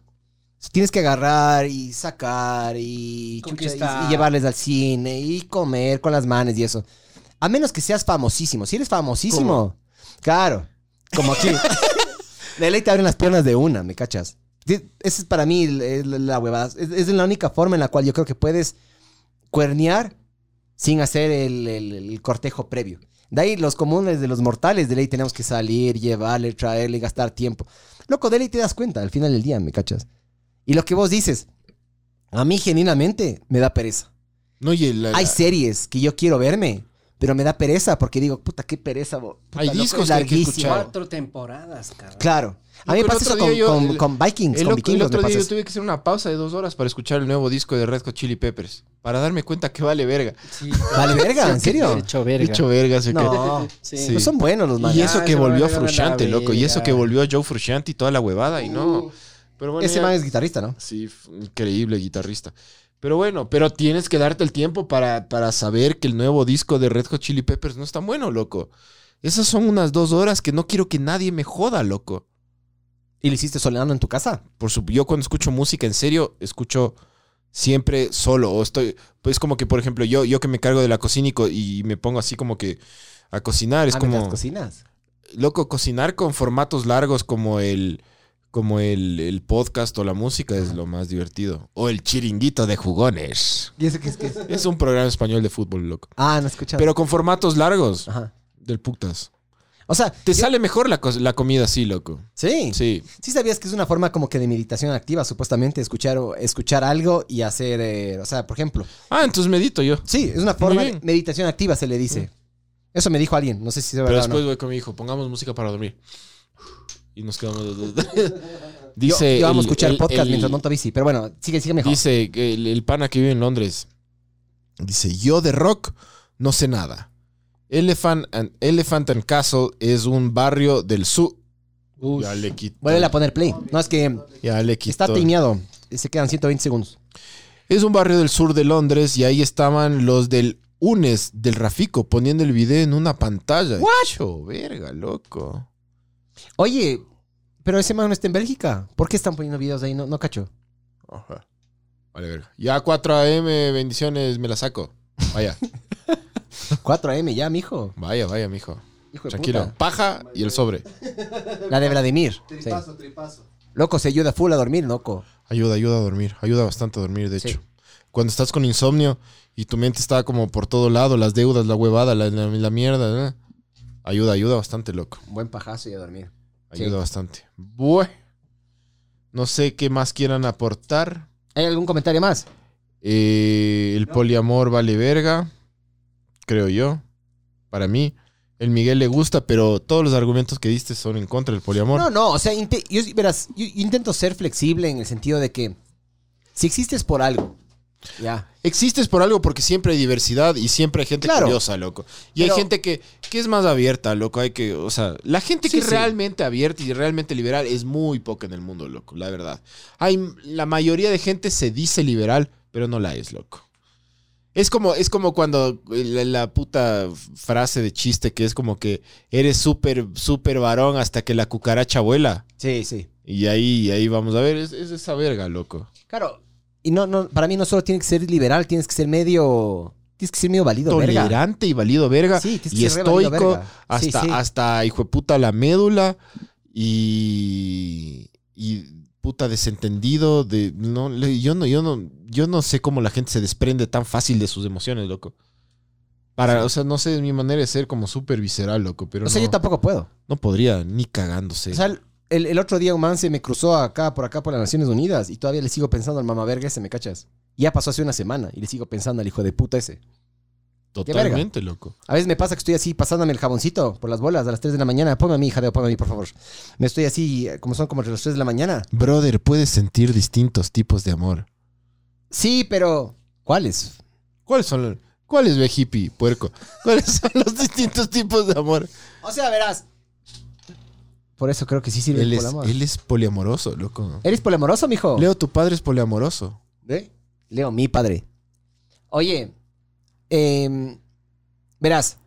Tienes que agarrar y sacar y, chucha, y- Conquistar. y llevarles al cine y comer con las manos y eso. A menos que seas famosísimo. Si eres famosísimo, claro, como aquí. De ley te abren las piernas de una, ¿me cachas? Sí, Esa es para mí el- el- la huevada. Es, es la única forma en la cual yo creo que puedes cuernear sin hacer el, el- el cortejo previo. De ahí los comunes de los mortales, de ley tenemos que salir, llevarle, traerle, gastar tiempo. Loco, de ley te das cuenta al final del día, ¿me cachas? Y lo que vos dices, a mí genuinamente me da pereza. No, y el- la- Hay series que yo quiero verme, Pero me da pereza porque digo, puta, qué pereza. bo- puta, Hay loco, discos es que hay que larguísimo. escuchar. Cuatro temporadas, cabrón. Claro. A Loco, mí me el pasa eso otro con, día yo- con- el- con El, Vikings, con oc- el vikingos me otro pasa día yo eso. tuve que hacer una pausa de dos horas para escuchar el nuevo disco de Red Hot Chili Peppers. Para darme cuenta que vale verga. Sí. Vale, verga, ¿en serio? Hecho verga. Dicho verga, se que- No. Sí. Sí. No son buenos los manes. Y eso Ah, que ese volvió man era una Frusciante, loco. Y eso verga. que volvió Joe Frusciante y toda la huevada. Y no. Pero bueno, Ese ya- man es guitarrista, ¿no? Sí, f- increíble guitarrista. Pero bueno, pero tienes que darte el tiempo para, para saber que el nuevo disco de Red Hot Chili Peppers no es tan bueno, loco. Esas son unas dos horas que no quiero que nadie me joda, loco. ¿Y lo hiciste soleando en tu casa? Por su, yo cuando escucho música en serio, escucho siempre solo. O estoy, pues como que, por ejemplo, yo, yo que me cargo de la cocina y, co- y me pongo así como que a cocinar. Es Ah, como... mientras cocinas. loco, cocinar con formatos largos como el como el, el podcast o la música es lo más divertido. O el chiringuito de jugones. ¿Y eso qué es que es? Es un programa español de fútbol, loco. Ah, no escuchas. Pero con formatos largos Ajá. del putas. O sea, Te sale mejor la, cos- la comida así, loco. sí. sí. Sí. sabías que es una forma como que de meditación activa, supuestamente, escuchar, o- escuchar algo y hacer, eh, o sea, por ejemplo. Ah, entonces medito yo. Sí, es una forma de bien. meditación activa, se le dice. Eso me dijo alguien, no sé si es Pero verdad o no. después voy con mi hijo, pongamos música para dormir. Y nos quedamos los dos. Yo- dice. yo, vamos a el- escuchar el- podcast el- mientras monto bici, pero bueno, sigue, sigue mejor. Dice que el, el pana que vive en Londres. Dice, yo de rock no sé nada. Elephant and, Elephant and Castle es un barrio del sur. Uy. Ya le quito. Vuelve a poner play. No, es que Ya le quito. está tiñado. Se quedan 120 segundos. Es un barrio del sur de Londres y ahí estaban los del UNES, del Rafico, poniendo el video en una pantalla. Guacho, verga, loco. Oye, pero ese man no está en Bélgica. ¿Por qué están poniendo videos ahí? No, no cacho. Ajá. Vale, verga. Ya 4 AM, bendiciones, me la saco. Vaya, 4 AM ya, mijo. vaya, vaya, mijo. Hijo de Tranquilo. puta. Paja y el sobre. La de Vladimir. Sí. Tripazo, tripazo. Loco, se ayuda full a dormir, loco. Ayuda, ayuda a dormir. Ayuda bastante a dormir, de Sí. hecho. Cuando estás con insomnio y tu mente está como por todo lado, las deudas, la huevada, la, la- la mierda. ¿eh? Ayuda, ayuda bastante, loco. Buen pajazo y a dormir. Sí. Ayuda bastante. Bue. No sé qué más quieran aportar. ¿Hay algún comentario más? Eh, el poliamor vale verga, creo yo. Para mí. El Miguel le gusta, pero todos los argumentos que diste son en contra del poliamor. No, no, o sea, inte- yo, verás, yo intento ser flexible en el sentido de que si existes por algo, ya. Existes por algo porque siempre hay diversidad y siempre hay gente Claro. curiosa, loco. Y Pero- hay gente que, que es más abierta, loco. Hay que, o sea, la gente Sí, que es sí. realmente abierta y realmente liberal es muy poca en el mundo, loco, la verdad. Hay la mayoría de gente se dice liberal, pero no la es, loco. Es como, es como cuando eh, la, la puta frase de chiste que es como que eres súper, súper varón hasta que la cucaracha vuela. Sí, sí. Y ahí, ahí vamos a ver, es, es esa verga, loco. Claro. Y no, no, para mí no solo tienes que ser liberal, tienes que ser medio. Tienes que ser medio válido, verga. tolerante y valido verga Sí, tienes que y ser re valido estoico verga. Sí, hasta sí. hasta hijo de puta la médula y y puta desentendido de no le- yo no yo no yo no sé cómo la gente se desprende tan fácil de sus emociones loco para o sea no sé mi manera de ser como súper visceral loco pero O sea, no, yo tampoco puedo. no podría ni cagándose O sea, el, el otro día un man se me cruzó acá, por acá, por las Naciones Unidas y todavía le sigo pensando al mamá verga ese, ¿me cachas? Ya pasó hace una semana y le sigo pensando al hijo de puta ese. totalmente loco A veces me pasa que estoy así pasándome el jaboncito por las bolas a las 3 de la mañana. Ponme a mí, jadeo, ponme a mí, por favor. Me estoy así, eh, como son como las 3 de la mañana. brother puedes sentir distintos tipos de amor Sí, pero... ¿Cuáles? cuáles son los- cuáles ve hippie puerco cuáles son los distintos tipos de amor O sea, verás. Por eso creo que sí sirve Él el es, poliamor. él es poliamoroso, loco. ¿Eres poliamoroso, mijo? Leo, tu padre es poliamoroso. ¿Eh? Leo, mi padre. Oye, em, verás,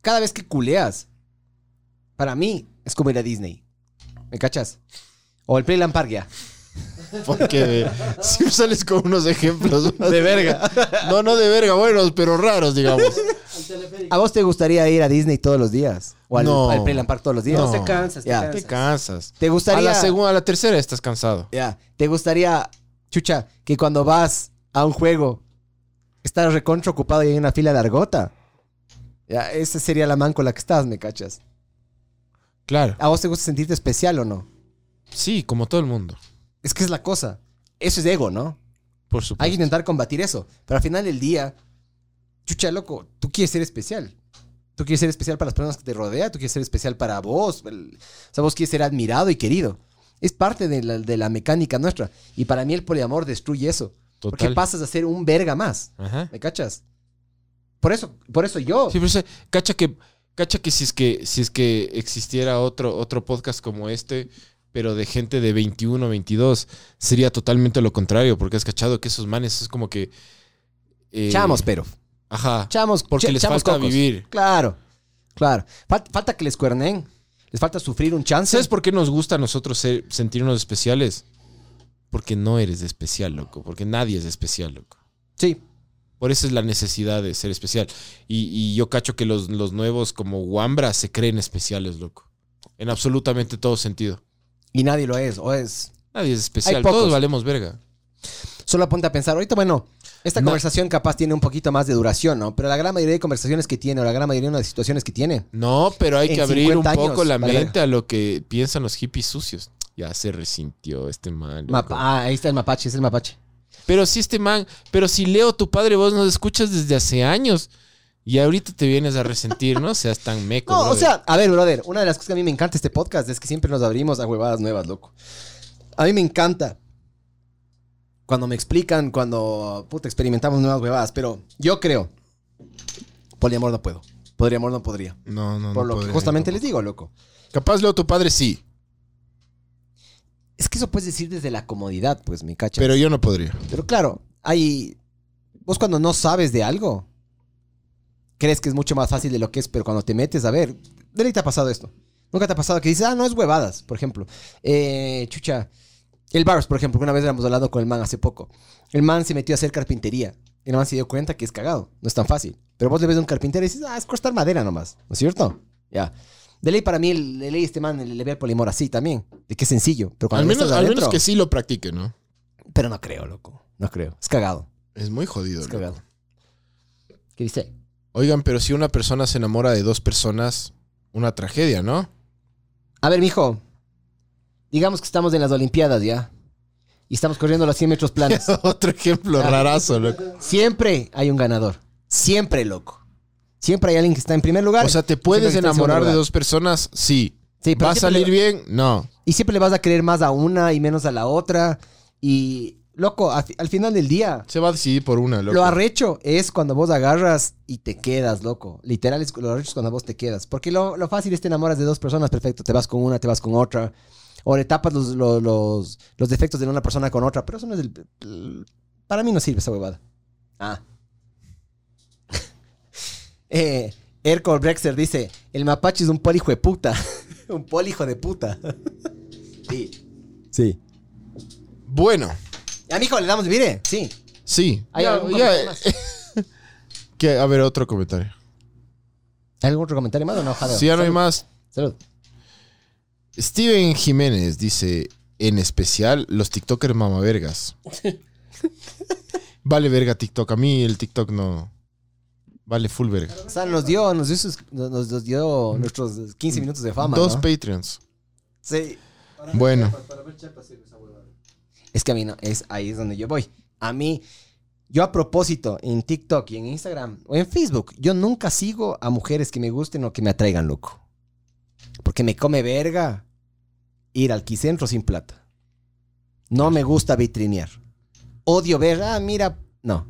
cada vez que culeas, para mí es como ir a Disney. ¿Me cachas? O el Playland Park ya. Porque si sales con unos ejemplos de verga. No, no de verga, buenos, pero raros, digamos. Al teleférico. ¿A vos te gustaría ir a Disney todos los días? ¿O al, No. al Playland Park todos los días? No. No te cansas, te Ya. Te cansas. cansas. ¿Te A gustaría... la segunda, a la tercera estás cansado. Ya, ¿Te gustaría, chucha, que cuando vas a un juego estás recontra ocupado y hay una fila de argota? Ya, esa sería la man con la que estás, ¿me cachas? Claro. ¿A vos te gusta sentirte especial o no? Sí, como todo el mundo. Es que es la cosa. Eso es ego, ¿no? Por Hay supuesto. que intentar combatir eso. Pero al final del día, chucha, loco, tú quieres ser especial. Tú quieres ser especial para las personas que te rodean, tú quieres ser especial para vos. el- o sea, vos quieres ser admirado y querido. Es parte de la, de la mecánica nuestra. Y para mí el poliamor destruye eso. Porque Total. pasas a ser un verga más. Ajá. ¿Me cachas? Por eso, por eso yo. Sí, pero se- cacha que, cacha que si es que si es que existiera otro, otro podcast como este, pero de gente de 21, 22, sería totalmente lo contrario, porque has cachado que esos manes es como que eh, chamos, pero. Ajá. Chamos, Porque les chamos falta cocos. vivir. Claro, claro. Fal- falta que les cuernen. Les falta sufrir un chance. ¿Sabes por qué nos gusta a nosotros ser- sentirnos especiales? Porque no eres especial, loco. Porque nadie es especial, loco. Sí. Por eso es la necesidad de ser especial. Y, y yo cacho que los, los nuevos como Wambra se creen especiales, loco. En absolutamente todo sentido. Y nadie lo es. O es. Nadie es especial. Hay pocos. Todos valemos verga. Solo apunta a pensar. Ahorita, bueno, esta No. conversación capaz tiene un poquito más de duración, ¿no? Pero la gran mayoría de conversaciones que tiene, o la gran mayoría de las situaciones que tiene. No, pero hay En que abrir un 50 poco años, la vale mente a lo que piensan los hippies sucios. Ya se resintió este man. Mapa- loco. ah, ahí está el mapache, es el mapache. Pero si este man, pero si Leo, tu padre, vos nos escuchas desde hace años. Y ahorita te vienes a resentir, ¿no? Seas tan meco. No, o brother. sea, a ver, brother, una de las cosas que a mí me encanta este podcast es que siempre nos abrimos a huevadas nuevas, loco. A mí me encanta cuando me explican, cuando, puta, experimentamos nuevas huevadas, pero yo creo, poliamor no puedo, poliamor no podría, No, no, no. por lo que podría, justamente no. les digo, loco. Capaz Leo, tu padre sí, Es que eso puedes decir desde la comodidad, pues, mi cacha. pero yo no podría. Pero claro, hay. Vos cuando no sabes de algo, crees que es mucho más fácil de lo que es, pero cuando te metes a ver, de ley te ha pasado esto. Nunca te ha pasado que dices, ah, no es huevadas, por ejemplo. Eh, chucha. El Bars, por ejemplo, que una vez habíamos hablado con el man hace poco. El man se metió a hacer carpintería. Y el man se dio cuenta que es cagado. No es tan fácil. Pero vos le ves a un carpintero y dices, ah, es cortar madera nomás. ¿No es cierto? Ya. De ley para mí, el- de ley este man le, le ve el polimor así también. De que es sencillo. Pero cuando Al ya menos, estás al menos adentro- que sí lo practique, ¿no? Pero no creo, loco. No creo. Es cagado. Es muy jodido. loco. ¿Qué dice? Oigan, pero si una persona se enamora de dos personas, una tragedia, ¿no? A ver, mijo. Digamos que estamos en las Olimpiadas ya. Y estamos corriendo los 100 metros planos. Otro ejemplo Claro. rarazo, loco. Siempre hay un ganador. Siempre, loco. Siempre hay alguien que está en primer lugar. O sea, ¿te Siempre puedes está en enamorar segundo de lugar. dos personas? Sí. Sí, pero ¿Va a siempre salir le- bien? No. Y siempre le vas a creer más a una y menos a la otra. Y, loco, a fi- al final del día, Se va a decidir por una, loco. Lo arrecho es cuando vos agarras y te quedas, loco. Literal, es lo arrecho es cuando vos te quedas. Porque lo, lo fácil es te enamoras de dos personas, perfecto. Te vas con una, te vas con otra. O le tapas los, los, los- los defectos de una persona con otra. Pero eso no es el... Para mí no sirve esa huevada. Ah. eh, Ercol Brexer dice, el mapache es un polijo de puta. un polijo de puta. sí. Sí. Bueno, A mi hijo le damos, mire. Sí. sí. ¿Hay Ya- algún ya- eh. comentario más? ¿Qué? A ver, otro comentario. ¿Hay algún otro comentario más o no, Jadeo? Si ya no hay Salud. más. Salud. Steven Jiménez dice, en especial los TikTokers mamavergas. vale verga TikTok. A mí el TikTok no... Vale full verga. O sea, nos dio, nos dio, sus- nos, nos dio nuestros 15 minutos de fama. Dos ¿no? Patreons. Sí. Para ver Bueno. Chiapas, para ver Chiapas sirve esa huevada. Es que a mí no, es, ahí es donde yo voy. A mí, yo a propósito, en TikTok y en Instagram o en Facebook, yo nunca sigo a mujeres que me gusten o que me atraigan, loco. Porque me come verga ir al quicentro sin plata. No me gusta vitrinear. Odio ver, ah, mira, no.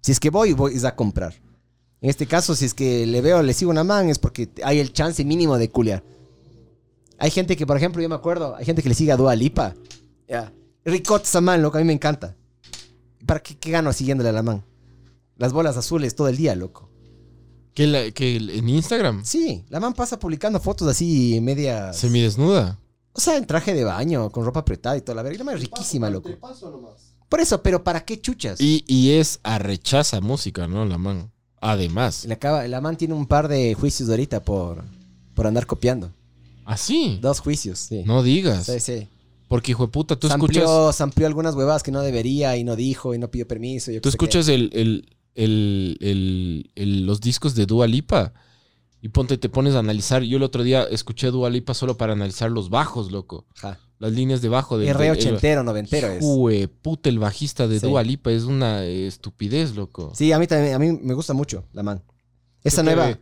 Si es que voy, voy es a comprar. En este caso, si es que le veo, le sigo una man, es porque hay el chance mínimo de culiar. Hay gente que, por ejemplo, yo me acuerdo, hay gente que le sigue a Dua Lipa. Ya. Ricot Saman, loco, a mí me encanta. ¿Para qué, qué gano siguiéndole a la man? Las bolas azules todo el día, loco. ¿Que, la- que el- en Instagram? Sí, la man pasa publicando fotos así media. Semidesnuda. O sea, en traje de baño, con ropa apretada y toda la verga. Y La man es riquísima, Paso, loco. te paso nomás. Por eso, pero ¿para qué chuchas? Y, y es a rechaza música, ¿no? La man. Además. La, acaba- la man tiene un par de juicios de ahorita por, por andar copiando. Así. Dos juicios, sí. No digas. Sí, sí. Porque hijo de puta, tú Samplió- escuchas, samplió algunas huevadas que no debería y no dijo y no pidió permiso. yo tú qué sé qué. escuchas el, el- el- el- el- los discos de Dua Lipa y ponte, te pones a analizar. Yo el otro día escuché Dua Lipa solo para analizar los bajos, loco. Ajá. Las líneas de bajo del- Es re del- el- ochentero, noventero es. Hijo de puta, el bajista de Sí. Dua Lipa es una eh, estupidez, loco. Sí, a mí también, a mí me gusta mucho la man. Esa nueva.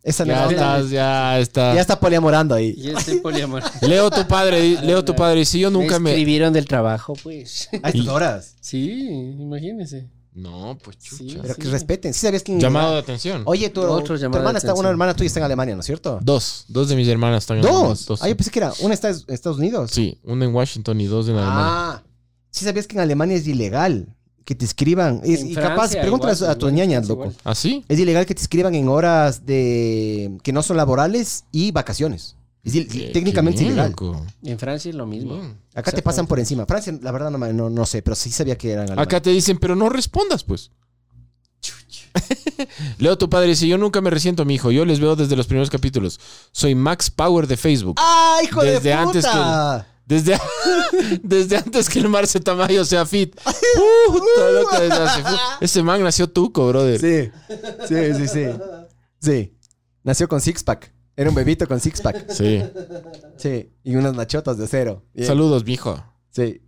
Esa Ya nueva. onda. estás, ya estás. Ya está poliamorando ahí. Y este poliamor. Leo tu padre, di- Leo tu padre. Si yo nunca me me. escribieron del trabajo, pues. A estas horas. Sí, imagínense. No, pues Sí, chucha. Pero sí. que respeten. Sí sabías que en- Llamado de atención. Oye, tu, Otro tu llamado de hermana está, atención. una hermana tuya está en Alemania, ¿no es cierto? Dos. Dos de mis hermanas están en Dos. Alemania, Ah, yo pensé que era una está en Estados Unidos. Sí, una en Washington y dos en Alemania. Ah, sí sabías que en Alemania es ilegal que te escriban. Es- En y capaz, Francia, pregúntale igual, a tus igual, ñañas, es loco. igual. ¿Ah, sí? Es ilegal que te escriban en horas de que no son laborales y vacaciones. Es il- Qué- técnicamente qué bien, ilegal. loco. En Francia es lo mismo. Bien. Acá te pasan por encima. Francia, la verdad, no, me- no, no sé, pero sí sabía que eran alemanes. Acá te dicen, pero no respondas, pues. Leo tu padre dice, yo nunca me resiento, mi hijo. Yo les veo desde los primeros capítulos. Soy Max Power de Facebook. ¡Ah, hijo Desde de puta! antes Desde, desde antes que el Marce Tamayo sea fit. Puta loca, desde hace- Ese man nació tuco, brother. Sí, sí, sí, sí. Sí. Nació con six-pack. Era un bebito con six-pack. Sí. Sí. Y unas machotas de cero. Bien. Saludos, mijo. Sí.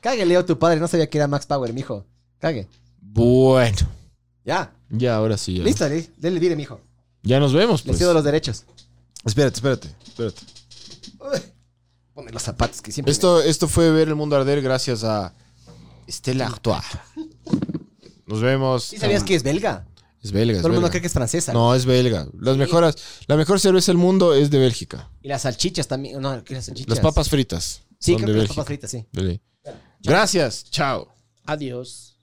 Cague, Leo, tu padre. No sabía que era Max Power, mijo. Cague. Bueno, Ya. ya ahora sí. Ya, Listo, le, dele vire, mijo. Ya nos vemos, Le pues. cedo los derechos. Espérate, espérate, espérate. Pone los zapatos que siempre... Esto, esto fue ver el mundo arder gracias a Estela Artois. Nos vemos. ¿Sí sabías que es belga? es belga? es Todo el mundo belga. cree que es francesa. No, es belga. Las mejoras, la mejor cerveza del mundo es de Bélgica. Y las salchichas también. No, que las salchichas. Las papas fritas. Sí, son de creo que las Bélgica. papas fritas, sí. De ley. Gracias. Chao. Adiós.